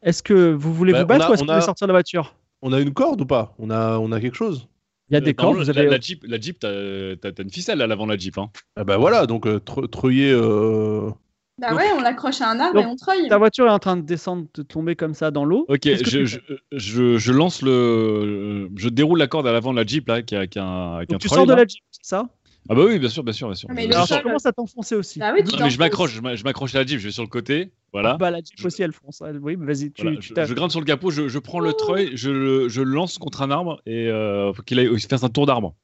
Speaker 2: Est-ce que vous voulez
Speaker 3: Bah,
Speaker 2: vous battre
Speaker 3: on a-
Speaker 2: ou est-ce que
Speaker 3: on
Speaker 2: vous voulez
Speaker 3: a-
Speaker 2: sortir de la voiture
Speaker 3: On a une corde ou pas on a, on a quelque chose
Speaker 2: Il y a des
Speaker 6: Euh,
Speaker 2: camps.
Speaker 6: normalement,
Speaker 2: Vous
Speaker 6: la,
Speaker 2: avez...
Speaker 6: la Jeep, la Jeep, t'as t'as- t'as une ficelle à l'avant de la Jeep. Hein.
Speaker 3: Ah bah voilà, donc euh, tre- treuiller, euh,
Speaker 7: Bah ouais, on l'accroche à un arbre
Speaker 2: Donc,
Speaker 7: et on treuille.
Speaker 2: Ta voiture est en train de descendre, de tomber comme ça dans l'eau.
Speaker 6: Ok,
Speaker 2: Qu'est-ce que
Speaker 6: je,
Speaker 2: tu
Speaker 6: je, je, je lance le, je déroule la corde à l'avant de la Jeep là, qui a, qui a un, qui a un
Speaker 2: Donc tu
Speaker 6: treuil,
Speaker 2: sors de
Speaker 6: là.
Speaker 2: la Jeep, c'est ça
Speaker 6: Ah bah oui, bien sûr, bien sûr, bien sûr.
Speaker 7: Mais
Speaker 6: Je-
Speaker 7: le
Speaker 6: je
Speaker 2: Alors
Speaker 6: sors-
Speaker 2: ça
Speaker 7: sol-
Speaker 2: commence à t'enfoncer aussi.
Speaker 7: Bah oui, tu
Speaker 6: Non, mais je
Speaker 7: t'enfonces.
Speaker 6: m'accroche, je m'a- je m'accroche à la Jeep, je vais sur le côté, voilà.
Speaker 2: Bah, la Jeep
Speaker 6: Je-
Speaker 2: aussi, elle fonce. Elle- Oui, mais vas-y, tu.
Speaker 6: Voilà,
Speaker 2: tu
Speaker 6: je,
Speaker 2: t'as-
Speaker 6: je grimpe sur le capot, je, je prends le treuil, je le je le lance contre un arbre et euh, faut qu'il aille- il fasse un tour d'arbre.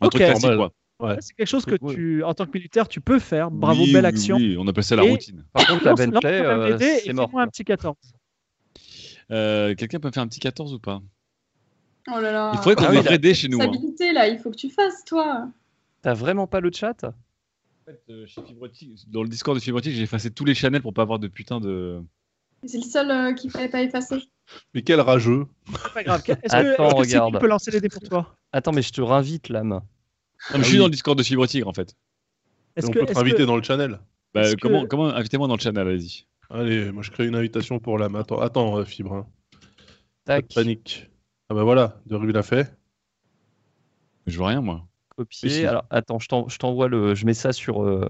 Speaker 6: Un
Speaker 2: Ok.
Speaker 6: truc classique
Speaker 3: Normal.
Speaker 6: quoi.
Speaker 2: C'est quelque chose que
Speaker 3: Ouais.
Speaker 2: tu, en tant que militaire, tu peux faire. Bravo,
Speaker 6: Oui,
Speaker 2: belle
Speaker 6: oui,
Speaker 2: action.
Speaker 6: oui, on appelle ça la
Speaker 2: Et-
Speaker 6: routine.
Speaker 8: Par contre, la
Speaker 2: Lance- lance
Speaker 8: Bentley,
Speaker 2: quand même les
Speaker 8: euh,
Speaker 2: dés et
Speaker 8: c'est mort.
Speaker 2: fais-moi un petit 14.
Speaker 6: Euh, Quelqu'un peut me faire un petit 14 ou pas
Speaker 7: Oh là là.
Speaker 6: Il faudrait qu'on
Speaker 8: Ah
Speaker 6: ait
Speaker 8: oui,
Speaker 6: des vrais dés chez nous. hein.
Speaker 7: Responsabilité, là, il faut que tu fasses, toi.
Speaker 8: T'as vraiment pas le chat
Speaker 6: En fait, euh, chez Fibrotic- dans le Discord de Fibrotic, j'ai effacé tous les channels pour pas avoir de putain de.
Speaker 7: C'est le seul euh, qui fallait pas effacer.
Speaker 3: Mais quel rageux
Speaker 2: C'est pas grave. Est-ce que,
Speaker 8: Attends,
Speaker 2: est-ce que Sylvie
Speaker 8: regarde.
Speaker 2: peut lancer les dés pour toi
Speaker 8: Attends, mais je te réinvite, l'âme.
Speaker 6: Non, mais je suis dans le Discord de Fibrotic en fait.
Speaker 3: Et
Speaker 2: Est-ce
Speaker 3: On
Speaker 2: que,
Speaker 3: peut te
Speaker 2: est-ce
Speaker 3: inviter
Speaker 2: que-
Speaker 3: dans le channel.
Speaker 6: Bah,
Speaker 2: Est-ce que-
Speaker 6: comment, comment invitez-moi dans le channel, allez-y.
Speaker 3: Allez, moi je crée une invitation pour la Attends, attends euh, Fibre, hein. pas de
Speaker 8: Tac,
Speaker 3: panique. Ah bah voilà, de rue l'a fait.
Speaker 6: Je vois rien moi.
Speaker 8: copier.
Speaker 3: Ici.
Speaker 8: Alors, attends, je t'en- je t'envoie le. Je mets ça sur. euh,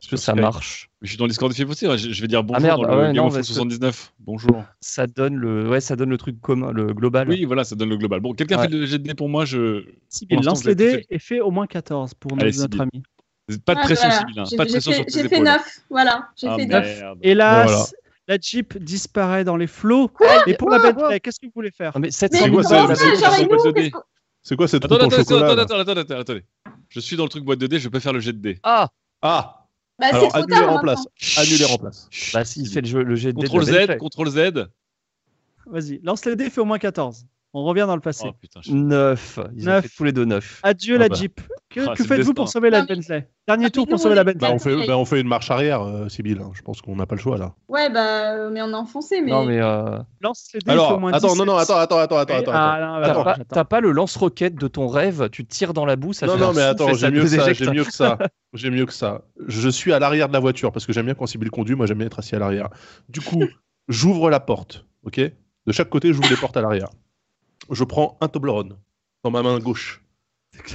Speaker 8: ça marche.
Speaker 6: Je suis dans le Discord de Fibre aussi, ouais, je je vais dire bonjour
Speaker 8: merde,
Speaker 6: dans le
Speaker 8: ah ouais,
Speaker 6: Game
Speaker 8: non,
Speaker 6: of Thrones
Speaker 8: parce que-
Speaker 6: 79. Bonjour.
Speaker 8: Ça donne le, ouais, ça donne le truc commun, le global.
Speaker 6: Oui, voilà, ça donne le global. Bon, quelqu'un
Speaker 8: Ouais.
Speaker 6: fait le jet de dés pour moi, je. pour
Speaker 2: Il
Speaker 6: l'instant,
Speaker 2: lance
Speaker 6: vous
Speaker 2: les
Speaker 6: êtes-
Speaker 2: dés et fait au moins 14 pour
Speaker 6: Allez,
Speaker 2: notre, notre
Speaker 6: Sybille.
Speaker 2: ami.
Speaker 6: vous êtes Pas
Speaker 7: Ah,
Speaker 6: très
Speaker 7: voilà.
Speaker 6: sensible. hein,
Speaker 7: J'ai-
Speaker 6: Pas
Speaker 7: j'ai
Speaker 6: très
Speaker 7: fait-
Speaker 6: sensible.
Speaker 7: J'ai fait 9, voilà. J'ai
Speaker 6: Ah
Speaker 7: fait 9.
Speaker 6: merde.
Speaker 2: Hélas,
Speaker 3: Voilà.
Speaker 2: la Jeep disparaît dans les flots. et pour la
Speaker 8: Quoi
Speaker 2: bête,
Speaker 8: Quoi
Speaker 2: qu'est-ce que vous voulez faire
Speaker 8: Ah, mais
Speaker 7: Mais
Speaker 8: 700
Speaker 3: C'est quoi,
Speaker 7: non,
Speaker 3: ça,
Speaker 7: mais
Speaker 3: la
Speaker 7: genre,
Speaker 6: solution
Speaker 7: et nous,
Speaker 6: de
Speaker 7: qu'est-ce
Speaker 6: dé
Speaker 7: qu'on-
Speaker 3: C'est quoi cette
Speaker 6: Attends,
Speaker 3: truc en
Speaker 6: attends, attends,
Speaker 3: chocolat là
Speaker 6: attends, attends, attends, attendez. Je suis dans le truc boîte de dés, je peux faire le jet de dés.
Speaker 8: Ah
Speaker 3: Ah
Speaker 7: Bah, c'est
Speaker 3: Alors
Speaker 7: trop
Speaker 3: annuler
Speaker 7: tard.
Speaker 3: en
Speaker 7: maintenant.
Speaker 3: place. Annuler en place.
Speaker 8: Bah, s'il fait le, jeu, le jet de dés de
Speaker 6: Contrôle
Speaker 8: la belle
Speaker 6: Z, Oh,
Speaker 8: échec.
Speaker 6: contrôle Z.
Speaker 2: Vas-y, lance les dés, fais au moins 14. On revient dans le passé.
Speaker 6: Oh putain, je-
Speaker 8: 9. Ils ont
Speaker 2: Neuf.
Speaker 8: fait tous les deux 9.
Speaker 2: Adieu
Speaker 3: Ah
Speaker 2: la
Speaker 3: bah.
Speaker 2: Jeep. Que, que
Speaker 6: Ah, c'est le
Speaker 2: faites-vous
Speaker 6: destin.
Speaker 2: pour sauver la
Speaker 7: Non, mais-
Speaker 2: Bentley Dernier
Speaker 7: mais
Speaker 2: tour
Speaker 7: nous,
Speaker 2: pour sauver la
Speaker 7: on est-
Speaker 2: Bentley.
Speaker 3: Bah, on, fait,
Speaker 7: Attends,
Speaker 3: bah, on fait une marche arrière, euh, Sybille. hein. Je pense qu'on n'a pas le choix là.
Speaker 7: Ouais, bah, euh, mais on est enfoncé. Mais...
Speaker 8: Non, mais euh,
Speaker 2: Lance les dés, fais au
Speaker 3: Alors,
Speaker 2: moins
Speaker 3: attends, non,
Speaker 2: 17.
Speaker 3: non, attends, attends, attends, attends.
Speaker 2: Et-
Speaker 3: attends.
Speaker 2: ah, non,
Speaker 8: t'as
Speaker 3: attends,
Speaker 8: pas,
Speaker 2: j'attends.
Speaker 8: t'as pas le lance-roquette de ton rêve, tu tires dans la boue, ça
Speaker 3: non,
Speaker 8: fait un
Speaker 3: non, mais
Speaker 8: souffle et
Speaker 3: attends, j'ai
Speaker 8: te
Speaker 3: mieux que ça,
Speaker 8: déjecte.
Speaker 3: j'ai mieux que ça. J'ai mieux que ça. Je suis à l'arrière de la voiture parce que j'aime bien quand Sybille conduit, moi j'aime bien être assis à l'arrière. Du coup, j'ouvre la porte, ok De chaque côté, j'ouvre les portes à l'arrière. Je prends un Toblerone dans ma main gauche.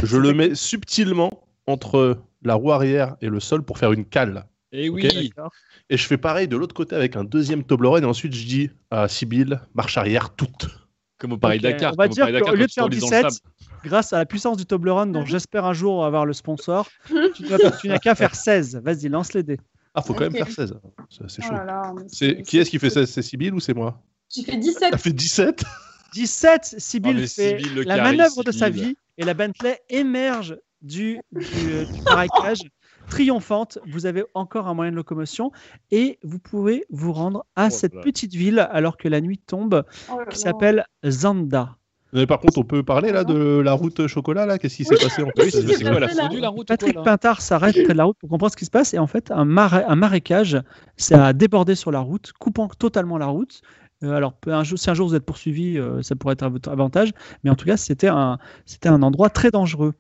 Speaker 3: Je le mets subtilement entre la roue arrière et le sol pour faire une cale.
Speaker 6: Eh oui.
Speaker 3: Ok. Et je fais pareil de l'autre côté avec un deuxième Toblerone et ensuite je dis à Sybille, marche arrière toute.
Speaker 6: Comme au Paris
Speaker 2: Ok,
Speaker 6: Dakar.
Speaker 2: on va
Speaker 6: comme au
Speaker 2: dire
Speaker 6: Paris Dakar,
Speaker 2: qu'au lieu
Speaker 6: quand
Speaker 2: de
Speaker 6: tu
Speaker 2: faire
Speaker 6: t'enlises dans le
Speaker 2: 17,
Speaker 6: sable.
Speaker 2: Grâce à la puissance du Toblerone,
Speaker 7: Mhm.
Speaker 2: dont j'espère un jour avoir le sponsor, tu n'as- tu n'as qu'à faire 16. Vas-y, lance les dés.
Speaker 3: Ah, faut quand même
Speaker 7: Ok.
Speaker 3: faire 16. C'est c'est
Speaker 7: Oh
Speaker 3: chaud.
Speaker 7: là là, mais
Speaker 3: C'est- Qui est-ce qui fait 16 C'est Sybille ou c'est
Speaker 7: <laughs>
Speaker 3: moi
Speaker 7: J'ai fait 17.
Speaker 3: T'as fait 17 Ah,
Speaker 2: 17,
Speaker 6: Oh,
Speaker 2: Sibyl
Speaker 6: mais
Speaker 2: fait
Speaker 6: Sibyl, le
Speaker 2: la
Speaker 6: carré,
Speaker 2: manœuvre de
Speaker 6: Sibyl.
Speaker 2: sa vie et la Bentley émerge du, du, euh, du marécage. Triomphante, vous avez encore un moyen de locomotion et vous pouvez vous rendre à
Speaker 6: Oh là
Speaker 2: cette
Speaker 6: là.
Speaker 2: petite ville alors que la nuit tombe
Speaker 7: Oh là
Speaker 2: qui
Speaker 7: là.
Speaker 2: s'appelle Zanda.
Speaker 3: Mais par contre, on peut parler là de la route chocolat là Qu'est-ce qui s'est
Speaker 7: Oui.
Speaker 3: passé en
Speaker 7: Oui,
Speaker 3: fait
Speaker 7: c'est
Speaker 6: C'est quoi la
Speaker 7: passé, là
Speaker 6: fondue, la route ou
Speaker 2: Patrick
Speaker 6: quoi, là
Speaker 2: Pintard s'arrête près de la route pour comprendre ce qui se passe et en fait un, mara- un marécage ça a débordé sur la route, coupant totalement la route. Euh, alors peu- un jour, si un jour vous êtes poursuivi, euh, ça pourrait être à votre avantage, mais en tout cas c'était un, c'était un endroit très dangereux.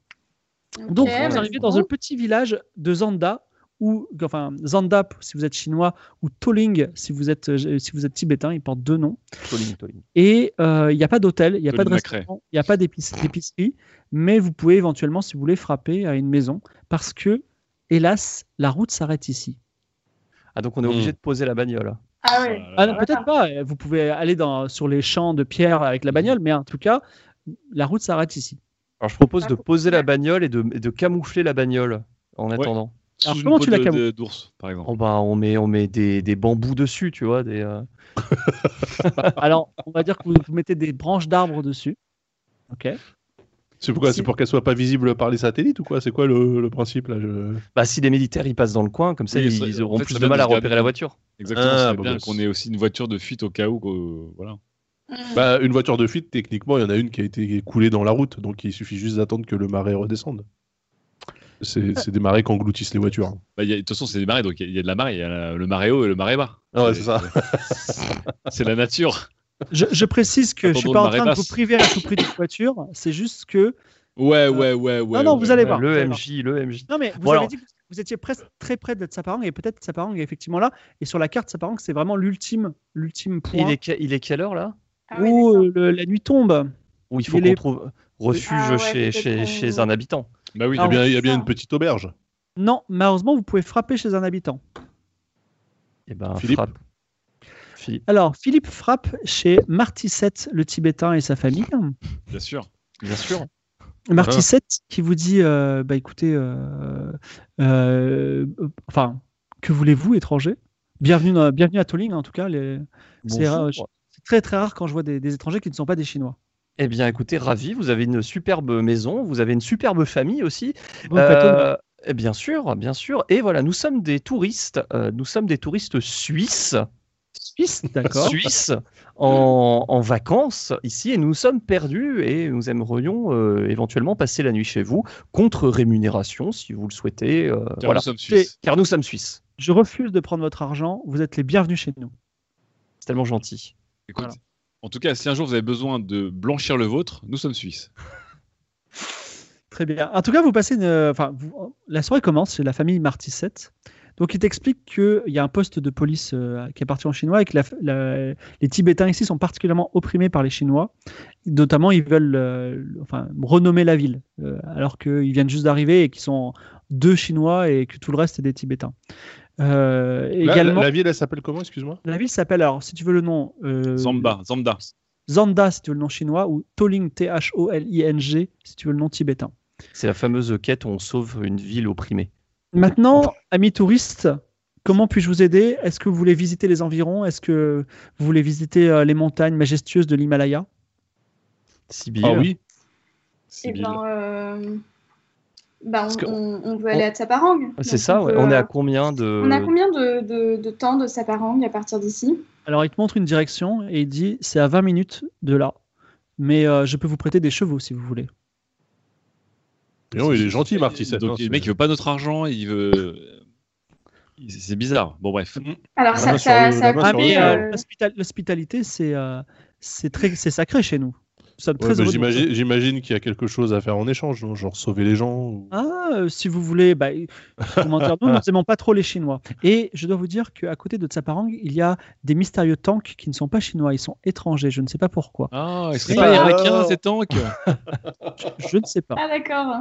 Speaker 7: Ok,
Speaker 2: Donc,
Speaker 7: bah,
Speaker 2: vous
Speaker 7: c'est
Speaker 2: arrivez
Speaker 7: bon.
Speaker 2: dans un petit village de Zanda, ou enfin Zanda p- si vous êtes chinois, ou Toling si vous êtes euh, si vous êtes tibétain. Il porte deux noms.
Speaker 8: Tolling, Tolling.
Speaker 2: Et euh, il n'y a pas d'hôtel, il n'y a pas de
Speaker 6: Toling Macrae.
Speaker 2: restaurant, il n'y a pas d'épic- d'épicerie, mais vous pouvez éventuellement, si vous voulez, frapper à une maison, parce que hélas, la route s'arrête ici.
Speaker 8: Ah, donc on est
Speaker 6: Hmm.
Speaker 8: obligé de poser la bagnole.
Speaker 7: Ah
Speaker 6: Oh là
Speaker 7: ouais.
Speaker 6: là
Speaker 2: Ah
Speaker 6: là
Speaker 2: non,
Speaker 6: là.
Speaker 2: peut-être pas. euh, Vous pouvez aller dans, sur les champs de pierre avec la bagnole, mais en tout cas, la route s'arrête ici.
Speaker 8: Alors je propose
Speaker 7: Ah,
Speaker 8: de
Speaker 7: faut-
Speaker 8: poser la bagnole et de, et de camoufler la bagnole en attendant.
Speaker 6: Sous
Speaker 2: Alors,
Speaker 6: une
Speaker 2: comment
Speaker 6: peau
Speaker 2: tu la
Speaker 6: de-
Speaker 2: camoufles
Speaker 6: de- d'ours, par exemple.
Speaker 8: Oh, bah, on met, on met des, des bambous dessus, tu vois. Des, euh,
Speaker 2: Alors, on va dire que vous, vous mettez des branches d'arbres dessus. Ok.
Speaker 3: C'est pourquoi
Speaker 2: Si.
Speaker 3: C'est pour qu'elle soit pas visible par les satellites ou quoi C'est quoi le, le principe là Je-
Speaker 8: Bah, si les militaires ils passent dans le coin, comme ça
Speaker 6: Oui,
Speaker 8: ils,
Speaker 6: ça-
Speaker 8: ils
Speaker 6: en
Speaker 8: auront
Speaker 6: fait,
Speaker 8: plus
Speaker 6: ça
Speaker 8: de
Speaker 6: va
Speaker 8: mal à
Speaker 6: nous garder-
Speaker 8: repérer la voiture.
Speaker 6: Exactement.
Speaker 3: Ah,
Speaker 6: c'est
Speaker 3: bah,
Speaker 6: bien
Speaker 3: bah,
Speaker 6: qu'on
Speaker 3: c'est-
Speaker 6: ait aussi une voiture de fuite au cas où. euh, voilà.
Speaker 7: Mm.
Speaker 3: Bah, une voiture de fuite, techniquement, il y en a une qui a été coulée dans la route, donc il suffit juste d'attendre que le marais redescende.
Speaker 7: Euh.
Speaker 3: C'est c'est des marais qui engloutissent les voitures.
Speaker 6: Bah, il y a- de toute façon, c'est des marées, donc il y, a- il y a de la marée. Il y a la- le marais haut et le marais bas.
Speaker 3: Ah ouais, c'est ça.
Speaker 6: C'est la nature.
Speaker 2: Je, je précise que je
Speaker 6: Attendons
Speaker 2: suis pas
Speaker 6: le
Speaker 2: en train de
Speaker 6: marais
Speaker 2: vous
Speaker 6: basse.
Speaker 2: priver à tout prix d'une voiture. C'est juste que
Speaker 6: Ouais, ouais, ouais, ouais.
Speaker 2: non,
Speaker 6: ouais,
Speaker 2: vous allez
Speaker 6: ouais.
Speaker 2: voir.
Speaker 8: Euh, le
Speaker 2: c'est
Speaker 8: MJ, le MJ.
Speaker 2: non mais vous
Speaker 8: Bon,
Speaker 2: avez
Speaker 8: alors-
Speaker 2: dit que vous étiez presque très près d'être Saparang et peut-être Saparang est effectivement là. Et sur la carte Saparang, c'est vraiment l'ultime, l'ultime
Speaker 8: Il
Speaker 2: point
Speaker 8: est, que- il est quelle heure là
Speaker 7: Ah ouais,
Speaker 2: où
Speaker 7: d'accord.
Speaker 2: euh, le- la nuit tombe.
Speaker 8: Où il faut
Speaker 2: Il
Speaker 8: qu'on
Speaker 2: est-
Speaker 8: trouve refuge
Speaker 7: Ah ouais,
Speaker 8: chez,
Speaker 7: peut-être
Speaker 8: chez,
Speaker 7: qu'on-
Speaker 8: chez un habitant.
Speaker 6: Bah oui,
Speaker 3: Il y a
Speaker 2: Ah,
Speaker 3: bien, il y a
Speaker 7: c'est
Speaker 3: bien
Speaker 7: ça.
Speaker 3: une petite auberge.
Speaker 2: Non, malheureusement, vous pouvez frapper chez un habitant.
Speaker 8: Et ben,
Speaker 3: Philippe
Speaker 8: frappe. Philippe.
Speaker 2: Alors Philippe frappe chez Martisette, le Tibétain et sa famille.
Speaker 6: bien sûr.
Speaker 8: Bien sûr.
Speaker 2: Martisette qui vous dit euh, bah écoutez euh, euh, euh, enfin que voulez-vous étranger bienvenue dans- bienvenue à Tolling en tout cas les- c'est
Speaker 8: Bonjour.
Speaker 2: rare, je- c'est très très rare quand je vois des, des étrangers qui ne sont pas des chinois
Speaker 8: Eh bien, écoutez, ravi, vous avez une superbe maison, vous avez une superbe famille aussi.
Speaker 2: Donc, la Tolling-
Speaker 8: Euh, eh bien sûr, bien sûr. Et voilà, nous sommes des touristes, euh, nous sommes des touristes suisses,
Speaker 2: Suisse d'accord
Speaker 8: suisses en, en vacances ici, et nous nous sommes perdus et nous aimerions euh, éventuellement passer la nuit chez vous contre rémunération, si vous le souhaitez. euh,
Speaker 6: Car
Speaker 8: voilà,
Speaker 6: nous sommes suisses.
Speaker 8: car nous sommes suisses.
Speaker 2: je refuse de prendre votre argent vous êtes les bienvenus chez nous
Speaker 8: C'est tellement gentil.
Speaker 6: Écoute,
Speaker 2: Voilà.
Speaker 6: En tout cas, si un jour vous avez besoin de blanchir le vôtre, nous sommes suisses.
Speaker 2: Très bien. En tout cas, vous passez une. Enfin, vous- la soirée commence chez la famille Martissette. Donc, il t'explique qu'il y a un poste de police euh, qui est parti en chinois et que la- la- les Tibétains ici sont particulièrement opprimés par les Chinois. Notamment, ils veulent euh, enfin, renommer la ville, euh, alors qu'ils viennent juste d'arriver et qu'ils sont deux Chinois et que tout le reste est des Tibétains. Euh,
Speaker 3: La-
Speaker 2: également,
Speaker 3: la, la ville, elle s'appelle comment, excuse-moi
Speaker 2: la ville s'appelle, alors si tu veux le nom, euh,
Speaker 6: Zamba, Zambda.
Speaker 2: Zanda si tu veux le nom chinois, ou Toling, T-H-O-L-I-N-G si tu veux le nom tibétain.
Speaker 8: C'est la fameuse quête où on sauve une ville opprimée.
Speaker 2: Maintenant, amis touristes, comment puis-je vous aider Est-ce que vous voulez visiter les environs Est-ce que vous voulez visiter euh, les montagnes majestueuses de l'Himalaya
Speaker 8: Sibir.
Speaker 3: Ah oui
Speaker 7: Eh
Speaker 3: Sibylle.
Speaker 7: ben, euh, ben,
Speaker 8: Parce que
Speaker 7: on, on- on veut
Speaker 8: on-
Speaker 7: aller à Saparang.
Speaker 8: Ah, C'est
Speaker 7: Donc,
Speaker 8: ça,
Speaker 7: on
Speaker 8: ouais.
Speaker 7: peut,
Speaker 8: on est
Speaker 7: euh,
Speaker 8: à euh, combien de.
Speaker 7: on a combien de, de- de temps de Saparang à partir d'ici
Speaker 2: Alors, il te montre une direction et il dit c'est à 20 minutes de là. Mais euh, je peux vous prêter des chevaux si vous voulez.
Speaker 3: Mais non, il est gentil, Marticette.
Speaker 6: Donc, le mec, il veut pas notre argent, il veut. il- C'est bizarre. Bon, bref.
Speaker 2: Mm.
Speaker 7: Alors,
Speaker 3: La
Speaker 7: ça,
Speaker 3: main
Speaker 7: ça,
Speaker 3: sur le-
Speaker 7: ça
Speaker 3: la main
Speaker 2: Ah,
Speaker 3: sur
Speaker 7: coûte,
Speaker 3: le
Speaker 2: mais
Speaker 3: cœur.
Speaker 2: euh,
Speaker 7: euh,
Speaker 2: l'hospital- l'hospitalité, c'est euh, c'est très- c'est sacré chez nous. Nous sommes très
Speaker 3: Ouais, mais
Speaker 2: heureux de-
Speaker 3: J'imagine j'imagine qu'il y a quelque chose à faire en échange, non genre sauver les gens. ou-
Speaker 2: Ah, euh, si vous voulez, bah,
Speaker 3: <laughs>
Speaker 2: comment dire, nous nous n'aimons pas trop les Chinois. Et je dois vous dire qu'à côté de Tsaparang, il y a des mystérieux tanks qui ne sont pas chinois, ils sont étrangers, je ne sais pas pourquoi.
Speaker 6: Ah, ils
Speaker 3: C'est
Speaker 6: seraient pas
Speaker 3: pas-
Speaker 6: irakiens, ces tanks
Speaker 2: Je, je ne sais pas.
Speaker 7: Ah, d'accord.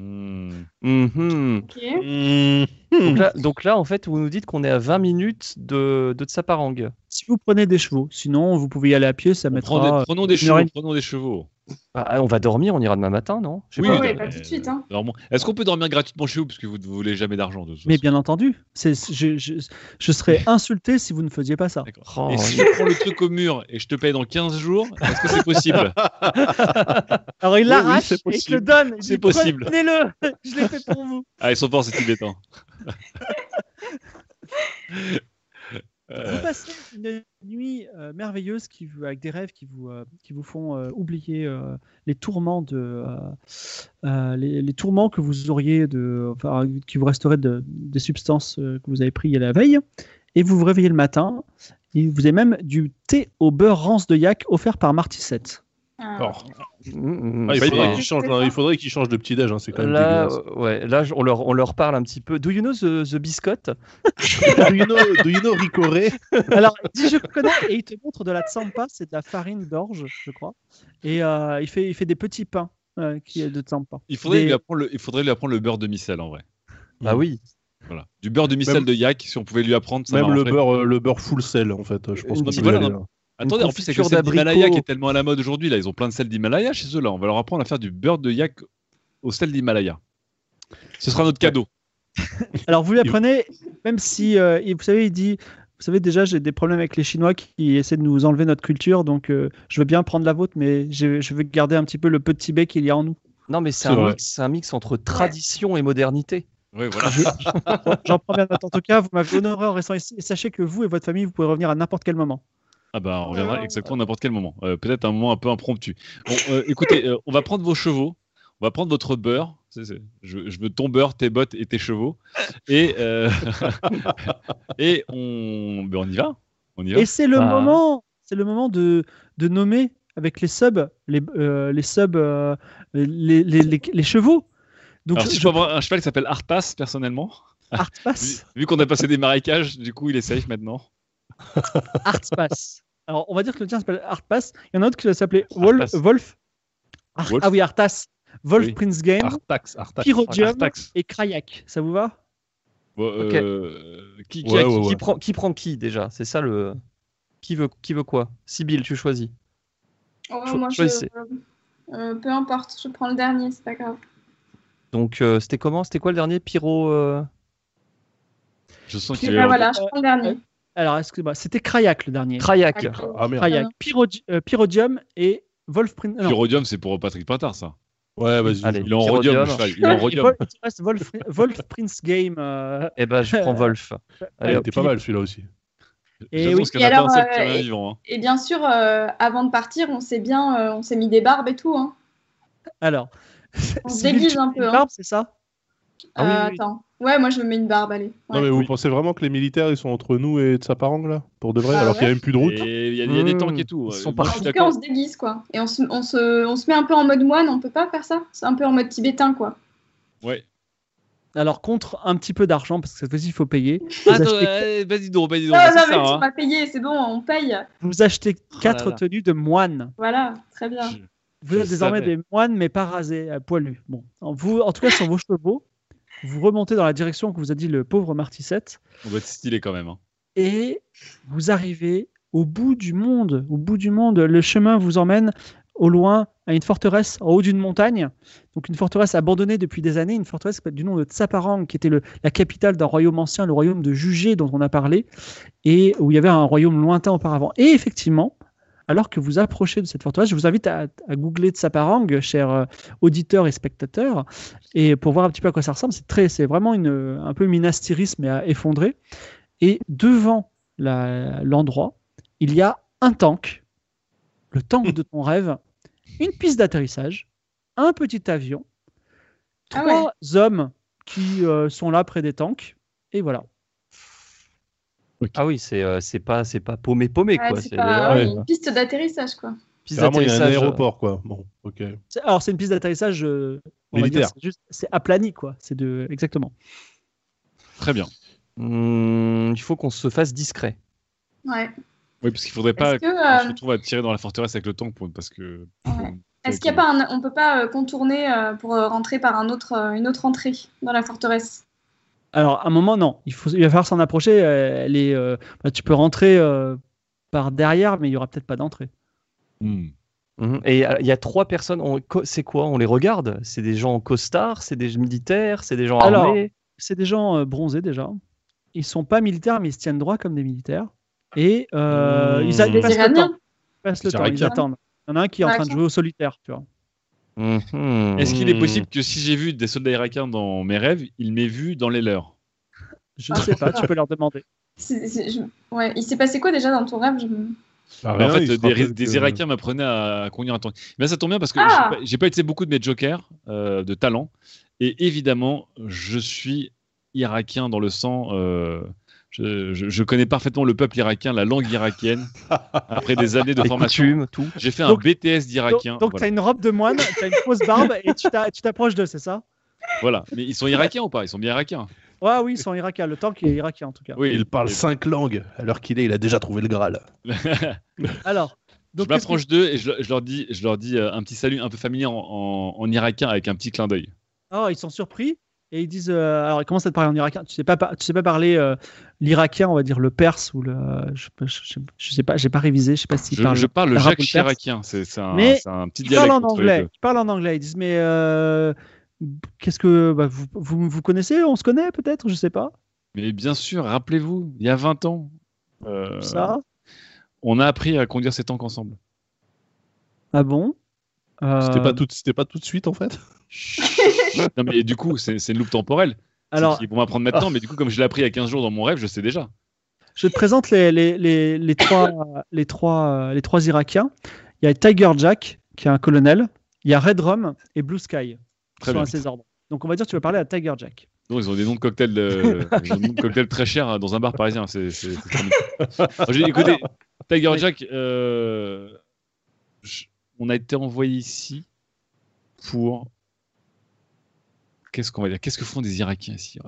Speaker 6: Hmm.
Speaker 8: Mhm.
Speaker 7: Ok.
Speaker 3: Hmm.
Speaker 8: donc, là, donc là, en fait, vous nous dites qu'on est à 20 minutes de, de Tsaparang.
Speaker 2: Si vous prenez des chevaux, sinon vous pouvez y aller à pied, ça
Speaker 6: On
Speaker 2: mettra.
Speaker 6: prend des- prenons des
Speaker 2: une heure
Speaker 6: chevaux.
Speaker 2: et demie.
Speaker 6: Prenons des chevaux.
Speaker 8: Ah, on va dormir, on ira demain matin, non Je sais
Speaker 7: Oui,
Speaker 8: pas.
Speaker 7: oui, pas tout de suite, hein.
Speaker 6: dormons. Est-ce qu'on peut dormir gratuitement chez vous parce que vous ne voulez jamais d'argent de toute
Speaker 2: Mais
Speaker 6: façon.
Speaker 2: bien entendu, c'est- je, je- je
Speaker 3: <laughs>
Speaker 2: serais insulté si vous ne faisiez pas ça.
Speaker 6: D'accord.
Speaker 8: Oh,
Speaker 6: Et si je prends le truc au mur et je te paye dans 15 jours, est-ce que c'est possible
Speaker 2: Alors il
Speaker 3: Oui,
Speaker 2: l'arrache
Speaker 3: oui, c'est
Speaker 2: et il te
Speaker 3: possible.
Speaker 2: le donne. Il
Speaker 6: C'est
Speaker 2: dit, Prenez-
Speaker 6: possible.
Speaker 2: Prenez-le, <laughs> je l'ai fait pour vous.
Speaker 6: Ah, ils sont forts, ces Tibétains.
Speaker 2: Vous
Speaker 6: Euh,
Speaker 2: passez une nuit euh, merveilleuse qui vous, avec des rêves qui vous, euh, qui vous font euh, oublier euh, les tourments de euh, euh, les, les tourments que vous auriez de enfin, qui vous resteraient de- des substances euh, que vous avez prises la veille et vous vous réveillez le matin et vous avez même du thé au beurre rance de yak offert par Marticette.
Speaker 7: Ah.
Speaker 3: Alors,
Speaker 8: Mm, mm,
Speaker 3: ah, il,
Speaker 8: c'est
Speaker 3: faudrait
Speaker 8: vrai.
Speaker 3: Oh, qu'il change, il faudrait qu'il change de petit-déj, hein, c'est quand même
Speaker 8: Là,
Speaker 3: dégueulasse.
Speaker 8: euh, ouais, là, je- on leur, on leur parle un petit peu. Do you know the, the biscotte
Speaker 3: <laughs> do, you know, do you know Ricoré
Speaker 2: <laughs> Alors, il dit, je connais, et il te montre de la tsampa, c'est de la farine d'orge, je crois. Et euh, il, fait, il fait des petits pains euh, qui est de tsampa.
Speaker 6: il, faudrait
Speaker 2: Des-
Speaker 6: lui apprendre le, il faudrait lui apprendre le beurre demi-sel en vrai.
Speaker 3: Ah
Speaker 8: Bah oui.
Speaker 6: Voilà. Du beurre demi-sel
Speaker 3: Même-
Speaker 6: de yak, si on pouvait lui apprendre, ça
Speaker 3: Même le
Speaker 6: m'arrangerait.
Speaker 3: beurre, euh, le beurre full sel, en fait. Je pense
Speaker 8: Une
Speaker 3: qu'on
Speaker 8: petite
Speaker 3: peut y
Speaker 6: voilà,
Speaker 3: aller, là.
Speaker 6: Attendez, en plus, c'est que
Speaker 8: confiture
Speaker 6: c'est l'Himalaya
Speaker 8: d'abricot.
Speaker 6: qui est tellement à la mode aujourd'hui. Là, ils ont plein de sel d'Himalaya chez eux. Là, on va leur apprendre à faire du beurre de yak au sel d'Himalaya. Ce sera notre cadeau.
Speaker 2: Alors vous l'apprenez, même si, euh, il- vous savez, il dit, vous savez déjà, j'ai des problèmes avec les Chinois qui, qui essaient de nous enlever notre culture, donc euh, je veux bien prendre la vôtre, mais je, je veux garder un petit peu le petit bec qu'il y a en nous.
Speaker 8: Non, mais c'est
Speaker 3: C'est
Speaker 8: un,
Speaker 3: vrai.
Speaker 8: mix- c'est un mix entre tradition et modernité.
Speaker 6: Oui, voilà.
Speaker 2: J'en prends bien note. En tout cas, vous m'avez honoré en restant ici, et sachez que vous et votre famille, vous pouvez revenir à n'importe quel moment.
Speaker 6: Ah bah, on reviendra
Speaker 7: Ouais.
Speaker 6: exactement à n'importe quel moment. Euh, Peut-être un moment un peu impromptu. Bon, euh, écoutez, euh, on va prendre vos chevaux, on va prendre votre beurre. C'est- c'est- je, je veux ton beurre, tes bottes et tes chevaux. Et, euh, <laughs> et on, ben, on y va. On y va.
Speaker 2: Et c'est le
Speaker 8: Ah.
Speaker 2: moment, c'est le moment de, de nommer avec les subs, les, euh, les subs, euh, les, les, les- les chevaux. Donc
Speaker 6: Alors,
Speaker 2: je,
Speaker 6: si je peux avoir un cheval qui s'appelle Artas, personnellement, vu,
Speaker 2: Artpas,
Speaker 6: vu qu'on a passé des marécages, du coup, il est safe maintenant.
Speaker 2: Artpas. <laughs> Alors on va dire que le tien s'appelle Artpas. Il y en a un autre qui s'appelait Wol-
Speaker 6: Artpas.
Speaker 2: Wolf. Ar-
Speaker 6: Wolf.
Speaker 2: Ah oui, Artas. Wolf
Speaker 6: Oui.
Speaker 2: Prince Game,
Speaker 3: Artax, Artax.
Speaker 2: Pyrodium
Speaker 6: Artax.
Speaker 2: et Krayak. Ça vous va
Speaker 6: Bon,
Speaker 8: Ok.
Speaker 6: euh, qui, qui
Speaker 8: Qui,
Speaker 6: a-
Speaker 8: a-
Speaker 3: ouais,
Speaker 8: qui- qui
Speaker 3: ouais.
Speaker 8: prend, qui prend qui déjà C'est ça le. Qui veut, qui veut quoi Sibyl, tu choisis.
Speaker 7: Oh,
Speaker 8: Cho-
Speaker 7: moi, je-
Speaker 8: choisissez.
Speaker 7: euh, peu importe, je prends le dernier, c'est pas grave.
Speaker 8: Donc, euh, c'était comment C'était quoi le dernier Pyro. euh,
Speaker 6: Je sens
Speaker 7: Eh
Speaker 6: qu'il
Speaker 7: ben,
Speaker 6: va-
Speaker 7: voilà, je prends le dernier.
Speaker 2: Alors excusez-moi, c'était Krayak le dernier.
Speaker 8: Krayak.
Speaker 3: Ah merde.
Speaker 2: Krayak,
Speaker 7: Ah,
Speaker 2: Pyrodi- euh, Pyrodium et Wolf Prince. non.
Speaker 6: Pyrodium, c'est pour Patrick Pintard, ça.
Speaker 3: Ouais, vas-y.
Speaker 8: Allez.
Speaker 6: Il est en rhodium, le
Speaker 8: Pyrodium.
Speaker 6: cheval. Il est en
Speaker 2: Et
Speaker 6: rhodium.
Speaker 2: Vol- il te reste Wolf,
Speaker 8: <laughs>
Speaker 2: Wolf Prince Game. euh,
Speaker 8: Eh ben, je
Speaker 7: <laughs>
Speaker 8: prends Wolf.
Speaker 3: Ah, il
Speaker 8: Allez,
Speaker 3: était pas mal celui-là aussi.
Speaker 2: Et
Speaker 6: Je
Speaker 2: oui.
Speaker 6: pense qu'il y en
Speaker 7: Et
Speaker 6: a pas un
Speaker 7: alors,
Speaker 6: seul qui
Speaker 7: euh,
Speaker 6: revient
Speaker 7: et-
Speaker 6: vivant. hein.
Speaker 7: Et bien sûr, euh, avant de partir, on s'est bien, euh, on s'est mis des barbes et tout. Hein.
Speaker 2: Alors.
Speaker 7: On se
Speaker 2: Sybille, tu
Speaker 7: déguise
Speaker 2: fais
Speaker 7: un
Speaker 2: une
Speaker 7: peu, hein.
Speaker 2: barbe, c'est ça
Speaker 8: Ah
Speaker 7: Euh,
Speaker 8: oui, oui, oui.
Speaker 7: Attends. Ouais, moi je me mets une barbe, allez. Ouais.
Speaker 3: Non, mais vous pensez vraiment que les militaires, ils sont entre nous et Tsaparang, là Pour de vrai
Speaker 7: Ah
Speaker 3: Alors qu'il n'y
Speaker 7: ouais.
Speaker 3: a même plus de route
Speaker 6: Et il y, a- il y a des
Speaker 8: Mmh.
Speaker 6: tanks et tout.
Speaker 8: Ils
Speaker 6: ouais.
Speaker 8: sont
Speaker 6: Moi,
Speaker 8: partis.
Speaker 6: je
Speaker 7: en tout cas,
Speaker 6: suis d'accord.
Speaker 7: Ah, on se déguise quoi. Et on se, on, se, on se met un peu en mode moine, on peut pas faire ça C'est un peu en mode tibétain quoi.
Speaker 6: <laughs> Ouais.
Speaker 2: Alors, contre un petit peu d'argent, parce que cette fois-ci, il faut payer. Vous,
Speaker 6: Attends,
Speaker 2: achetez,
Speaker 6: euh, vas-y donc, vas-y donc.
Speaker 7: Ah
Speaker 6: c'est
Speaker 7: non, mais
Speaker 6: ça,
Speaker 7: on
Speaker 6: hein.
Speaker 7: m'a payé, c'est bon, on paye.
Speaker 2: vous achetez quatre
Speaker 8: Oh là là.
Speaker 2: tenues de moines.
Speaker 7: Voilà, très bien.
Speaker 6: Je-
Speaker 2: Vous
Speaker 6: Je
Speaker 2: êtes désormais
Speaker 6: savais.
Speaker 2: euh, des moines, mais pas rasés, à poilus. Bon, en, vous, en tout cas, sur vos chevaux, Vous remontez dans la direction que vous a dit le pauvre Martisette
Speaker 6: On doit être stylé quand même. hein.
Speaker 2: et vous arrivez au bout du monde. Au bout du monde, le chemin vous emmène au loin à une forteresse en haut d'une montagne. Donc une forteresse abandonnée depuis des années, une forteresse du nom de Tsaparang, qui était le- la capitale d'un royaume ancien, le royaume de Jugé dont on a parlé, et où il y avait un royaume lointain auparavant. Et effectivement, alors que vous approchez de cette forteresse, je vous invite à, à googler Tsaparang, chers euh, auditeurs et spectateurs, et pour voir un petit peu à quoi ça ressemble. C'est très, c'est vraiment une, un peu Minas Tirith mais à effondrer. Et devant la- l'endroit, il y a un tank, le tank de ton rêve, une piste d'atterrissage, un petit avion,
Speaker 7: Ah
Speaker 2: trois hommes qui euh, sont là près des tanks, et voilà.
Speaker 8: Ah oui, c'est euh, c'est pas c'est pas paumé paumé
Speaker 7: Ouais,
Speaker 8: quoi.
Speaker 7: Ah, c'est
Speaker 8: C'est euh,
Speaker 7: pas
Speaker 8: des-
Speaker 7: oui, une piste d'atterrissage, quoi.
Speaker 8: piste
Speaker 3: Vraiment, il y a un
Speaker 8: d'atterrissage,
Speaker 3: aéroport, quoi. Bon, ok.
Speaker 2: C'est- Alors c'est une piste d'atterrissage euh, on va dire,
Speaker 3: Militaire.
Speaker 2: c'est juste- c'est aplani quoi, c'est de exactement.
Speaker 6: Très bien.
Speaker 8: euh, hmm, il faut qu'on se fasse discret.
Speaker 7: Ouais.
Speaker 6: Oui, parce qu'il faudrait pas
Speaker 7: Est-ce que,
Speaker 6: qu'on
Speaker 7: euh,
Speaker 6: se retrouve à tirer dans la forteresse avec le tank pour- parce que.
Speaker 7: Ouais. Est-ce qu'il y a pas un- on peut pas euh, contourner euh, pour euh, rentrer par un autre, euh, une autre entrée dans la forteresse
Speaker 2: Alors à un moment non, il, faut, il va falloir s'en approcher. euh, elle est, euh, bah, tu peux rentrer euh, par derrière, mais il y aura peut-être pas d'entrée.
Speaker 6: Hmm.
Speaker 8: Mhm. Et euh, il y a trois personnes. on- co- C'est quoi On les regarde C'est des gens en costard C'est des militaires C'est des gens
Speaker 2: Alors-
Speaker 8: armés
Speaker 2: C'est des gens euh, bronzés déjà. Ils sont pas militaires, mais ils se tiennent droit comme des militaires. Et euh, ils, a- ils
Speaker 3: Des
Speaker 2: passent le
Speaker 7: Iraniens.
Speaker 2: temps. Ils passent le
Speaker 3: Des
Speaker 2: temps, ils
Speaker 3: Irakiens.
Speaker 2: attendent. Il y en a un qui est en train de
Speaker 7: Irakiens.
Speaker 2: jouer au solitaire, tu vois.
Speaker 8: Mhm.
Speaker 6: Est-ce qu'il est possible que si j'ai vu des soldats irakiens dans mes rêves, ils m'aient vu dans les leurs
Speaker 2: Je ne sais pas, tu peux leur demander.
Speaker 7: C'est- c'est- je- ouais. Il s'est passé quoi déjà dans ton rêve Je me-
Speaker 3: Bah,
Speaker 6: Mais
Speaker 3: rien,
Speaker 6: en
Speaker 3: il
Speaker 6: fait,
Speaker 3: se
Speaker 6: des,
Speaker 3: rappelle
Speaker 6: des
Speaker 3: que-
Speaker 6: Irakiens m'apprenaient à conduire un tank. Mais ça tombe bien parce que
Speaker 7: Ah
Speaker 6: j'ai pas- j'ai pas utilisé beaucoup de mes jokers euh, de talent. Et évidemment, je suis irakien dans le sang. euh, je, je- je connais parfaitement le peuple irakien, la
Speaker 3: <laughs>
Speaker 6: langue irakienne. Après des années de
Speaker 8: Les
Speaker 6: formation,
Speaker 8: coutumes, tout.
Speaker 6: j'ai fait
Speaker 2: Donc-
Speaker 6: un BTS
Speaker 2: Donc,
Speaker 6: d'irakien.
Speaker 2: donc tu as
Speaker 6: voilà.
Speaker 2: une robe de moine, tu as une fausse barbe et tu t'a- tu t'approches d'eux, c'est ça
Speaker 6: Voilà. Mais ils sont irakiens ou pas Ils sont bien irakiens.
Speaker 2: Ouais, oui, ils sont irakiens. Le tank est irakien en tout cas.
Speaker 6: Oui,
Speaker 3: Il parle
Speaker 6: Et- <laughs>
Speaker 3: cinq langues, alors qu'il est, il a déjà trouvé le Graal.
Speaker 2: Alors,
Speaker 6: je
Speaker 2: donc, qu'est-ce que-
Speaker 6: m'approche d'eux et je, je leur dis, je leur dis euh, un petit salut un peu familier en, en- en irakien avec un petit clin d'œil.
Speaker 2: Ah, ils sont surpris et ils disent euh, alors ils commencent à te parler en irakien. Tu sais pas, par- tu sais pas parler euh, l'irakien, on va dire le perse ou le euh, je, je- je- je sais pas, j'ai pas révisé, je sais pas s'ils
Speaker 6: Je,
Speaker 2: parlent.
Speaker 6: je parle le
Speaker 2: arabe
Speaker 6: Jacques
Speaker 2: ou perse.
Speaker 6: Chiracien, c'est c'est un,
Speaker 2: Mais
Speaker 6: c'est un petit
Speaker 2: Ils parlent
Speaker 6: dialecte.
Speaker 2: en
Speaker 6: entre les
Speaker 2: anglais.
Speaker 6: deux.
Speaker 2: Ils parlent en anglais. Ils disent mais euh, qu'est-ce que bah, vous, vous vous connaissez On se connaît peut-être, je sais pas.
Speaker 6: Mais bien sûr, rappelez-vous, il y a 20 ans, euh,
Speaker 2: Ça.
Speaker 6: on a appris à conduire ces
Speaker 2: <laughs>
Speaker 6: tanks ensemble.
Speaker 2: Ah bon
Speaker 3: C'était
Speaker 2: Euh,
Speaker 3: pas tout, c'était pas tout de suite en fait.
Speaker 6: non, mais du coup, c'est c'est une loupe temporelle.
Speaker 2: Alors, oh.
Speaker 6: Alors, ils vont m'apprendre maintenant, mais du coup, comme je l'ai appris il y a 15 jours dans mon rêve, je sais déjà.
Speaker 2: Je te présente les, les, les, les trois, les, trois, les trois Irakiens. Il y a Tiger Jack, qui est un colonel. Il y a Red Rum et Blue Sky, qui
Speaker 6: Très
Speaker 2: sont
Speaker 6: bien.
Speaker 2: à ses ordres. Donc on va dire que tu vas parler à Tiger Jack.
Speaker 6: Non, ils ont des noms de
Speaker 2: <laughs>
Speaker 6: cocktails, euh, ils ont des noms de cocktails très chers euh, dans un bar parisien. C'est, c'est- c'est formidable.
Speaker 2: <laughs>
Speaker 6: Alors, j'ai dit, écoutez, Tiger Jack, euh, je- on a été envoyé ici pour. Qu'est-ce qu'on va dire Qu'est-ce que font des Irakiens ici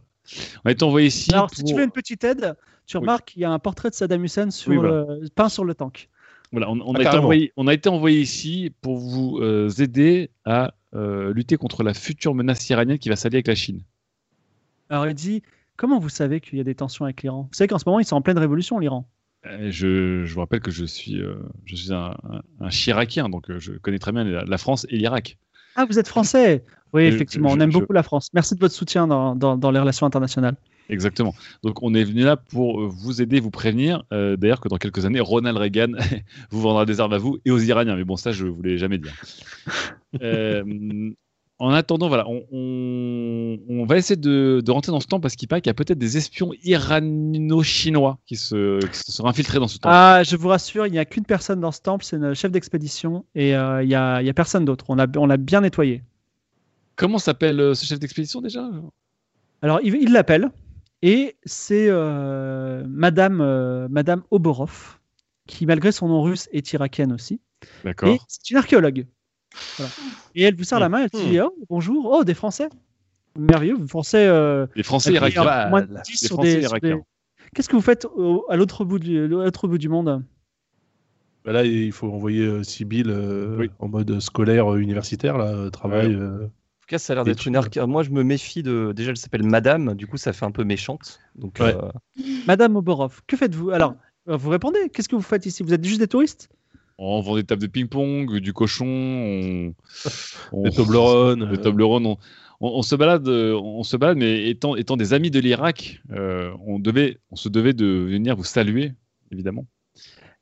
Speaker 6: On a été envoyé ici.
Speaker 2: Alors, si tu
Speaker 6: pour-
Speaker 2: veux une petite aide, tu
Speaker 6: Oui.
Speaker 2: remarques qu'il y a un portrait de Saddam Hussein sur
Speaker 6: Oui, voilà.
Speaker 2: le- peint sur le tank.
Speaker 6: Voilà, on, on
Speaker 3: Ah,
Speaker 6: a été
Speaker 3: carrément.
Speaker 6: envoyé, on a été envoyé ici pour vous euh, aider à euh, lutter contre la future menace iranienne qui va s'allier avec la Chine.
Speaker 2: Alors il dit Comment vous savez qu'il y a des tensions avec l'Iran Vous savez qu'en ce moment, ils sont en pleine révolution, l'Iran.
Speaker 6: Euh, Je, je vous rappelle que je suis, euh, je suis un, un, un Chiracien, donc euh, je connais très bien la, la France et l'Irak.
Speaker 2: Ah, vous êtes français Oui,
Speaker 6: Je-
Speaker 2: effectivement,
Speaker 6: Euh, je-
Speaker 2: on aime
Speaker 6: je-
Speaker 2: beaucoup la France. Merci de votre soutien dans, dans, dans les relations internationales.
Speaker 6: Exactement. Donc on est venu là pour euh, vous aider, vous prévenir. euh, D'ailleurs que dans quelques années, Ronald Reagan <laughs> vous vendra des armes à vous et aux Iraniens. Mais bon, ça je vous l'ai jamais dit. hein. Euh, en attendant, voilà, on, on- on va essayer de, de rentrer dans ce temps parce qu'il paraît qu'il y a peut-être des espions irano-chinois qui se, qui se seraient infiltrés dans ce temps.
Speaker 2: Ah, je vous rassure, il n'y a qu'une personne dans ce temple, c'est le chef d'expédition, et euh, il n'y a, il y a personne d'autre. On l'a on l'a bien nettoyé.
Speaker 6: Comment s'appelle euh, ce chef d'expédition déjà
Speaker 2: Alors, il il l'appelle, et c'est euh, Madame, euh, Madame Oborov, qui, malgré son nom russe, est irakienne aussi. Et
Speaker 6: D'accord.
Speaker 2: c'est une archéologue. Voilà. Et elle vous serre la main,
Speaker 6: Hmm.
Speaker 2: elle dit Oh, bonjour, oh, des Français Merveilleux, vous Français. euh,
Speaker 6: Les Français
Speaker 2: appuyés
Speaker 6: irakiens.
Speaker 2: à moins de 10
Speaker 6: bah, Les
Speaker 2: sur
Speaker 6: Français
Speaker 2: des- sur
Speaker 6: irakiens.
Speaker 2: des- Qu'est-ce que vous faites au- à l'autre bout, du- à l'autre bout du monde
Speaker 3: Bah là, il faut envoyer euh, Sibyl euh,
Speaker 6: Oui.
Speaker 3: en mode scolaire euh, universitaire, là, euh, travail. euh,
Speaker 8: cas, ça a l'air d'être une arcade. Moi, je me méfie de. Déjà, elle s'appelle Madame, du coup, ça fait un peu méchante. Donc,
Speaker 3: Ouais.
Speaker 8: euh,
Speaker 2: Madame Oborov, que faites-vous Alors, euh, vous répondez. Qu'est-ce que vous faites ici Vous êtes juste des touristes
Speaker 6: On vend des tables de ping-pong, du cochon, on... on-
Speaker 3: Les Toblerone.
Speaker 6: <laughs> des Toblerone, euh. on... on- on se balade, euh, on se balade, mais étant, étant des amis de l'Irak, euh, on, devait, on se devait de venir vous saluer, évidemment.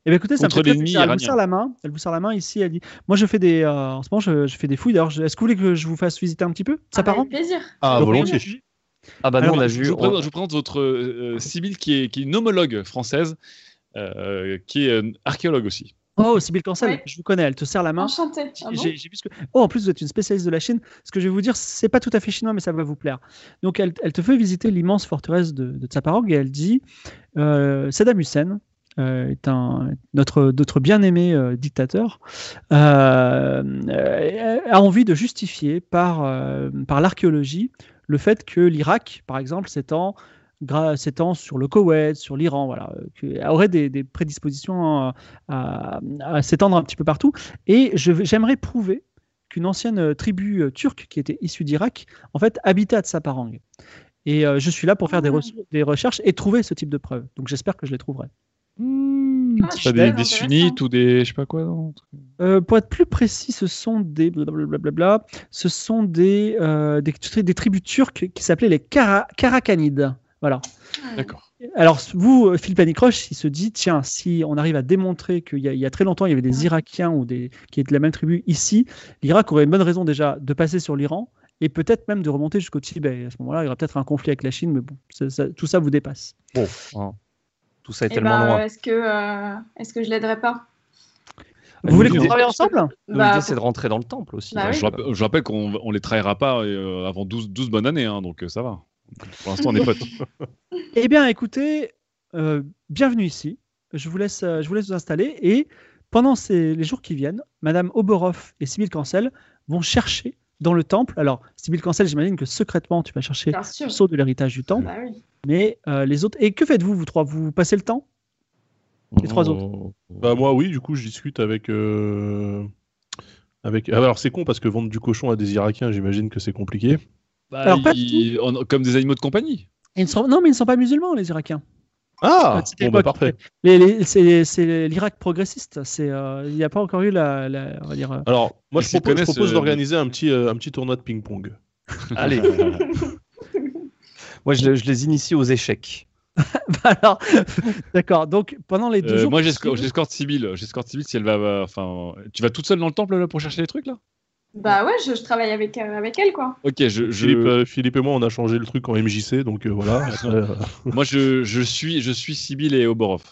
Speaker 2: Eh bien, écoutez, ça me
Speaker 6: Contre
Speaker 2: fait très
Speaker 6: l'ennemi
Speaker 2: plaisir. Elle vous
Speaker 6: iranien.
Speaker 2: serre la main. Elle vous serre la main ici. Elle dit Moi, je fais des. euh, en ce moment, je, je fais des fouilles. D'ailleurs, je- est-ce que vous voulez que je vous fasse visiter un petit peu Ça part en
Speaker 7: Avec plaisir.
Speaker 3: Ah,
Speaker 2: Donc,
Speaker 3: volontiers.
Speaker 2: je-
Speaker 8: Ah, bah non,
Speaker 2: Alors,
Speaker 8: on a
Speaker 6: Je
Speaker 8: vu.
Speaker 6: vous
Speaker 8: on-
Speaker 6: présente, je vous présente votre euh, euh, Sibylle qui est, qui est une homologue française, euh, qui est euh, archéologue aussi.
Speaker 2: Oh, Sybille Cancel,
Speaker 7: Ouais.
Speaker 2: je vous connais. Elle te serre la main.
Speaker 7: Enchanté. Ah bon
Speaker 2: J'ai- j'ai vu ce que- Oh, en plus, vous êtes une spécialiste de la Chine. Ce que je vais vous dire, c'est pas tout à fait chinois, mais ça va vous plaire. Donc, elle, elle te fait visiter l'immense forteresse de, de Tsaparog et elle dit euh, Saddam Hussein euh, est un, notre, notre bien-aimé euh, dictateur, euh, euh, a envie de justifier par, euh, par l'archéologie le fait que l'Irak, par exemple, s'étend gra- s'étend sur le Koweït, sur l'Iran, voilà, euh, que- aurait des, des prédispositions euh, à- à s'étendre un petit peu partout. Et je vais- j'aimerais prouver qu'une ancienne euh, tribu euh, turque qui était issue d'Irak, en fait, habitait à Tsaparang. Et euh, je suis là pour faire des,
Speaker 7: Ah.
Speaker 2: res- des recherches et trouver ce type de preuves. Donc j'espère que je les trouverai.
Speaker 7: Ah,
Speaker 6: Pas
Speaker 7: super
Speaker 6: des, des
Speaker 7: intéressant.
Speaker 6: sunnites ou des je sais pas quoi. non
Speaker 2: Euh, pour être plus précis, ce sont des blablabla, ce sont des, euh, des, des tribus turques qui s'appelaient les Kara- Karakanides. Voilà.
Speaker 6: D'accord.
Speaker 2: Alors, vous, euh, Philippe Anicroche, il se dit tiens, si on arrive à démontrer qu'il y, a- il y a très longtemps, il y avait des Irakiens ou des, qui étaient de la même tribu ici, l'Irak aurait une bonne raison déjà de passer sur l'Iran et peut-être même de remonter jusqu'au Tibet. Et À ce moment-là, il y aura peut-être un conflit avec la Chine, mais bon, ça- ça- tout ça vous dépasse.
Speaker 8: Bon, hein, tout ça est
Speaker 7: Eh
Speaker 8: tellement
Speaker 7: ben,
Speaker 8: loin.
Speaker 7: euh, Est-ce que, euh, est-ce que je l'aiderai pas
Speaker 2: Vous voulez qu'on
Speaker 8: l'idée-
Speaker 2: travaille ensemble
Speaker 8: Nous,
Speaker 7: Bah,
Speaker 8: L'idée, c'est de rentrer dans le temple aussi.
Speaker 7: Bah
Speaker 8: hein.
Speaker 7: oui.
Speaker 6: Je, <laughs> rappelle, je rappelle qu'on on les trahira pas euh, avant 12, 12 bonnes années, hein, donc euh, ça va. Pour l'instant, on est potes.
Speaker 2: Eh bien, écoutez, euh, bienvenue ici. Je vous laisse, euh, je vous laisse vous installer. Et pendant ces, les jours qui viennent, Madame Oborov et Sibyl Cancel vont chercher dans le temple. Alors, Sibyl Cancel, j'imagine que secrètement, tu vas chercher
Speaker 7: Bien sûr.
Speaker 2: le sceau de l'héritage du temple.
Speaker 7: Bah oui.
Speaker 2: Mais euh, les autres. Et que faites-vous, vous trois Vous passez le temps Les trois autres.
Speaker 6: Oh.
Speaker 3: Bah moi oui, du coup je discute avec euh, avec. Ah, alors c'est con parce que vendre du cochon à des Irakiens, j'imagine que c'est compliqué.
Speaker 6: Bah,
Speaker 2: Alors, pas
Speaker 6: ils- on- comme des animaux de compagnie.
Speaker 2: Ils ne sont... Non, mais ils ne sont pas musulmans, les Irakiens.
Speaker 3: Ah,
Speaker 2: C'était
Speaker 3: bon bah
Speaker 2: l'époque.
Speaker 3: parfait.
Speaker 2: Les- les- c'est- C'est l'Irak progressiste. C'est, euh, Il n'y a pas encore eu la. la- on va dire, euh, <laughs>
Speaker 3: Alors moi
Speaker 6: Ils
Speaker 3: je
Speaker 6: s'y
Speaker 3: propose, je
Speaker 6: connaissent,
Speaker 3: propose
Speaker 6: euh,
Speaker 3: d'organiser un petit euh, un petit tournoi de ping pong.
Speaker 7: <laughs>
Speaker 8: Allez. Moi, je, je les initie aux échecs.
Speaker 2: bah alors, d'accord. Donc, pendant les deux
Speaker 6: Euh,
Speaker 2: jours.
Speaker 6: moi,
Speaker 2: qui
Speaker 6: j'escorte
Speaker 2: suivent-
Speaker 6: j'escorte Sibylle. J'escorte Sibylle si elle va- va. Enfin, tu vas toute seule dans le temple là pour chercher les trucs là
Speaker 7: Bah ouais, je, je travaille avec, euh, avec elle, quoi.
Speaker 6: Ok, je, je-
Speaker 3: <laughs> Philippe, euh, Philippe et moi on a changé le truc en MJC donc euh, voilà. <laughs> Euh,
Speaker 6: moi je, je suis je suis Sibylle et Oborov,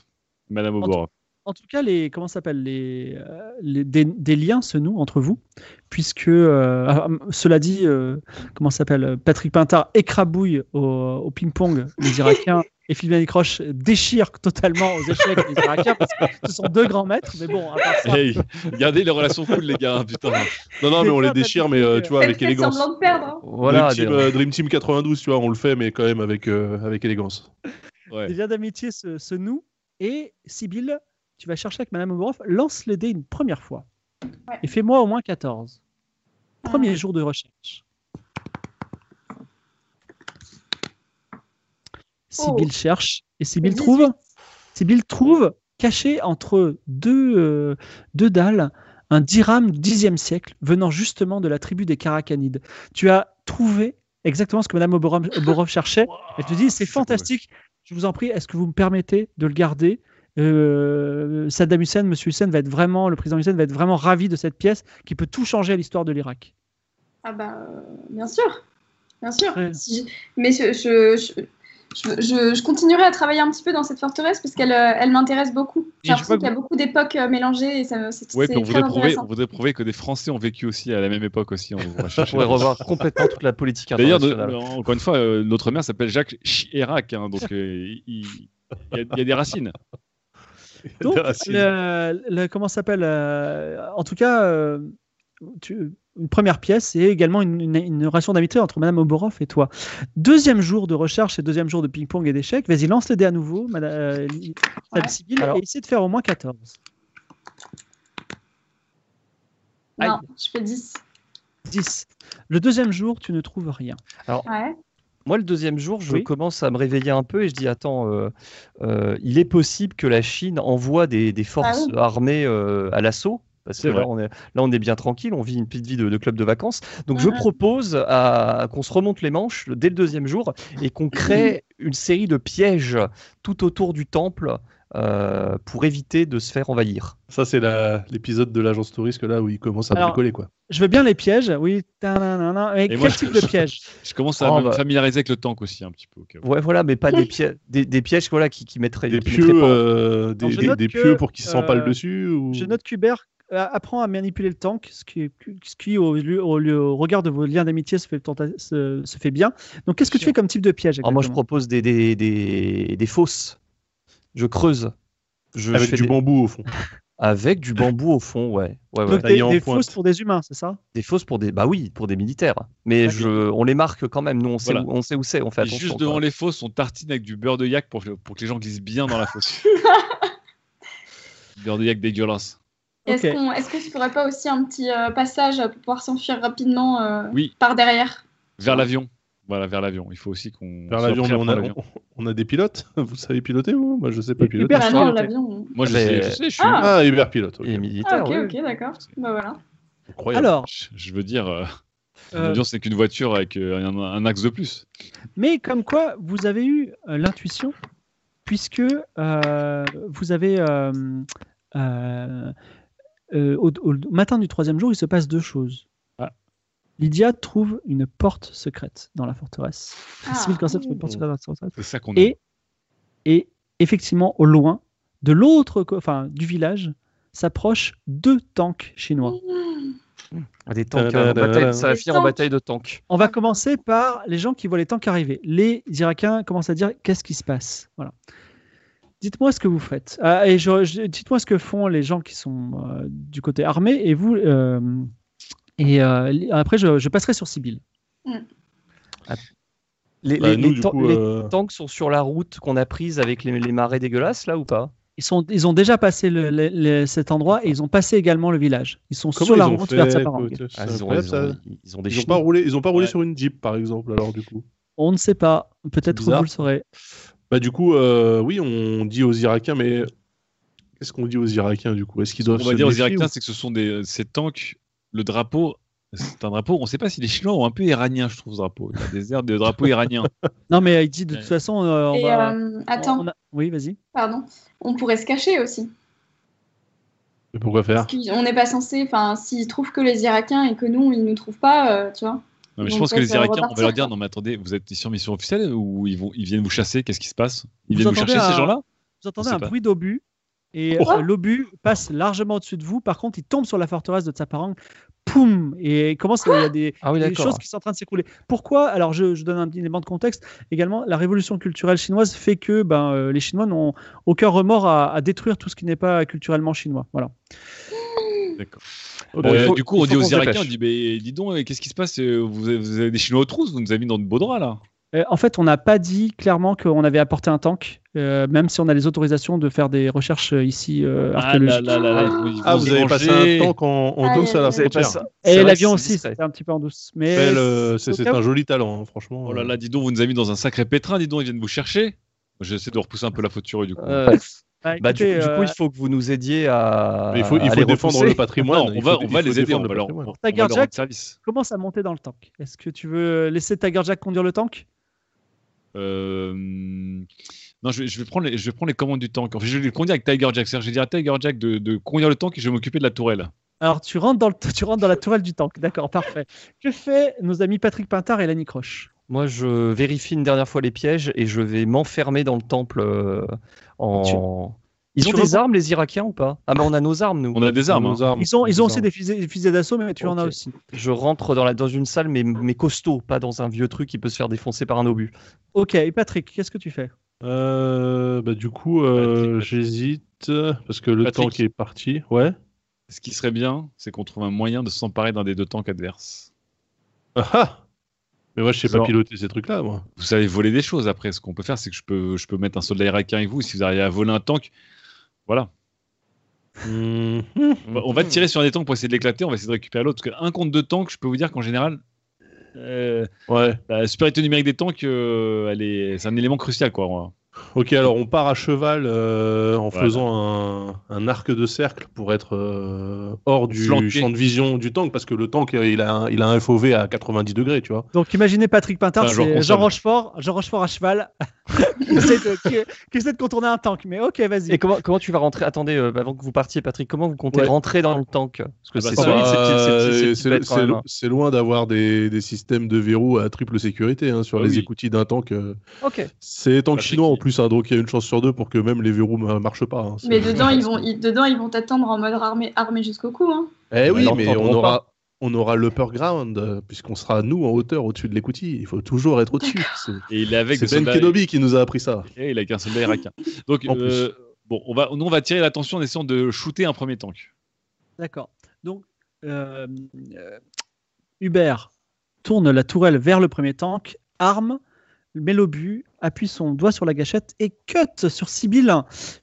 Speaker 6: Madame Oborov.
Speaker 2: En tout cas, les comment ça s'appelle les, euh, les- des, des liens se nouent entre vous, puisque euh, ah, m- cela dit, euh, comment ça s'appelle euh, Patrick Pintard écrabouille au, au ping-pong les Irakiens et Philippe Croche déchire totalement aux échecs les Irakiens parce que ce sont deux grands maîtres. Mais bon, à part ça,
Speaker 6: Hey, gardez les relations cool les gars, hein, putain.
Speaker 3: non non mais on
Speaker 2: Mais
Speaker 3: les
Speaker 2: ça,
Speaker 3: déchire
Speaker 2: t'as
Speaker 3: mais
Speaker 2: dit
Speaker 3: euh,
Speaker 2: que-
Speaker 3: tu vois
Speaker 7: elle
Speaker 3: avec
Speaker 7: fait
Speaker 3: élégance.
Speaker 7: semblant de perdre. hein.
Speaker 3: Dream,
Speaker 8: Voilà. des-
Speaker 3: Team, euh, Dream Team 92 tu vois on le fait mais quand même avec euh, avec élégance.
Speaker 6: Ouais.
Speaker 2: les liens d'amitié se, se nouent. Et Sybille, tu vas chercher avec Madame Oborov, lance les dés une première fois
Speaker 7: Ouais.
Speaker 2: et fais-moi au moins 14. Premier jour de recherche. Sybille cherche et Sybille
Speaker 7: Le
Speaker 2: trouve. Sybille trouve caché entre deux, euh, deux dalles un dirham 10e siècle venant justement de la tribu des Karakanides. Tu as trouvé exactement ce que Madame <laughs> Oborov, Oborov cherchait. Elle te dit c'est
Speaker 6: C'est cool.
Speaker 2: fantastique. Je vous en prie, est-ce que vous me permettez de le garder Euh, Saddam Hussein, Monsieur Hussein va être vraiment, le président Hussein va être vraiment ravi de cette pièce qui peut tout changer à l'histoire de l'Irak.
Speaker 7: Ah bah, euh, bien sûr. Bien sûr.
Speaker 2: Très.
Speaker 7: Si je- Mais je, je, je, je- je- je continuerai à travailler un petit peu dans cette forteresse parce qu'elle euh, elle m'intéresse beaucoup.
Speaker 6: Et
Speaker 7: J'ai
Speaker 6: je
Speaker 7: l'impression
Speaker 6: vois que
Speaker 7: qu'il y a beaucoup d'époques euh, mélangées et ça me- c'est
Speaker 6: Ouais,
Speaker 7: c'est
Speaker 6: puis on
Speaker 7: très
Speaker 6: voudrait prouver, on
Speaker 7: intéressant.
Speaker 6: voudrait prouver que des Français ont vécu aussi à la même époque aussi. On va
Speaker 8: On
Speaker 6: chercher-
Speaker 8: pourrait revoir complètement toute la politique
Speaker 6: D'ailleurs, de-
Speaker 8: internationale.
Speaker 6: euh, encore une fois, euh, notre maire s'appelle Jacques Chirac, hein,
Speaker 3: <laughs>
Speaker 6: donc euh, il, il y, a- il y a des racines. <laughs>
Speaker 2: Donc,
Speaker 3: Des racines.
Speaker 2: le, le- comment ça s'appelle euh, En tout cas, euh, tu- une première pièce et également une, une- une relation d'amitié entre Madame Oborov et toi. Deuxième jour de recherche et deuxième jour de ping-pong et d'échecs. Vas-y, lance les dés à nouveau, Madame euh, Madame
Speaker 7: Ouais.
Speaker 2: Sibylle,
Speaker 8: Alors-
Speaker 2: et essaie de faire au moins 14.
Speaker 7: Non, je fais 10.
Speaker 2: 10. Le deuxième jour, tu ne trouves rien.
Speaker 8: Alors,
Speaker 7: Ouais.
Speaker 8: Moi, le deuxième jour, je
Speaker 2: Oui.
Speaker 8: commence à me réveiller un peu et je dis Attends, euh, euh, il est possible que la Chine envoie des, des forces
Speaker 7: Ah
Speaker 8: armées euh, à l'assaut parce que
Speaker 6: C'est
Speaker 8: là
Speaker 6: vrai.
Speaker 8: on, est, là, on est bien tranquille, on vit une petite vie de, de club de vacances. Donc, je
Speaker 7: Mhm.
Speaker 8: propose à, qu'on se remonte les manches dès le deuxième jour et qu'on crée une série de pièges tout autour du temple euh, pour éviter de se faire envahir.
Speaker 3: Ça, c'est la- l'épisode de l'agence touriste là où il commence à
Speaker 2: Alors,
Speaker 3: bricoler quoi.
Speaker 2: Je veux bien les pièges, oui. tananana, Mais
Speaker 6: Et
Speaker 2: quel
Speaker 6: moi, <laughs> je-
Speaker 2: type de piège
Speaker 6: Je commence à
Speaker 8: Oh,
Speaker 6: me
Speaker 8: bah.
Speaker 6: familiariser avec le tank aussi un petit peu. au cas où.
Speaker 8: Ouais, voilà, mais pas des, pièges, des, des pièges voilà, qui, qui mettraient.
Speaker 3: Des
Speaker 8: qui mettraient
Speaker 3: pieux,
Speaker 8: pas en-
Speaker 3: euh, des,
Speaker 2: Alors, je
Speaker 3: des-
Speaker 2: note
Speaker 3: des
Speaker 2: que,
Speaker 3: pieux pour qu'ils s'empalent
Speaker 2: euh,
Speaker 3: dessus ou...
Speaker 2: Je note qu'Hubert euh, apprend à manipuler le tank, ce qui, ce qui, au, lieu- au lieu- au regard de vos liens d'amitié, se fait, tenta- se, se fait bien. Donc, qu'est-ce que tu fais comme type de piège
Speaker 8: Alors Ah, moi, je
Speaker 2: exactement
Speaker 8: propose des, des, des, des fosses. Je creuse. Je, je
Speaker 3: Avec
Speaker 8: fais
Speaker 3: du
Speaker 8: des-
Speaker 3: bambou au fond.
Speaker 8: Avec du bambou au fond, ouais. ouais, ouais.
Speaker 2: Donc,
Speaker 3: taillé
Speaker 2: des,
Speaker 3: en
Speaker 2: des
Speaker 3: pointe.
Speaker 2: fausses pour des humains, c'est ça
Speaker 8: Des fosses pour des, bah oui, pour des militaires. Mais
Speaker 2: Ouais.
Speaker 8: je, on les marque quand même. Nous, on sait
Speaker 6: Voilà.
Speaker 8: où, on sait où c'est. On fait
Speaker 6: Et
Speaker 8: attention.
Speaker 6: juste
Speaker 8: quoi.
Speaker 6: devant les fosses, on tartine avec du beurre de yak pour, pour que les gens glissent bien dans la fosse.
Speaker 3: <laughs>
Speaker 6: beurre de yak dégueulasse.
Speaker 7: Est-ce
Speaker 2: Ok.
Speaker 7: qu'on est-ce que tu ferais pas aussi un petit euh, passage pour pouvoir s'enfuir rapidement euh,
Speaker 6: Oui.
Speaker 7: par derrière
Speaker 6: Vers l'avion. Voilà, vers l'avion. Il faut aussi qu'on.
Speaker 3: Vers
Speaker 6: soit
Speaker 3: l'avion,
Speaker 6: prêt
Speaker 3: mais
Speaker 6: à
Speaker 3: on a,
Speaker 6: prendre l'avion.
Speaker 3: on- on a des pilotes. Vous savez piloter vous Moi, je sais pas
Speaker 2: Et
Speaker 3: piloter.
Speaker 2: Hubert-
Speaker 7: Bah
Speaker 2: je
Speaker 7: non,
Speaker 2: suis-
Speaker 7: l'avion.
Speaker 6: Moi, je
Speaker 8: Mais-
Speaker 6: sais, je sais, je suis.
Speaker 7: Ah,
Speaker 3: Ah, Hubert pilote. ok.
Speaker 8: Et militaires.
Speaker 7: Ah, ok,
Speaker 8: ouais.
Speaker 7: ok, d'accord. Bah voilà.
Speaker 3: Incroyable.
Speaker 2: Alors,
Speaker 6: Je- Je veux dire, euh,
Speaker 2: euh,
Speaker 6: l'avion, c'est qu'une voiture avec euh, un, un axe de plus.
Speaker 2: mais comme quoi, vous avez eu euh, l'intuition, puisque euh, vous avez. euh, euh, euh, au, au matin du troisième jour, il se passe deux choses.
Speaker 6: Ah.
Speaker 2: Lydia trouve une porte secrète dans la forteresse.
Speaker 7: Ah.
Speaker 2: Civil Concept trouve une porte secrète dans la forteresse.
Speaker 6: C'est ça qu'on
Speaker 2: Et-
Speaker 6: aime.
Speaker 2: Et effectivement, au loin, de l'autre, co- enfin, du village, s'approchent deux tanks chinois.
Speaker 8: Des tanks.
Speaker 3: Tadadada.
Speaker 8: euh, bataille- ça va
Speaker 7: Des
Speaker 8: finir en
Speaker 7: tanks.
Speaker 8: bataille de tanks.
Speaker 3: Bah,
Speaker 2: On va commencer par les gens qui voient les tanks arriver. Les Irakiens commencent à dire qu'est-ce qui se passe. Voilà. Dites-moi ce que vous faites. Ah, et je- je- dites-moi ce que font les gens qui sont euh, du côté armé. Et vous. euh, et euh, li- après, je, je passerai sur Sibyl.
Speaker 8: Les,
Speaker 3: Bah,
Speaker 8: les-
Speaker 3: nous,
Speaker 8: les
Speaker 3: du
Speaker 8: tan-
Speaker 3: coup,
Speaker 8: les
Speaker 3: euh,
Speaker 8: tanks sont sur la route qu'on a prise avec les, les marées dégueulasses là ou pas
Speaker 2: Ils, sont, ils ont déjà passé le- le- le- cet endroit et ils ont passé également le village. Ils sont
Speaker 3: comment
Speaker 2: sur
Speaker 3: ils
Speaker 2: la
Speaker 3: ont
Speaker 2: route
Speaker 3: fait,
Speaker 2: vers
Speaker 3: quoi,
Speaker 2: Saparang.
Speaker 3: tu sais,
Speaker 8: Ah,
Speaker 3: c'est
Speaker 8: ils, ont,
Speaker 3: incroyable,
Speaker 8: ils
Speaker 3: ça.
Speaker 8: ont- ils ont des
Speaker 3: Ils ont
Speaker 8: chenilles.
Speaker 3: pas roulé, ils ont pas roulé
Speaker 6: Ouais.
Speaker 3: sur une Jeep, par exemple, alors du coup.
Speaker 2: On ne sait pas. Peut-être vous
Speaker 3: Bizarre.
Speaker 2: le saurez.
Speaker 3: Bah du coup, euh, oui, on dit aux Irakiens, mais qu'est-ce qu'on dit aux Irakiens du coup Est-ce qu'ils doivent
Speaker 6: On va
Speaker 3: se
Speaker 6: dire aux
Speaker 3: méfier
Speaker 6: Irakiens,
Speaker 3: ou-
Speaker 6: c'est que ce sont des, euh, ces tanks, le drapeau, c'est un drapeau, on ne sait pas si les Chinois ont un peu iranien, je trouve, ce drapeau. Il y a des airs de drapeau iranien.
Speaker 2: Non, mais il dit de
Speaker 6: Ouais.
Speaker 2: toute façon. euh, on
Speaker 7: Et
Speaker 2: va-
Speaker 7: euh,
Speaker 2: on-
Speaker 7: attends,
Speaker 2: on a- Oui, vas-y.
Speaker 7: pardon. On pourrait se cacher aussi.
Speaker 3: Mais pourquoi faire
Speaker 7: Parce qu'on n'est pas censé. Enfin, s'ils trouvent que les Irakiens et que nous, ils nous trouvent pas, euh, tu vois.
Speaker 6: Non, mais je
Speaker 7: Donc,
Speaker 6: pense que
Speaker 7: ouais,
Speaker 6: les
Speaker 7: ça va
Speaker 6: Irakiens, on va leur
Speaker 7: repartir,
Speaker 6: dire
Speaker 7: quoi.
Speaker 6: non, mais attendez, vous êtes sur mission officielle ou ils, vont, ils viennent vous chasser Qu'est-ce qui se passe Ils
Speaker 2: Vous
Speaker 6: viennent vous
Speaker 2: entendez
Speaker 6: chercher, ces
Speaker 2: un-
Speaker 6: gens-là
Speaker 2: Vous entendez
Speaker 6: sait
Speaker 2: un
Speaker 6: pas.
Speaker 2: bruit d'obus et
Speaker 3: Oh.
Speaker 2: euh, l'obus passe largement au-dessus de vous. Par contre, il tombe sur la forteresse de Tsaparang. Poum Et il commence, il y a des,
Speaker 8: Ah oui
Speaker 2: des
Speaker 8: d'accord.
Speaker 2: choses qui sont en train de s'écouler. Pourquoi Alors, je, je donne un petit élément de contexte. Également, la révolution culturelle chinoise fait que ben, euh, les Chinois n'ont aucun remords à, à détruire tout ce qui n'est pas culturellement chinois. Voilà.
Speaker 6: D'accord.
Speaker 8: Ok.
Speaker 6: Euh,
Speaker 8: Faut-
Speaker 6: du coup, on
Speaker 8: il faut
Speaker 6: dit aux
Speaker 8: qu'on se
Speaker 6: Irakiens, on
Speaker 8: dépêche.
Speaker 6: dit, mais dis donc, euh, qu'est-ce qui se passe Euh, vous avez, vous avez des Chinois aux trousses, vous nous avez mis dans de beaux draps là.
Speaker 2: Euh, en fait, on n'a pas dit clairement qu'on avait apporté un tank, euh, même si on a les autorisations de faire des recherches euh, ici
Speaker 8: Ah
Speaker 2: euh, archéologiques.
Speaker 3: Ah, vous avez passé un tank en, en
Speaker 7: Ah,
Speaker 3: dos à
Speaker 7: il y
Speaker 3: la
Speaker 7: a- il y a
Speaker 3: frontière.
Speaker 8: ça.
Speaker 2: Et
Speaker 8: C'est vrai,
Speaker 2: l'avion
Speaker 8: c'est
Speaker 2: aussi,
Speaker 8: discret.
Speaker 2: c'était un petit peu en douce. Mais
Speaker 3: Belle, euh, C'est
Speaker 2: au
Speaker 3: c'est
Speaker 2: cas où-
Speaker 3: un joli talent, hein, franchement.
Speaker 6: Oh là là, dis donc, vous nous avez mis dans un sacré pétrin, dis donc, ils viennent vous chercher. J'essaie de repousser un peu la faute sur eux, du coup.
Speaker 8: Euh,
Speaker 2: Bah,
Speaker 8: bah, du,
Speaker 2: écoutez,
Speaker 8: du coup,
Speaker 2: euh,
Speaker 8: il faut que vous nous aidiez à.
Speaker 3: Mais il faut,
Speaker 8: à
Speaker 3: il faut
Speaker 8: les
Speaker 3: défendre
Speaker 8: repousser.
Speaker 3: le patrimoine.
Speaker 6: Ah, Non, on
Speaker 3: il
Speaker 6: va,
Speaker 3: faut-
Speaker 6: on
Speaker 3: il
Speaker 6: va
Speaker 3: faut
Speaker 6: les aider, on
Speaker 3: défendre le
Speaker 6: va leur, on,
Speaker 3: patrimoine.
Speaker 6: va leur
Speaker 2: Jack.
Speaker 6: rendre service.
Speaker 2: commence à monter dans le tank. Est-ce que tu veux laisser Tiger Jack conduire le tank
Speaker 6: Euh, Non, je vais, je, vais prendre les, je vais prendre les commandes du tank. En fait, je vais les conduire avec Tiger Jack. C'est-à-dire, Je vais dire à Tiger Jack de, de conduire le tank et je vais m'occuper de la tourelle.
Speaker 2: Alors tu rentres dans le tu rentres dans la tourelle du tank. D'accord, parfait. Que fait nos amis Patrick Pintard et Lanny Croche
Speaker 8: Moi, je vérifie une dernière fois les pièges et je vais m'enfermer dans le temple euh, en. Ils ont
Speaker 2: tu
Speaker 8: des
Speaker 2: reprends-
Speaker 8: armes, les Irakiens ou pas Ah, mais on a nos armes, nous.
Speaker 6: On a des armes. hein.
Speaker 3: Nos armes, hein.
Speaker 2: Ils ont ils
Speaker 3: nos
Speaker 2: ont aussi
Speaker 3: armes.
Speaker 2: des fusées, des fusées d'assaut, mais tu en as
Speaker 8: Ok.
Speaker 2: aussi.
Speaker 8: Je rentre dans, la... dans une salle, mais, mais costaud, pas dans un vieux truc qui peut se faire défoncer par un obus.
Speaker 2: Ok. Et Patrick, qu'est-ce que tu fais
Speaker 3: Euh, bah, du coup, euh, j'hésite parce que le
Speaker 6: Patrick.
Speaker 3: tank est parti. Ouais. <laughs>
Speaker 6: Ce qui serait bien, c'est qu'on trouve un moyen de s'emparer d'un des deux tanks adverses.
Speaker 3: Ah, ah Mais moi, je sais pas
Speaker 6: Genre.
Speaker 3: piloter ces trucs-là, moi.
Speaker 6: Vous savez voler des choses après. Ce qu'on peut faire, c'est que je peux, je peux mettre un soldat irakien avec vous. Si vous arrivez à voler un tank, voilà.
Speaker 3: Hmm,
Speaker 6: Bah, on va tirer sur un des tanks pour essayer de l'éclater, on va essayer de récupérer l'autre. Parce qu'un compte de tank, je peux vous dire qu'en général, euh,
Speaker 3: Ouais.
Speaker 6: la supériorité numérique des tanks, euh, elle est- c'est un élément crucial. quoi. moi.
Speaker 3: Ok, alors on part à cheval euh, en
Speaker 6: Voilà.
Speaker 3: faisant un, un arc de cercle pour être euh, hors du
Speaker 6: Flanqué.
Speaker 3: champ de vision du tank parce que le tank euh, il a un, il a un FOV à 90 degrés, tu vois.
Speaker 2: Donc imaginez Patrick Pintard,
Speaker 6: Enfin, genre
Speaker 2: c'est
Speaker 6: console.
Speaker 2: Jean Rochefort, Jean Rochefort à cheval, <laughs> qui essaie de, qui- qui essaie de contourner un tank. Mais ok, vas-y.
Speaker 8: Et comment, comment tu vas rentrer Attendez, euh, avant que vous partiez, Patrick, comment vous comptez
Speaker 3: Ouais.
Speaker 8: rentrer dans le tank Parce que
Speaker 6: Ah bah,
Speaker 8: c'est
Speaker 6: ça,
Speaker 8: solide, c'est
Speaker 3: Bah,
Speaker 8: petit- c'est petit- c'est
Speaker 3: euh,
Speaker 8: petit bête
Speaker 3: c'est-
Speaker 8: quand même,
Speaker 3: c'est-
Speaker 8: hein.
Speaker 3: C'est loin d'avoir des, des systèmes de verrou à triple sécurité hein, sur
Speaker 8: Bah
Speaker 6: Ah
Speaker 3: les
Speaker 6: oui.
Speaker 3: écoutilles d'un tank. euh.
Speaker 8: Ok.
Speaker 3: C'est les tanks
Speaker 6: Patrick,
Speaker 3: chinois en
Speaker 6: il-
Speaker 3: plus, hein, donc il y a une chance sur deux pour que même les verrous ne marchent pas. hein. C'est-
Speaker 7: Mais dedans, ils vont, ils- dedans, ils vont t'attendre en mode armé, armé jusqu'au cou. Hein.
Speaker 3: Eh oui,
Speaker 8: Bah, ils
Speaker 3: mais
Speaker 8: l'entendront
Speaker 3: on aura, on aura l'upper ground, euh, puisqu'on sera nous en hauteur au-dessus de l'écoutille. Il faut toujours être au-dessus. C'est
Speaker 6: Et il est avec
Speaker 3: c'est
Speaker 6: des
Speaker 3: Ben
Speaker 6: soldats-
Speaker 3: Kenobi qui nous a appris ça.
Speaker 6: Et il a qu'un soldat irakien. Donc,
Speaker 3: En plus.
Speaker 6: euh, bon, on va, nous, on va tirer l'attention en essayant de shooter un premier tank.
Speaker 2: D'accord. Donc euh, euh, Hubert tourne la tourelle vers le premier tank, arme, met l'obus, appuie son doigt sur la gâchette et cut sur Sibyl.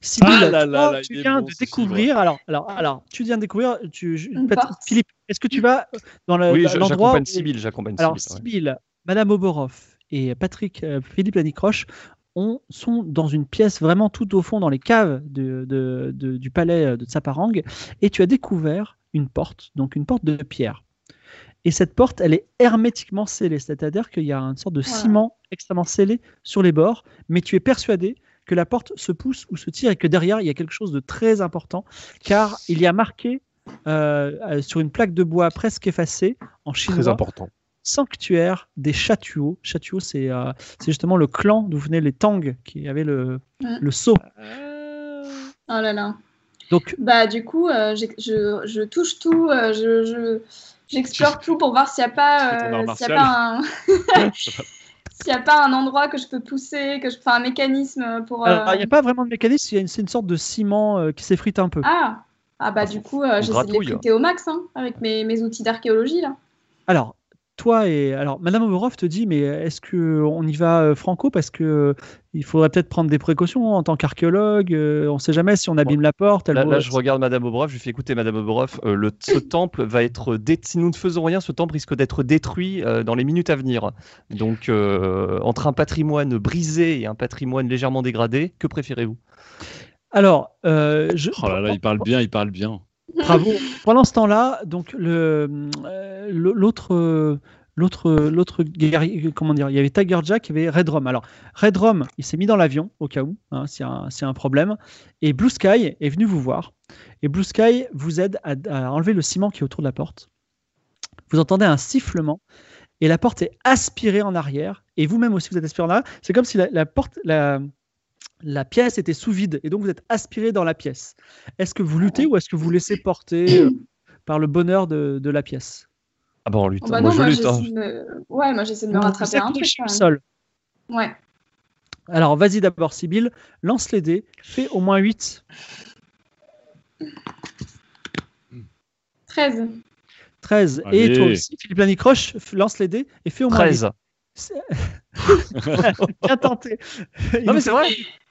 Speaker 2: Sibyl,
Speaker 6: Ah là
Speaker 2: toi,
Speaker 6: là là, il
Speaker 2: tu
Speaker 6: est
Speaker 2: viens
Speaker 6: bon,
Speaker 2: de
Speaker 6: ce
Speaker 2: découvrir. Alors, alors, alors, tu viens de découvrir. Tu, je-
Speaker 7: Une
Speaker 2: Patrick-
Speaker 7: porte.
Speaker 2: Philippe, est-ce que tu vas dans le-
Speaker 8: Oui, je-
Speaker 2: l'endroit
Speaker 8: j'accompagne
Speaker 2: où-
Speaker 8: Sibyl, j'accompagne
Speaker 2: Alors,
Speaker 8: Sibyl, ouais.
Speaker 2: Sibyl, Madame Oborov et Patrick euh, Philippe Lanicroche ont, sont dans une pièce vraiment tout au fond, dans les caves de- de- de- du palais euh, de Tsaparang, et tu as découvert une porte, donc une porte de pierre. Et cette porte, elle est hermétiquement scellée, c'est-à-dire qu'il y a une sorte de
Speaker 7: Voilà.
Speaker 2: ciment extrêmement scellé sur les bords, mais tu es persuadé que la porte se pousse ou se tire et que derrière, il y a quelque chose de très important, car il y a marqué euh, euh, sur une plaque de bois presque effacée en
Speaker 3: Très
Speaker 2: chinois
Speaker 3: important.
Speaker 2: sanctuaire des Chatuos. Chatuos, c'est euh, c'est justement le clan d'où venaient les Tang qui avaient le,
Speaker 7: Ouais.
Speaker 2: le sceau.
Speaker 8: euh,
Speaker 7: Oh là là.
Speaker 2: Donc,
Speaker 7: Bah, du coup, euh, j'ai- je, je touche tout, euh, je, je- j'explore tout pour voir s'il n'y a
Speaker 6: Tu fais
Speaker 7: pas,
Speaker 6: ton art
Speaker 7: euh, s'il y a pas un. <laughs> S'il n'y a pas un endroit que je peux pousser, que je fais un mécanisme pour.
Speaker 2: alors, il
Speaker 7: euh,
Speaker 2: n'y a Ah, pas vraiment de mécanisme, il y a une- c'est une sorte de ciment euh, qui s'effrite un peu.
Speaker 7: Ah Ah bah du coup, euh, j'essaie de
Speaker 8: gratouille.
Speaker 7: l'écouter au max hein, avec mes, mes outils d'archéologie là.
Speaker 2: Alors, toi et. Alors, Madame Oberov te dit, mais est-ce que on y va euh, franco Parce que euh, il faudrait peut-être prendre des précautions en tant qu'archéologue. euh, on ne sait jamais si on abîme la porte. Elle
Speaker 8: Là,
Speaker 2: vaut-
Speaker 8: là, je regarde Madame Oberov, je lui fais écouter Madame Oberov, euh, le, ce temple va être dé- si nous ne faisons rien, ce temple risque d'être détruit euh, dans les minutes à venir. Donc, euh, entre un patrimoine brisé et un patrimoine légèrement dégradé, que préférez-vous
Speaker 2: Alors, euh, je.
Speaker 6: Oh là là, il parle bien, il parle bien.
Speaker 2: Bravo. Pendant ce temps-là, donc le euh, le- l'autre euh, l'autre l'autre guerrier, comment dire, il y avait Tiger Jack, il y avait Redrum. Alors Redrum, il s'est mis dans l'avion au cas où, hein, s'il y, a un- s'il y a un problème. Et Blue Sky est venu vous voir. Et Blue Sky vous aide à, à enlever le ciment qui est autour de la porte. Vous entendez un sifflement et la porte est aspirée en arrière. Et vous-même aussi vous êtes aspiré en arrière. C'est comme si la, la porte la la pièce était sous vide et donc vous êtes aspiré dans la pièce. Est-ce que vous luttez ou est-ce que vous laissez porter euh, par le bonheur de, de la pièce
Speaker 8: Ah bah on lutte,
Speaker 7: Oh, bah
Speaker 8: moi
Speaker 7: non,
Speaker 8: je
Speaker 7: moi
Speaker 8: lutte. hein.
Speaker 7: j'essaie de me... Ouais, moi j'essaie de me
Speaker 2: Vous
Speaker 7: rattraper à un truc
Speaker 2: accrochez
Speaker 7: quand
Speaker 2: au
Speaker 7: même.
Speaker 2: sol.
Speaker 7: Ouais.
Speaker 2: Alors vas-y d'abord, Sybille, lance les dés, fais au moins 8.
Speaker 7: 13.
Speaker 2: 13. Et
Speaker 6: Allez.
Speaker 2: toi aussi, Philippe Lanicroche, f- lance les dés et fais au moins
Speaker 8: 13.
Speaker 2: huit. bien tenté. Il
Speaker 8: Non
Speaker 2: nous
Speaker 8: mais
Speaker 2: fait-
Speaker 7: <laughs>
Speaker 8: c'est vrai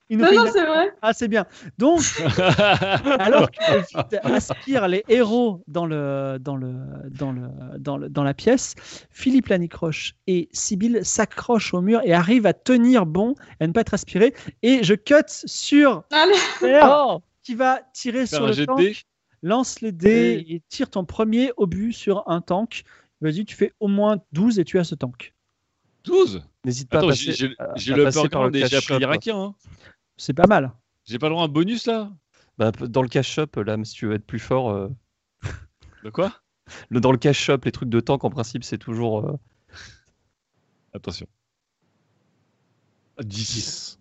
Speaker 2: il nous
Speaker 7: Non,
Speaker 2: fait
Speaker 7: non,
Speaker 2: une-
Speaker 7: c'est vrai.
Speaker 2: Ah, c'est bien. Donc, alors que le vide aspire les héros dans, le, dans, le, dans, le, dans, le- dans la pièce, Philippe Lanicroche et Sibyl s'accrochent au mur et arrivent à tenir bon, à ne pas être aspirés. Et je cut sur
Speaker 7: Allez.
Speaker 2: Claire, qui va tirer
Speaker 6: Oh. Faire
Speaker 2: sur
Speaker 6: un
Speaker 2: le
Speaker 6: jet de
Speaker 2: tank.
Speaker 6: dés.
Speaker 2: Lance les dés et tire ton premier obus sur un tank. Vas-y, tu fais au moins 12 et tu as ce tank.
Speaker 6: 12
Speaker 8: N'hésite pas
Speaker 6: Attends,
Speaker 8: à
Speaker 6: j'ai-
Speaker 8: passer.
Speaker 6: j'ai
Speaker 8: à-
Speaker 6: j'ai
Speaker 8: à
Speaker 6: le
Speaker 8: passer
Speaker 6: peur
Speaker 8: par le
Speaker 6: grande et j'ai
Speaker 8: cash
Speaker 6: appris
Speaker 8: shop.
Speaker 6: l'irakien. hein.
Speaker 2: C'est pas mal.
Speaker 6: J'ai pas le droit à un bonus là
Speaker 8: Bah, dans le cash shop, là, si tu veux être plus fort, euh,
Speaker 6: De quoi
Speaker 8: le- dans le cash shop, les trucs de tank en principe, c'est toujours. euh,
Speaker 6: Attention. 10.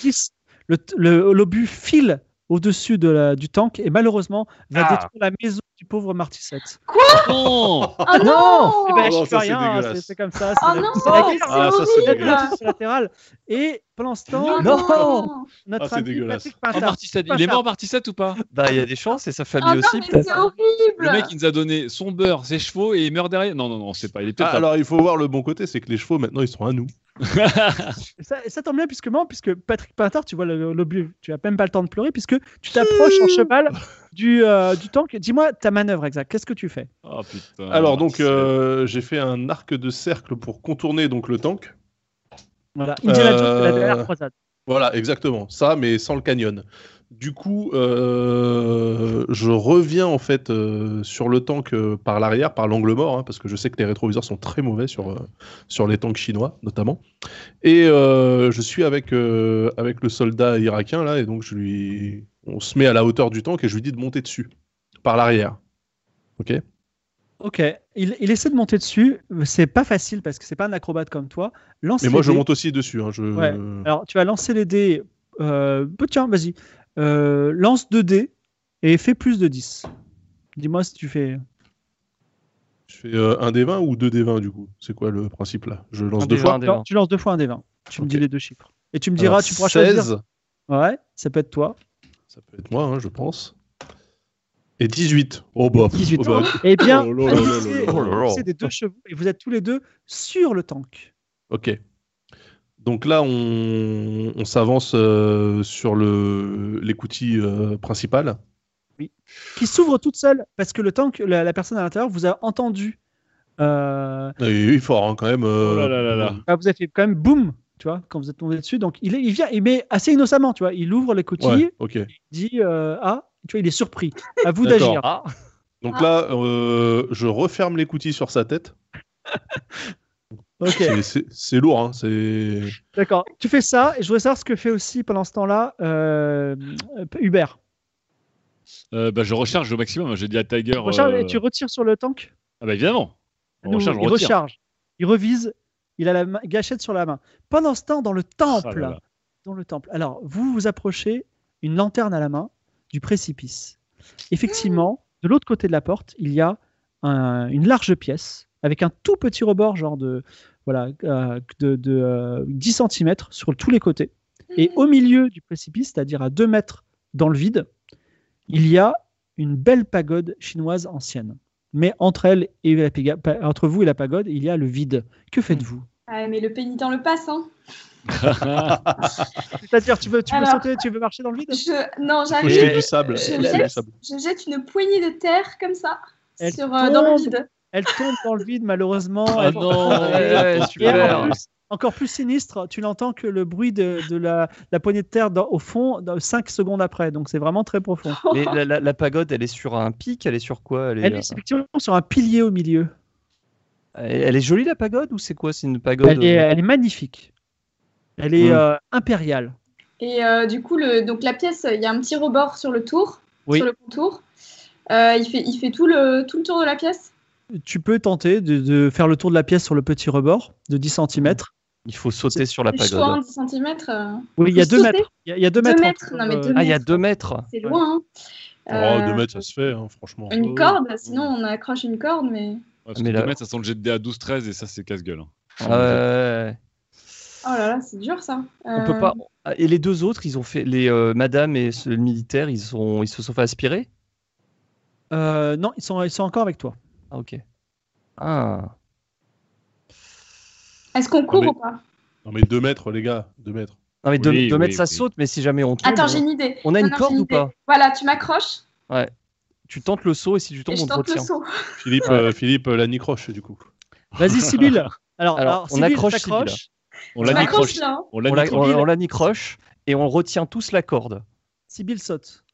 Speaker 2: 10. Le t- le- L'obus file au-dessus de la- du tank et malheureusement va
Speaker 8: Ah.
Speaker 2: détruire la maison du pauvre Martissette.
Speaker 6: <laughs> Non
Speaker 7: Oh non
Speaker 2: Eh ben,
Speaker 3: Oh non,
Speaker 2: je peux
Speaker 3: ça, c'est
Speaker 2: rien, hein,
Speaker 3: dégueulasse.
Speaker 2: c'est c'est comme ça.
Speaker 7: Oh
Speaker 2: c'est la-
Speaker 7: non
Speaker 2: c'est la guerre,
Speaker 7: C'est
Speaker 6: Ah, ça, c'est
Speaker 7: horrible
Speaker 2: c'est la latérale. Et pendant ce temps,
Speaker 7: Oh
Speaker 2: notre
Speaker 3: Ah, c'est
Speaker 2: ami
Speaker 3: dégueulasse.
Speaker 2: Patrick
Speaker 6: Oh,
Speaker 2: Pintard,
Speaker 6: Martissette, il est mort Martissette ou pas
Speaker 8: Bah, il y a des chances et sa
Speaker 7: Oh
Speaker 8: famille
Speaker 7: non,
Speaker 8: aussi,
Speaker 7: mais
Speaker 8: peut-être.
Speaker 7: c'est horrible
Speaker 6: Le mec, il nous a donné son beurre, ses chevaux et il meurt derrière. Non, non, non, on sait pas. Il est
Speaker 3: Ah,
Speaker 6: peut-être. là.
Speaker 3: alors il faut voir le bon côté, c'est que les chevaux maintenant ils sont à nous.
Speaker 2: Et ça, et ça tombe bien puisque moi, puisque Patrick Pintard, tu vois le- l'obus, tu as même pas le temps de pleurer puisque tu t'approches en cheval du, euh, du tank. Dis-moi ta manœuvre exacte. Qu'est-ce que tu fais
Speaker 6: Oh putain.
Speaker 3: Alors donc euh, j'ai fait un arc de cercle pour contourner donc le tank.
Speaker 2: Voilà. Indiana Jones de la
Speaker 3: Euh,
Speaker 2: dernière croisade.
Speaker 3: Voilà, exactement. Ça, mais sans le canyon. Du coup, euh, je reviens en fait euh, sur le tank euh, par l'arrière, par l'angle mort, hein, parce que je sais que les rétroviseurs sont très mauvais sur, euh, sur les tanks chinois, notamment. Et euh, je suis avec, euh, avec le soldat irakien, là, et donc je lui... on se met à la hauteur du tank et je lui dis de monter dessus, par l'arrière. Ok
Speaker 2: Ok. Il, il essaie de monter dessus. C'est pas facile parce que c'est pas un acrobate comme toi. Lance
Speaker 3: Mais moi,
Speaker 2: les
Speaker 3: je
Speaker 2: dés.
Speaker 3: monte aussi dessus. hein, je...
Speaker 2: Ouais. Alors, tu vas lancer les dés. Euh, bah, tiens, vas-y. Euh, lance 2 dés et fais plus de 10. Dis-moi si tu fais.
Speaker 3: Je fais euh, un des 20 ou deux des 20 du coup C'est quoi le principe là Je lance
Speaker 8: Un
Speaker 3: deux
Speaker 8: des
Speaker 3: fois
Speaker 8: 20, des
Speaker 2: Non, tu lances deux fois un des 20. Tu me dis les deux chiffres. Et tu me diras,
Speaker 3: Alors,
Speaker 2: tu pourras
Speaker 3: 16,
Speaker 2: choisir. Ouais, ça peut être toi.
Speaker 3: ça peut être moi, hein, je pense. Et 18. Oh bah. pff,
Speaker 2: 18.
Speaker 3: oh bah.
Speaker 2: Eh bien,
Speaker 3: Oh là là là là
Speaker 2: c'est-
Speaker 3: là là là.
Speaker 2: c'est des deux chevaux et vous êtes tous les deux sur le tank.
Speaker 3: Ok. Donc là, on, on s'avance euh, sur le l'écoutille euh, principale.
Speaker 2: Qui s'ouvre toute seule parce que le tank, la, la personne à l'intérieur, vous a entendu. Euh,
Speaker 3: Et il est fort hein, quand même. euh,
Speaker 6: Oh là là là là.
Speaker 2: bah, vous avez fait quand même boum, tu vois, quand vous êtes tombé dessus. Donc il, est- il vient, il met assez innocemment, tu vois. Il ouvre les cotilles,
Speaker 3: Ouais, ok.
Speaker 2: il dit euh, Ah, tu vois, il est surpris. À vous
Speaker 3: D'accord.
Speaker 2: d'agir.
Speaker 8: Ah,
Speaker 3: Donc là, euh, je referme l'écoutille sur sa tête.
Speaker 2: Ok,
Speaker 3: C'est- C'est c'est lourd. Hein, c'est.
Speaker 2: d'accord. Tu fais ça et je voudrais savoir ce que fait aussi pendant ce temps-là euh, Hubert.
Speaker 6: Euh, bah, je recharge au maximum. J'ai dit à Tiger.
Speaker 2: Recharge,
Speaker 6: euh,
Speaker 2: et tu retires sur le tank
Speaker 6: Ah bah évidemment.
Speaker 2: À
Speaker 6: On
Speaker 2: nouveau,
Speaker 6: recharge, on
Speaker 2: il
Speaker 6: retire.
Speaker 2: recharge, il revise, il a la main- gâchette sur la main. Pendant ce temps, dans le temple,
Speaker 6: Ah là là.
Speaker 2: dans le temple. Alors, vous vous approchez, une lanterne à la main, du précipice. Effectivement, de l'autre côté de la porte, il y a un- une large pièce avec un tout petit rebord, genre de voilà, euh, de, de, euh, 10 cm sur tous les côtés. Et au milieu du précipice, c'est-à-dire à 2 mètres dans le vide, il y a une belle pagode chinoise ancienne. Mais entre elle et la piga- pa- entre vous et la pagode, il y a le vide. Que faites-vous
Speaker 7: Ah, mais le pénitent le passe, hein.
Speaker 6: <laughs>
Speaker 2: C'est-à-dire, tu veux, tu veux
Speaker 7: Alors-
Speaker 2: sauter, tu veux marcher dans le vide
Speaker 7: Je... Non,
Speaker 3: Faut jeter
Speaker 7: j'arrive,
Speaker 3: du sable.
Speaker 7: je
Speaker 3: faut
Speaker 7: laisse-
Speaker 3: jeter du sable.
Speaker 7: je jette une poignée de terre comme ça,
Speaker 2: Elle
Speaker 7: sur, euh, dans le
Speaker 2: tombe.
Speaker 7: vide.
Speaker 2: Elle tombe dans le vide, malheureusement.
Speaker 6: Ah
Speaker 2: Elle-
Speaker 6: non,
Speaker 8: ouais, ouais,
Speaker 2: Et
Speaker 8: super.
Speaker 2: en plus- encore plus sinistre, tu n'entends que le bruit de, de la, la poignée de terre dans- au fond 5 secondes après. Donc c'est vraiment très profond.
Speaker 7: Oh,
Speaker 8: Mais la, la- la pagode, elle est sur un pic, elle est sur quoi elle est, euh,
Speaker 2: Elle est effectivement sur un pilier au milieu.
Speaker 8: elle- elle est jolie la pagode ou c'est quoi C'est une pagode euh,
Speaker 2: Elle est, euh, elle est magnifique. Elle est
Speaker 8: Hmm.
Speaker 2: euh, impériale.
Speaker 7: Et euh, du coup, le, donc la pièce, il y a un petit rebord sur le tour,
Speaker 8: Oui.
Speaker 7: sur le contour. Euh, il fait, il fait tout, le, tout le tour de la pièce.
Speaker 2: Tu peux tenter de, de faire le tour de la pièce sur le petit rebord de 10 cm.
Speaker 8: Il faut sauter sur la
Speaker 7: Je suis en
Speaker 8: pagode.
Speaker 7: 10 cm.
Speaker 2: Oui, il y a
Speaker 7: euh, Faut
Speaker 2: 2
Speaker 7: sauter.
Speaker 2: mètres. Il y a- il y a 2
Speaker 7: Deux
Speaker 2: mètres.
Speaker 7: mètres,
Speaker 2: entre,
Speaker 7: non, mais
Speaker 2: euh,
Speaker 7: deux
Speaker 8: Ah, il y a 2 mètres.
Speaker 7: C'est loin.
Speaker 3: Oh,
Speaker 7: hein. Euh,
Speaker 3: deux mètres, ça se fait, hein, franchement.
Speaker 7: Une corde, sinon on accroche une corde, mais.
Speaker 6: Ouais, parce
Speaker 8: Mais
Speaker 6: que
Speaker 8: là-
Speaker 6: deux mètres, ça sent le jet de dé à 12-13 et ça, c'est casse-gueule. hein.
Speaker 2: Ah,
Speaker 8: Ah, Ouais.
Speaker 7: Oh là là, c'est dur ça.
Speaker 8: On peut
Speaker 7: Euh,
Speaker 8: pas. Ah, Et les deux autres, ils ont fait les euh, madame et ce- le militaire, ils sont, ils se sont fait aspirer.
Speaker 2: euh, non, ils sont, ils sont encore avec toi.
Speaker 8: Ah ok. Ah.
Speaker 7: Est-ce qu'on court
Speaker 3: mais-
Speaker 7: ou pas
Speaker 3: Non mais deux mètres, les gars, deux mètres.
Speaker 8: Non mais deux,
Speaker 6: Oui,
Speaker 8: deux
Speaker 6: oui,
Speaker 8: mètres ça
Speaker 6: oui.
Speaker 8: saute, mais si jamais on tombe,
Speaker 7: Attends,
Speaker 8: on-
Speaker 7: j'ai une idée.
Speaker 8: on a
Speaker 7: Non,
Speaker 8: une
Speaker 7: non,
Speaker 8: corde
Speaker 7: j'ai
Speaker 8: ou
Speaker 7: idée.
Speaker 8: pas
Speaker 7: Voilà, tu m'accroches
Speaker 8: tu tentes le saut et si tu
Speaker 7: et
Speaker 8: tombes,
Speaker 7: je
Speaker 8: on te
Speaker 7: tente le
Speaker 8: retient.
Speaker 7: saut.
Speaker 3: Philippe, euh, Philippe euh, la Nicroche, du coup.
Speaker 2: Vas-y,
Speaker 8: <laughs>
Speaker 2: Sibylle. Alors,
Speaker 8: Alors,
Speaker 2: alors,
Speaker 8: on
Speaker 2: Sibylle
Speaker 8: accroche
Speaker 2: t'accroche.
Speaker 8: Sibylle.
Speaker 6: On
Speaker 2: Bah,
Speaker 7: Je
Speaker 6: la
Speaker 7: m'accroche
Speaker 6: décroche.
Speaker 7: là. hein.
Speaker 6: On
Speaker 8: On
Speaker 6: la
Speaker 8: la,
Speaker 6: décroche.
Speaker 8: on, on la nicroche et on retient tous la corde.
Speaker 2: Sibyl saute.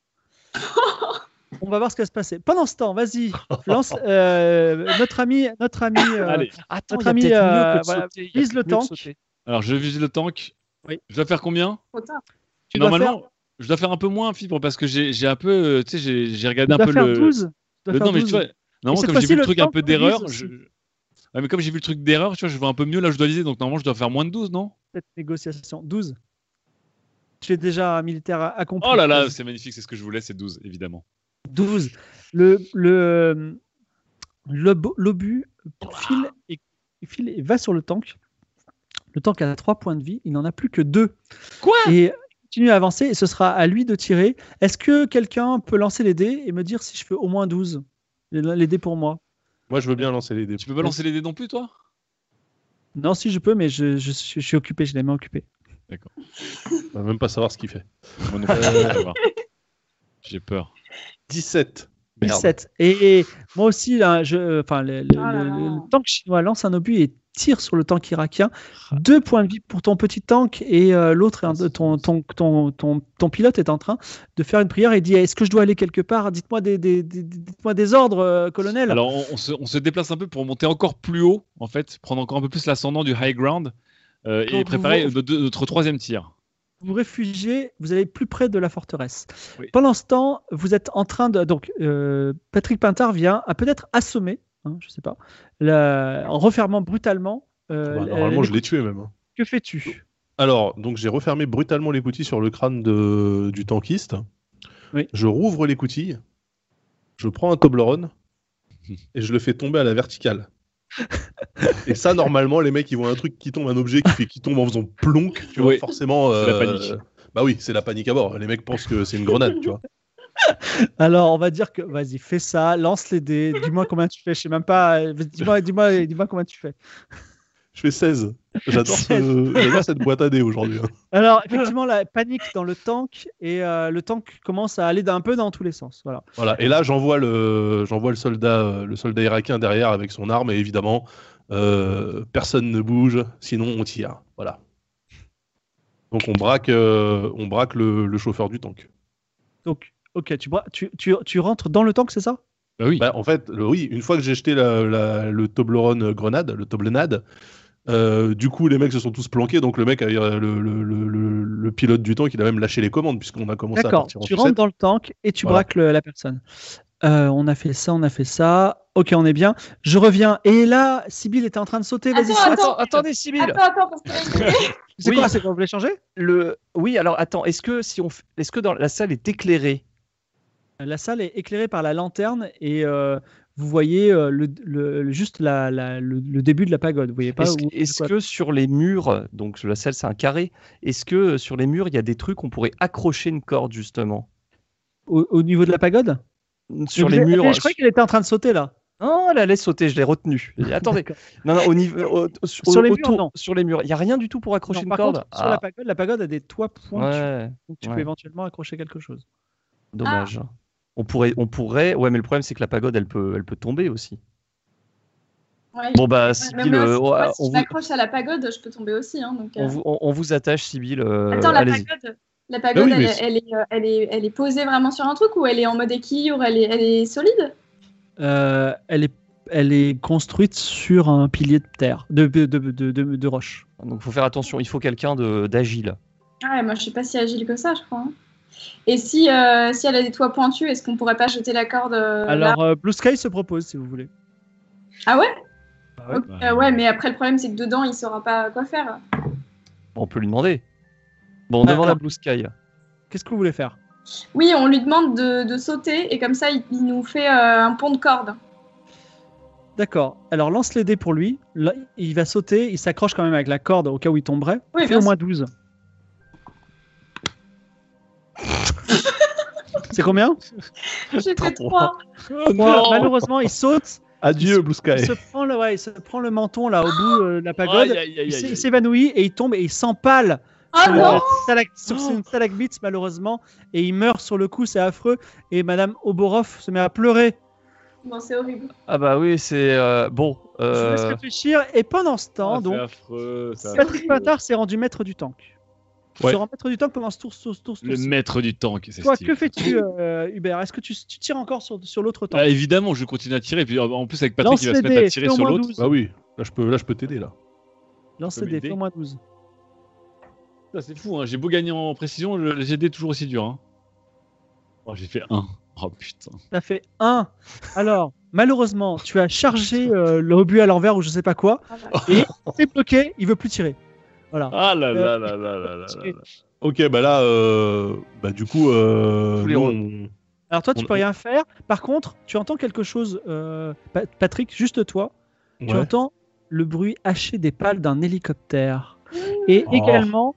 Speaker 2: On va voir ce qui va se passer. Pendant ce temps, vas-y, lance euh, notre ami, notre ami, euh,
Speaker 6: Allez.
Speaker 8: Attends,
Speaker 2: Notre
Speaker 8: il y a
Speaker 2: ami,
Speaker 8: peut-être mieux
Speaker 2: euh,
Speaker 8: que de
Speaker 2: voilà,
Speaker 8: sauter, il y a
Speaker 2: vise le
Speaker 8: peut-être mieux que de
Speaker 2: tank.
Speaker 8: sauter.
Speaker 6: Alors, je vise le tank.
Speaker 2: Oui.
Speaker 6: Je dois faire combien
Speaker 7: Trop tard.
Speaker 2: tu dois
Speaker 6: Normalement,
Speaker 2: faire,
Speaker 6: je dois faire un peu moins, fibre, parce que j'ai j'ai un peu. euh, Tu sais, j'ai- j'ai regardé
Speaker 2: tu
Speaker 6: un
Speaker 2: dois
Speaker 6: peu
Speaker 2: faire
Speaker 6: le.
Speaker 2: 12. Tu dois
Speaker 6: le-
Speaker 2: faire
Speaker 6: non, mais tu
Speaker 2: 12.
Speaker 6: vois,
Speaker 2: Et
Speaker 6: normalement,
Speaker 2: cette
Speaker 6: comme j'ai
Speaker 2: fois-ci,
Speaker 6: vu
Speaker 2: le
Speaker 6: le truc un
Speaker 2: temps
Speaker 6: peu
Speaker 2: que tu vises
Speaker 6: d'erreur.
Speaker 2: aussi.
Speaker 6: Je... Ouais, mais comme j'ai vu le truc d'erreur, tu vois, je vois un peu mieux. Là, je dois viser. Donc, normalement, je dois faire moins de 12, non
Speaker 2: cette négociation. 12. Tu es déjà un militaire accompli.
Speaker 6: Oh là <laughs> là, c'est magnifique. C'est ce que je voulais, c'est 12, évidemment.
Speaker 2: 12. Le le le bo- l'obus file et file et va sur le tank. Le tank a 3 points de vie, il n'en a plus que 2.
Speaker 6: Quoi
Speaker 2: Et il continue à avancer et ce sera à lui de tirer. Est-ce que quelqu'un peut lancer les dés et me dire si je fais au moins 12 Les- Les dés pour moi.
Speaker 3: Moi, je veux bien lancer les dés.
Speaker 6: Tu peux pas lancer les dés non plus, toi
Speaker 2: Non, si je peux, mais je, je, je suis occupé, je l'ai main occupée.
Speaker 6: D'accord.
Speaker 3: On va même pas savoir ce qu'il fait.
Speaker 6: Moi non plus, je vais <laughs> voir. J'ai peur.
Speaker 3: 17. Merde.
Speaker 2: 17. Et, et moi aussi, là, je, enfin, le, le-
Speaker 7: Oh là
Speaker 2: le-
Speaker 7: là.
Speaker 2: le tank chinois lance un obus et tire sur le tank irakien.
Speaker 3: Ah.
Speaker 2: Deux points de vie pour ton petit tank et euh, l'autre, est un- ton, ton, ton, ton, ton pilote est en train de faire une prière et dit Est-ce que je dois aller quelque part Dites-moi des, des, des- dites-moi des ordres, euh, colonel.
Speaker 6: Alors, on, on se, on se déplace un peu pour monter encore plus haut, en fait, prendre encore un peu plus l'ascendant du high ground euh,
Speaker 2: Quand vous-
Speaker 6: et préparer notre, notre troisième tir.
Speaker 2: vous réfugiez, vous allez plus près de la forteresse.
Speaker 6: Oui.
Speaker 2: Pendant ce temps, vous êtes en train de. Donc, euh, Patrick Pintard vient à peut-être assommer, hein, je sais pas, la- en refermant brutalement. euh,
Speaker 3: Bah,
Speaker 2: la-
Speaker 3: normalement,
Speaker 2: les-
Speaker 3: je l'ai tué même. hein.
Speaker 2: Que fais-tu
Speaker 3: Alors, donc j'ai refermé brutalement l'écoutille sur le crâne de- du tankiste.
Speaker 2: Oui.
Speaker 3: Je rouvre l'écoutille. Je prends un <laughs> Toblerone et je le fais tomber à la verticale. et ça, normalement, les mecs, ils voient un truc qui tombe, un objet qui, fait, qui tombe en faisant plonk. Tu vois,
Speaker 6: Oui.
Speaker 3: forcément.
Speaker 6: C'est la
Speaker 3: euh,
Speaker 6: panique.
Speaker 3: Bah oui, c'est la panique à bord. Les mecs pensent que c'est une grenade, tu vois.
Speaker 2: Alors, on va dire que. Vas-y, fais ça, lance les dés, dis-moi combien tu fais. Je sais même pas. euh, Dis-moi dis -moi, dis -moi combien tu fais.
Speaker 3: Je fais 16. J'adore ce-
Speaker 2: 16.
Speaker 3: j'adore cette boîte à dés aujourd'hui. hein.
Speaker 2: Alors, effectivement, la panique dans le tank et euh, le tank commence à aller d'un peu dans tous les sens. Voilà.
Speaker 3: Voilà. Et là, j'envoie le, j'envoie le soldat, euh, le soldat irakien derrière avec son arme, et évidemment, euh, personne ne bouge, sinon on tire. Voilà. Donc on braque, euh, on braque le, le chauffeur du tank.
Speaker 2: Donc, ok, tu, bra- tu, tu, tu rentres dans le tank, c'est ça
Speaker 6: Bah oui.
Speaker 3: Bah, en fait, le- oui, une fois que j'ai jeté la- la- le Toblerone grenade, le Toblenade, euh, du coup, les mecs se sont tous planqués, donc le mec, euh, le, le- le- le- le pilote du tank, il a même lâché les commandes puisqu'on a commencé à
Speaker 2: D'accord,
Speaker 3: partir en
Speaker 2: tu
Speaker 3: sucette.
Speaker 2: rentres dans le tank et tu
Speaker 3: Voilà.
Speaker 2: braques le- la personne. Euh, on a fait ça, on a fait ça. Ok, on est bien. Je reviens. Et là, Sibyl était en train de sauter. Vas-y,
Speaker 7: Attends,
Speaker 2: saute.
Speaker 7: attends,
Speaker 8: attendez, Sibyl.
Speaker 7: Attends, attends, parce que
Speaker 8: <laughs>
Speaker 7: là,
Speaker 2: C'est
Speaker 8: oui.
Speaker 2: quoi C'est qu'on voulait changer
Speaker 8: Le... Oui, alors attends, est-ce que si on, f- est-ce que dans la salle est éclairée
Speaker 2: La salle est éclairée par la lanterne et euh, vous voyez euh, le, le- le- juste la- la- le, le début de la pagode. Vous voyez pas
Speaker 8: Est-ce,
Speaker 2: où-
Speaker 8: est-ce
Speaker 2: quoi.
Speaker 8: que sur les murs, donc la salle c'est un carré, est-ce que euh, sur les murs il y a des trucs on pourrait accrocher une corde justement
Speaker 2: au, au niveau de la pagode
Speaker 8: Sur
Speaker 2: Mais
Speaker 8: les
Speaker 2: vous-
Speaker 8: murs.
Speaker 2: mais Je croyais qu'elle était en train de sauter là.
Speaker 8: Non, la laisse sauter, je l'ai retenue. Et
Speaker 2: <laughs>
Speaker 8: Attendez.
Speaker 2: D'accord.
Speaker 8: Non, non, au niveau, au- au- sur,
Speaker 2: Sur les
Speaker 8: autour-
Speaker 2: murs, non.
Speaker 8: sur les murs, il y a rien du tout pour accrocher
Speaker 2: Non,
Speaker 8: une
Speaker 2: par
Speaker 8: corde.
Speaker 2: contre, sur
Speaker 8: Ah,
Speaker 2: la pagode, la pagode a des toits pointus.
Speaker 8: ouais,
Speaker 2: Donc tu
Speaker 8: ouais.
Speaker 2: peux éventuellement accrocher quelque chose.
Speaker 8: dommage. On pourrait, on pourrait. Ouais, mais le problème c'est que la pagode, elle peut, elle peut tomber aussi.
Speaker 7: Ouais.
Speaker 8: Bon bah,
Speaker 7: Mais
Speaker 8: Sibyl,
Speaker 7: moi,
Speaker 8: euh,
Speaker 7: si- moi,
Speaker 8: ouais,
Speaker 7: si
Speaker 8: on
Speaker 7: je
Speaker 8: vous,
Speaker 7: m'accroche à la pagode, je peux tomber aussi. hein, donc, euh.
Speaker 8: on vous, on- on vous attache, Sibyl. euh,
Speaker 7: Attends, la
Speaker 8: allez-y. Ah
Speaker 7: pagode, la pagode
Speaker 3: oui, mais
Speaker 7: elle,
Speaker 3: c'est-
Speaker 7: elle est, euh, elle, est, elle est posée vraiment sur un truc ou elle est en mode équilibre ou elle est, elle est solide
Speaker 2: Euh, elle, est, elle est construite sur un pilier de terre, de, de, de, de, de- de roche.
Speaker 8: Donc faut faire attention, il faut quelqu'un de- d'agile.
Speaker 7: Ah ouais, moi je suis pas si agile que ça, je crois. hein. Et si, euh, si elle a des toits pointus, est-ce qu'on pourrait pas jeter la corde euh, là
Speaker 2: Alors, euh, Blue Sky se propose, si vous voulez.
Speaker 7: Ah ouais
Speaker 2: Bah ouais.
Speaker 7: Ok, euh, Ouais, mais après le problème c'est que dedans il saura pas quoi faire.
Speaker 8: Bon, on peut lui demander. Bon, on
Speaker 2: Ah,
Speaker 8: demande à
Speaker 2: alors-
Speaker 8: Blue Sky.
Speaker 2: Qu'est-ce que vous voulez faire
Speaker 7: Oui, on lui demande de, de sauter et comme ça il, il nous fait euh, un pont de corde.
Speaker 2: D'accord. Alors, lance les dés pour lui. Là, il va sauter. Il s'accroche quand même avec la corde au cas où il tomberait.
Speaker 7: Oui,
Speaker 2: Fais
Speaker 7: bien
Speaker 2: au moins 12. C'est
Speaker 6: <laughs>
Speaker 2: combien
Speaker 7: J'ai fait
Speaker 8: Trois.
Speaker 7: trois.
Speaker 2: Trois. Malheureusement, il saute.
Speaker 3: Adieu, Blue
Speaker 2: Il
Speaker 3: Sky.
Speaker 2: se, prend le, ouais, il se prend le menton là au bout euh, de la pagode.
Speaker 6: Aïe, aïe, aïe,
Speaker 2: Il s-
Speaker 6: aïe,
Speaker 2: il
Speaker 6: aïe.
Speaker 2: s'évanouit et il tombe et il s'empale
Speaker 7: Oh
Speaker 2: sur
Speaker 7: non
Speaker 2: la stalac- sur une stalagmite malheureusement et il meurt sur le coup c'est affreux et madame Oborov se met à pleurer
Speaker 7: Non, c'est horrible.
Speaker 8: Ah bah oui, c'est euh, bon.
Speaker 2: je vous
Speaker 8: euh,
Speaker 2: laisse réfléchir et pendant ce temps
Speaker 6: Ah, c'est
Speaker 2: donc
Speaker 6: affreux, ça.
Speaker 2: Patrick Pintard s'est rendu maître du tank
Speaker 3: Ouais.
Speaker 2: se rend maître du tank pendant ce tour, ce tour, ce tour, ce
Speaker 6: Le
Speaker 2: tour.
Speaker 6: maître du tank, c'est
Speaker 2: toi
Speaker 6: stylé.
Speaker 2: que fais-tu euh, Hubert est-ce que tu, tu tires encore sur, sur l'autre tank
Speaker 6: Ah, évidemment, je continue à tirer. Et puis euh, en plus, avec Patrick,
Speaker 2: Lance
Speaker 6: il va
Speaker 2: les
Speaker 6: se mettre
Speaker 2: dés,
Speaker 6: à tirer
Speaker 2: fais au
Speaker 6: sur
Speaker 2: moins
Speaker 6: l'autre.
Speaker 2: 12.
Speaker 3: Bah oui, là je peux, là je peux t'aider là.
Speaker 2: lance
Speaker 6: je
Speaker 2: les
Speaker 6: peux
Speaker 2: dés fais
Speaker 6: m'aider.
Speaker 2: au moins 12
Speaker 6: Putain, C'est fou, hein. j'ai beau gagner en précision, le GD est toujours aussi dur. hein. Oh, j'ai fait 1. Oh putain.
Speaker 2: ça fait 1 alors malheureusement tu as chargé euh, l'obus à l'envers ou je sais pas quoi
Speaker 7: Ah, bah.
Speaker 6: Oh.
Speaker 2: t'es bloqué il veut plus tirer voilà
Speaker 6: Ah là là là là là là là.
Speaker 3: Ok, bah là, euh, bah du coup, euh,
Speaker 8: Tous les
Speaker 3: nous,
Speaker 8: rôles.
Speaker 3: on-
Speaker 2: Alors toi, tu
Speaker 3: On-
Speaker 2: peux rien faire. Par contre, tu entends quelque chose, euh, Pa- Patrick, juste toi. Tu
Speaker 3: Ouais.
Speaker 2: entends le bruit haché des pales d'un hélicoptère. Et
Speaker 3: Oh.
Speaker 2: également,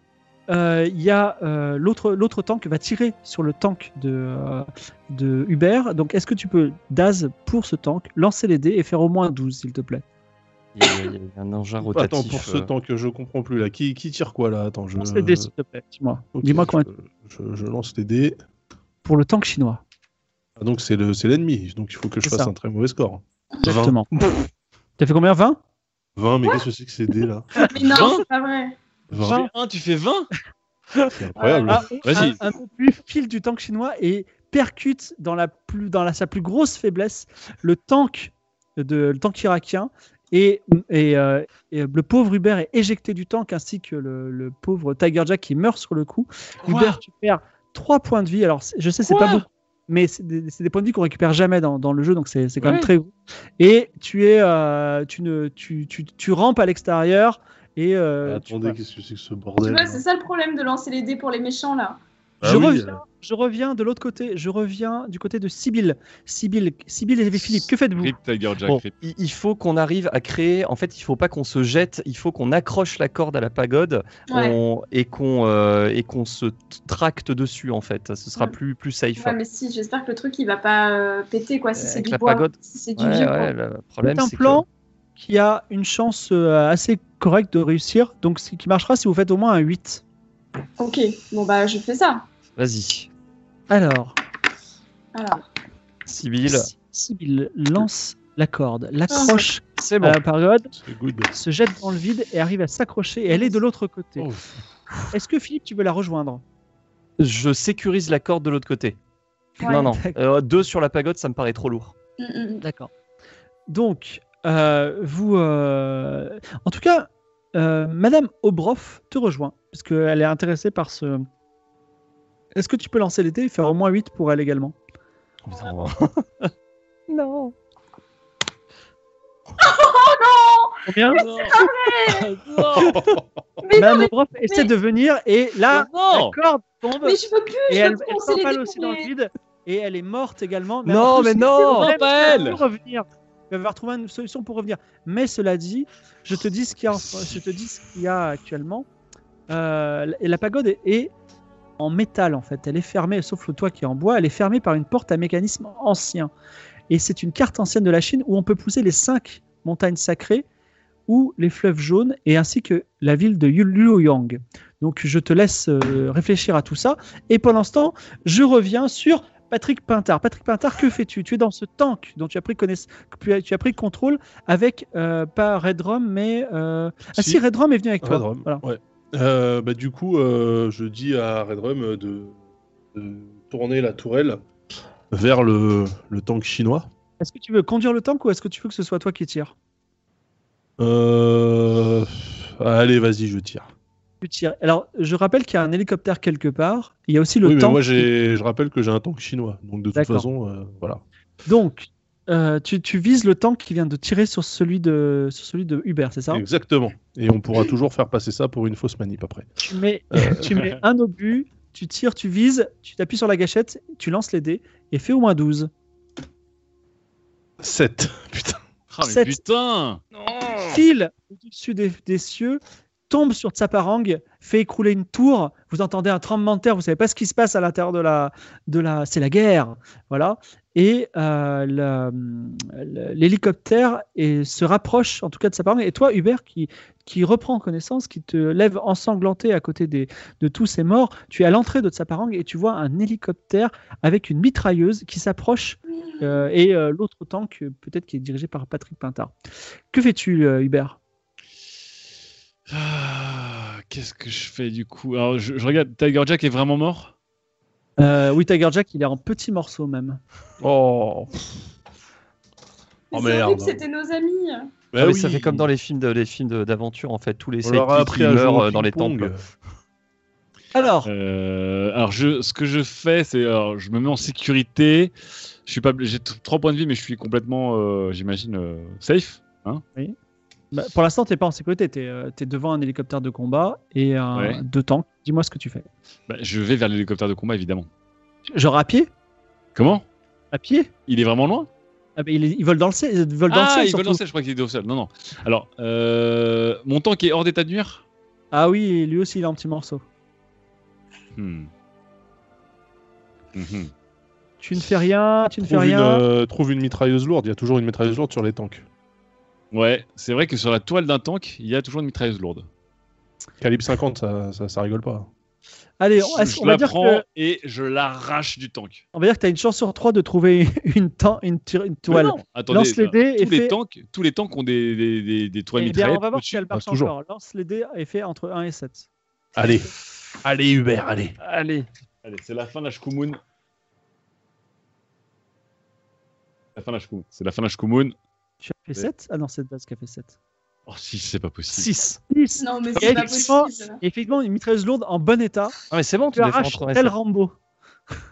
Speaker 2: euh, il y a euh, l'autre l'autre tank va tirer sur le tank de, euh, de Hubert. Donc, est-ce que tu peux, Daz, pour ce tank, lancer les dés et faire au moins 12, s'il te plaît
Speaker 8: Il y a, il y a un engin rotatif.
Speaker 3: Attends, pour ce
Speaker 8: euh,
Speaker 3: temps que je comprends plus là, qui, qui tire quoi là Attends, je.
Speaker 2: Lance les dés, s'il te plaît. Dis-moi
Speaker 3: Ok,
Speaker 2: Dis-moi combien
Speaker 3: je, je- je lance les dés.
Speaker 2: pour le tank chinois.
Speaker 3: Ah, donc c'est le- c'est l'ennemi, donc il faut que je
Speaker 2: C'est
Speaker 3: fasse
Speaker 2: ça.
Speaker 3: un très mauvais score.
Speaker 2: Exactement. T'as fait combien 20
Speaker 3: 20, mais qu'est-ce que c'est que ces dés là
Speaker 7: Mais non, c'est pas vrai.
Speaker 3: 20,
Speaker 6: Un, tu fais 20
Speaker 3: c'est incroyable.
Speaker 2: Ah,
Speaker 6: Vas-y.
Speaker 2: Un, un coup de buff pile du tank chinois et percute dans, la plus, dans la, sa plus grosse faiblesse le tank, de, le tank irakien. Et, et, euh, et le pauvre Hubert est éjecté du tank ainsi que le, le pauvre Tiger Jack qui meurt sur le coup.
Speaker 6: Quoi
Speaker 2: Hubert, tu perds 3 points de vie. Alors, c'est- je sais, c'est pas
Speaker 6: Quoi
Speaker 2: beaucoup. Mais c'est des, c'est des points de vie qu'on récupère jamais dans, dans le jeu, donc c'est c'est quand
Speaker 6: Ouais.
Speaker 2: même très gros. Et tu es, euh, tu ne, tu, tu, tu rampes à l'extérieur et euh, tu-
Speaker 3: Attendez, qu'est-ce que c'est que ce
Speaker 7: Tu
Speaker 3: bordel
Speaker 7: vois,
Speaker 3: là
Speaker 7: c'est ça le problème de lancer les dés pour les méchants là.
Speaker 3: Ah
Speaker 2: je
Speaker 3: oui,
Speaker 2: reviens.
Speaker 3: euh,
Speaker 2: Je reviens de l'autre côté, je reviens du côté de Sibyl. Sibyl, Sibyl et Philippe, que faites-vous
Speaker 6: Rip Tiger Jack.
Speaker 8: bon,
Speaker 6: rip.
Speaker 8: il il faut qu'on arrive à créer. En fait, il faut pas qu'on se jette. Il faut qu'on accroche la corde à la pagode
Speaker 7: Ouais.
Speaker 8: on- et qu'on euh, et qu'on se t- tracte dessus. En fait, ce sera
Speaker 7: Ouais.
Speaker 8: plus plus safe.
Speaker 7: Ouais, mais si, j'espère que le truc il va pas euh, péter quoi. Si
Speaker 8: Avec
Speaker 7: c'est du
Speaker 8: la
Speaker 7: bois,
Speaker 8: pagode.
Speaker 7: si c'est du
Speaker 8: Ouais,
Speaker 7: vieux.
Speaker 8: ouais,
Speaker 7: quoi.
Speaker 8: le problème
Speaker 2: C'est un
Speaker 8: c'est que-
Speaker 2: plan qui a une chance euh, assez correcte de réussir, donc ce qui marchera si vous faites au moins un 8.
Speaker 7: Ok, bon bah je fais ça.
Speaker 8: Vas-y,
Speaker 2: Alors,
Speaker 7: Alors,
Speaker 8: Sibyl.
Speaker 2: Si- Sibyl lance la corde, l'accroche
Speaker 8: Ah, C'est
Speaker 2: à
Speaker 8: bon.
Speaker 2: la pagode,
Speaker 3: C'est good. Bah,
Speaker 2: se jette dans le vide et arrive à s'accrocher et elle est de l'autre côté.
Speaker 3: Oh.
Speaker 2: Est-ce que Philippe, tu veux la rejoindre
Speaker 8: Je sécurise la corde de l'autre côté.
Speaker 7: Ouais.
Speaker 8: non, non. Euh, deux sur la pagode, ça me paraît trop lourd.
Speaker 7: mm, mm, mm.
Speaker 2: D'accord. Donc, euh, vous. euh, En tout cas, euh, Madame Obroff te rejoint, parce qu'elle est intéressée par ce. Est-ce que tu peux lancer les dés et faire au moins 8 pour elle également
Speaker 3: Oh,
Speaker 7: Ah,
Speaker 8: non.
Speaker 2: Combien
Speaker 6: Non. <laughs>
Speaker 7: <laughs>
Speaker 6: Non.
Speaker 7: Mais non,
Speaker 2: Madame
Speaker 7: mais,
Speaker 2: Obroff essaie de venir et là, la
Speaker 6: Non.
Speaker 2: corde tombe
Speaker 7: mais je veux plus.
Speaker 2: et
Speaker 7: je
Speaker 2: elle,
Speaker 7: veux
Speaker 2: elle
Speaker 7: lancer les
Speaker 2: s'empale
Speaker 7: dés
Speaker 2: aussi
Speaker 7: pour
Speaker 2: dans le
Speaker 7: les-
Speaker 2: vide et elle est morte également.
Speaker 8: Non,
Speaker 2: en plus,
Speaker 8: mais non,
Speaker 2: c'est vrai,
Speaker 6: pas
Speaker 2: tu vas
Speaker 6: elle.
Speaker 2: revenir. Tu vas trouver une solution pour revenir. Mais cela dit, je te dis ce qu'il y a, en- je te dis ce qu'il y a actuellement. Euh, la- et la pagode est, est en métal en fait. Elle est fermée, sauf le toit qui est en bois. Elle est fermée par une porte à mécanisme ancien. Et c'est une carte ancienne de la Chine où on peut pousser les cinq montagnes sacrées ou les fleuves jaunes et ainsi que la ville de Yu- Luoyang. Donc je te laisse euh, réfléchir à tout ça. Et pendant ce temps, je reviens sur Patrick Pintard. Patrick Pintard, que fais-tu Tu es dans ce tank dont tu as pris, connaiss- que tu as- tu as pris contrôle avec, euh, pas Redrum, mais... euh, Ah si,
Speaker 3: Si.
Speaker 2: Redrum est venu avec toi.
Speaker 3: Redrum,
Speaker 2: Voilà.
Speaker 3: ouais. Euh, bah, du coup, euh, je dis à Redrum de, de tourner la tourelle vers le, le tank chinois.
Speaker 2: Est-ce que tu veux conduire le tank ou est-ce que tu veux que ce soit toi qui tire
Speaker 3: Euh, Allez, vas-y, je tire.
Speaker 2: Tu tires. Alors, je rappelle qu'il y a un hélicoptère quelque part. Il y a aussi le
Speaker 3: oui, mais
Speaker 2: tank.
Speaker 3: moi, j'ai- je rappelle que j'ai un tank chinois. Donc, de toute
Speaker 2: D'accord.
Speaker 3: façon, euh, voilà.
Speaker 2: Donc, euh, tu, tu vises le tank qui vient de tirer sur celui de, sur celui de Hubert, c'est ça
Speaker 3: Exactement. Et on pourra toujours faire passer ça pour une fausse manip après.
Speaker 2: tu mets,
Speaker 3: Euh.
Speaker 2: <laughs> tu mets un obus, tu tires, tu vises, tu t'appuies sur la gâchette, tu lances les dés et fais au moins 12.
Speaker 3: 7. <laughs> Putain.
Speaker 6: Ah, mais
Speaker 2: Sept.
Speaker 6: putain.
Speaker 2: file au-dessus des, des cieux, tombe sur Tsaparang, fait écrouler une tour. Vous entendez un tremblement de terre, vous savez pas ce qui se passe à l'intérieur de la. De la c'est la guerre. Voilà. Et euh, la- le- l'hélicoptère et se rapproche, en tout cas, de Tsaparang. Et toi, Hubert, qui, qui reprend connaissance, qui te lève ensanglanté à côté des, de tous ces morts, tu es à l'entrée de Tsaparang et tu vois un hélicoptère avec une mitrailleuse qui s'approche euh, et euh, l'autre tank, euh, peut-être qui est dirigé par Patrick Pintard. Que fais-tu, euh, Hubert
Speaker 6: Ah, Qu'est-ce que je fais du coup Alors, je, je regarde. Tiger Jack est vraiment mort
Speaker 2: euh, Oui, Tiger Jack, il est en petits morceaux même.
Speaker 3: Oh.
Speaker 7: Mais
Speaker 3: Oh,
Speaker 7: c'est
Speaker 3: merde.
Speaker 7: horrible, C'était nos amis.
Speaker 8: Ah, mais Ça fait comme dans les films de- les films de- d'aventure en fait, tous les
Speaker 3: Bah On leur a
Speaker 8: sidekicks,
Speaker 3: appris
Speaker 8: ils
Speaker 3: à jouer
Speaker 8: meurent
Speaker 3: au
Speaker 8: euh, dans les
Speaker 3: ping-pong.
Speaker 8: temples.
Speaker 2: Alors,
Speaker 6: Euh, alors je, ce que je fais, c'est alors, je me mets en sécurité. Je suis pas, j'ai t- trois points de vie, mais je suis complètement, euh, j'imagine, euh, safe. Hein
Speaker 2: bah, pour l'instant, t'es pas en sécurité, t'es es devant un hélicoptère de combat et un
Speaker 6: Ouais.
Speaker 2: deux tanks. Dis-moi ce que tu fais.
Speaker 6: Bah, je vais vers l'hélicoptère de combat, évidemment.
Speaker 2: Genre à pied
Speaker 6: Comment
Speaker 2: À pied
Speaker 6: Il est vraiment loin
Speaker 2: ah, mais il, est- Ils volent dans le ciel, ils volent dans le
Speaker 6: Ah,
Speaker 2: ciel,
Speaker 6: il vole
Speaker 2: surtout.
Speaker 6: dans le ciel, Je crois qu'il était au sol. Non, non. Alors, euh, mon tank est hors d'état de nuire.
Speaker 2: Ah oui, lui aussi, il est en petits morceaux.
Speaker 6: Hmm. Mhm.
Speaker 2: Tu ne fais rien, tu ne fais
Speaker 3: Trouve une,
Speaker 2: rien.
Speaker 6: euh,
Speaker 3: euh, trouve une mitrailleuse lourde. Il y a toujours une mitrailleuse lourde sur les tanks.
Speaker 6: Ouais, c'est vrai que sur la toile d'un tank, il y a toujours une mitrailleuse lourde.
Speaker 3: Calibre 50, ça, ça, ça rigole pas.
Speaker 2: Allez, on,
Speaker 6: Je,
Speaker 2: on
Speaker 6: la
Speaker 2: va dire
Speaker 6: prends
Speaker 2: que,
Speaker 6: et je l'arrache du tank.
Speaker 2: on va dire que t'as une chance sur trois de trouver <laughs> une, tan- une, tire- une
Speaker 6: Mais
Speaker 2: toile.
Speaker 6: non, attendez,
Speaker 2: Lance les
Speaker 6: enfin,
Speaker 2: dés et
Speaker 6: tous, les
Speaker 2: fais-
Speaker 6: tanks, tous les tanks ont des, des, des, des toiles
Speaker 2: Eh bien,
Speaker 6: mitraillettes.
Speaker 2: on va voir
Speaker 6: au-dessus.
Speaker 2: si elle marche
Speaker 3: toujours.
Speaker 2: encore. Lance les dés et fait entre 1 et 7.
Speaker 3: Allez, allez Hubert, allez.
Speaker 8: Allez.
Speaker 6: Allez, c'est la fin de la Shkumun. La fin de la Shkumun. C'est la fin de la Shkumun.
Speaker 2: Tu as fait
Speaker 6: Ouais.
Speaker 2: 7 Ah non, c'est Daz qui a fait 7.
Speaker 6: Oh si, c'est pas possible.
Speaker 2: 6. 6
Speaker 7: Non, mais
Speaker 2: Et
Speaker 7: c'est pas
Speaker 2: effectivement,
Speaker 7: possible.
Speaker 2: et effectivement, une mitrailleuse lourde en bon état.
Speaker 8: Ah, mais c'est bon,
Speaker 2: Tu
Speaker 8: tu les fais
Speaker 2: arraches
Speaker 8: entre 1 et
Speaker 2: tel
Speaker 8: 7.
Speaker 2: Rambo.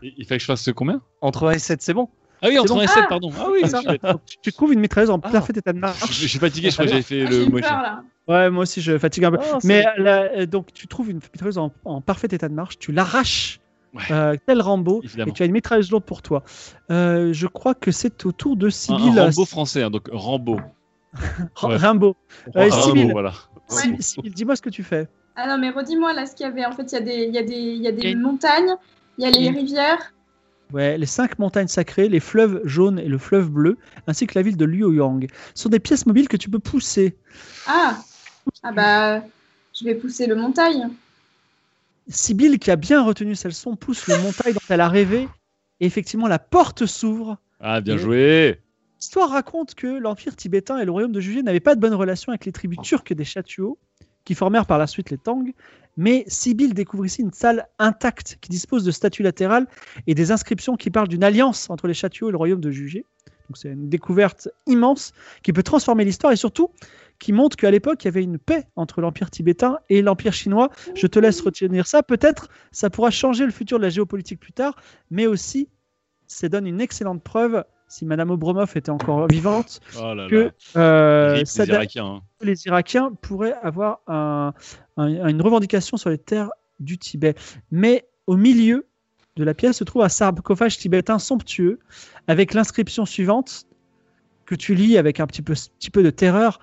Speaker 6: Il, il fallait que je fasse combien
Speaker 8: Entre 1 et 7, c'est bon.
Speaker 6: Ah oui, entre
Speaker 2: bon.
Speaker 6: 1 et 7, pardon. Ah oui,
Speaker 2: C'est
Speaker 6: je
Speaker 2: ça.
Speaker 6: suis bête.
Speaker 2: Donc, tu, tu trouves une mitrailleuse en
Speaker 8: Ah.
Speaker 2: parfait état de
Speaker 6: Je,
Speaker 2: marche.
Speaker 6: je suis fatigué, je crois que j'avais fait
Speaker 7: Ah, J'ai
Speaker 6: le
Speaker 7: eu
Speaker 6: moitié.
Speaker 7: peur là.
Speaker 2: Ouais, moi aussi, je fatigue un peu.
Speaker 8: Ah, c'est-
Speaker 2: Mais la- euh, donc, tu trouves une mitrailleuse en, en parfait état de marche, tu l'arraches
Speaker 6: Ouais.
Speaker 2: euh, tel Rambo,
Speaker 6: Évidemment.
Speaker 2: et tu as une mitrailleuse lourde pour toi. Euh, je crois que c'est au tour de
Speaker 6: Un, un
Speaker 2: Sibyl.
Speaker 6: Rambo français, hein, donc Rambo.
Speaker 2: Ra-
Speaker 6: ouais.
Speaker 2: Rambo. Euh,
Speaker 6: Un
Speaker 2: Sibyl.
Speaker 6: Rambo, voilà.
Speaker 2: Sibyl, Sibyl, dis-moi ce que tu fais.
Speaker 7: Ah non, mais redis-moi là ce qu'il y avait. En fait, il y a des, il y a des, il y a des
Speaker 2: Et-
Speaker 7: montagnes, il y a les
Speaker 2: Et-
Speaker 7: rivières.
Speaker 2: Ouais, les cinq montagnes sacrées, les fleuves jaunes et le fleuve bleu, ainsi que la ville de Luoyang, sont des pièces mobiles que tu peux pousser.
Speaker 7: Ah, ah bah, je vais pousser le montagne.
Speaker 2: Sibyl, qui a bien retenu sa leçon, pousse le montagne dont elle a rêvé, et effectivement la porte s'ouvre.
Speaker 6: Ah, bien
Speaker 2: Et-
Speaker 6: joué.
Speaker 2: L'histoire raconte que l'Empire tibétain et le royaume de Jugé n'avaient pas de bonne relation avec les tribus turques des Chatuos, qui formèrent par la suite les Tang, mais Sibyl découvre ici une salle intacte qui dispose de statues latérales et des inscriptions qui parlent d'une alliance entre les Chatuos et le royaume de Jugé. Donc c'est une découverte immense qui peut transformer l'histoire et surtout qui montre qu'à l'époque il y avait une paix entre l'Empire tibétain et l'Empire chinois. Je te laisse retenir ça. Peut-être ça pourra changer le futur de la géopolitique plus tard, mais aussi ça donne une excellente preuve, si Madame Obromov était encore vivante,
Speaker 6: Oh là là.
Speaker 2: que euh,
Speaker 6: Rip, les
Speaker 2: Saddam-
Speaker 6: Irakiens. hein.
Speaker 2: les Irakiens pourraient avoir un- un- une revendication sur les terres du Tibet. Mais au milieu de la pièce se trouve un sarcophage tibétain somptueux avec l'inscription suivante que tu lis avec un petit peu, petit peu de terreur.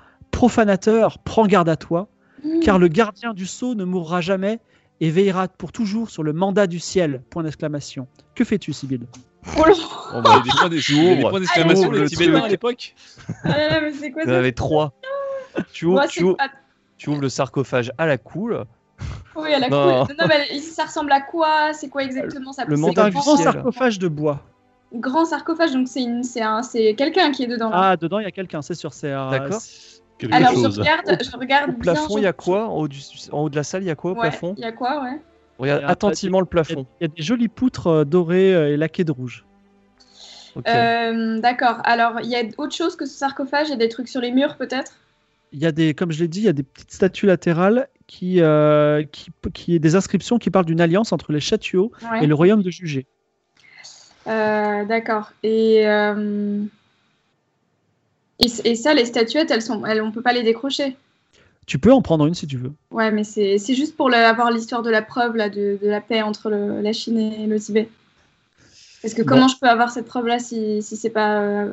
Speaker 2: Profanateur, prends garde à toi, car le gardien du sceau ne mourra jamais et veillera pour toujours sur le mandat du ciel. Point d'exclamation. Que fais-tu, Sibyl
Speaker 7: Oh là
Speaker 8: On
Speaker 6: bah, Il y a des <laughs> points d'ex- il y a des
Speaker 8: ouvres,
Speaker 6: points d'exclamation
Speaker 8: ouvres
Speaker 6: des
Speaker 8: le
Speaker 6: Tibétains
Speaker 8: truc.
Speaker 6: à l'époque.
Speaker 7: Ah là là, mais c'est quoi
Speaker 8: en
Speaker 7: ça
Speaker 8: avait 3. Tu ouvres,
Speaker 7: Moi,
Speaker 8: tu
Speaker 7: c'est
Speaker 8: ouvres-
Speaker 7: pas-
Speaker 8: tu ouvres le sarcophage à la cool.
Speaker 7: Oui, à la
Speaker 8: Non.
Speaker 7: cool. Non, mais ici, ça ressemble à quoi C'est quoi exactement ça
Speaker 8: Le
Speaker 7: C'est
Speaker 8: montage
Speaker 2: Un
Speaker 8: du
Speaker 7: grand
Speaker 2: grand
Speaker 8: ciel.
Speaker 7: sarco-
Speaker 2: sarcophage de bois.
Speaker 7: Grand sarcophage, donc c'est une, c'est un, c'est quelqu'un qui est dedans. là.
Speaker 2: Ah, dedans, il y a quelqu'un, c'est Ah, sûr. C'est un-
Speaker 8: D'accord.
Speaker 3: Quelque
Speaker 7: Alors
Speaker 3: chose.
Speaker 7: je regarde, je regarde
Speaker 8: Au
Speaker 7: Ah, bien.
Speaker 8: plafond, il y a quoi en haut, du- en haut de la salle, il y a quoi au
Speaker 7: Ouais,
Speaker 8: plafond
Speaker 7: Il y a quoi, ouais.
Speaker 8: Regarde
Speaker 2: Il y a un
Speaker 8: attentivement le
Speaker 2: Il y, a,
Speaker 8: plafond.
Speaker 2: il y a des jolies poutres euh, dorées euh, et laquées de rouge.
Speaker 8: Ok.
Speaker 7: Euh, D'accord. Alors, il y a autre chose que ce sarcophage Il y a des trucs sur les murs, peut-être
Speaker 2: Il y a des, comme je l'ai dit, il y a des petites statues latérales qui, euh, qui, qui des inscriptions qui parlent d'une alliance entre les Chatuos
Speaker 7: Ouais.
Speaker 2: et le royaume de Jugé.
Speaker 7: Euh, D'accord. Et, euh, et, c- et ça, les statuettes, elles sont, elles, on peut pas les décrocher.
Speaker 2: Tu peux en prendre une si tu veux.
Speaker 7: Ouais, mais c'est c'est juste pour le- avoir l'histoire de la preuve là, de, de la paix entre le- la Chine et le Tibet. Parce que comment je peux avoir cette preuve-là si, si c'est pas. euh,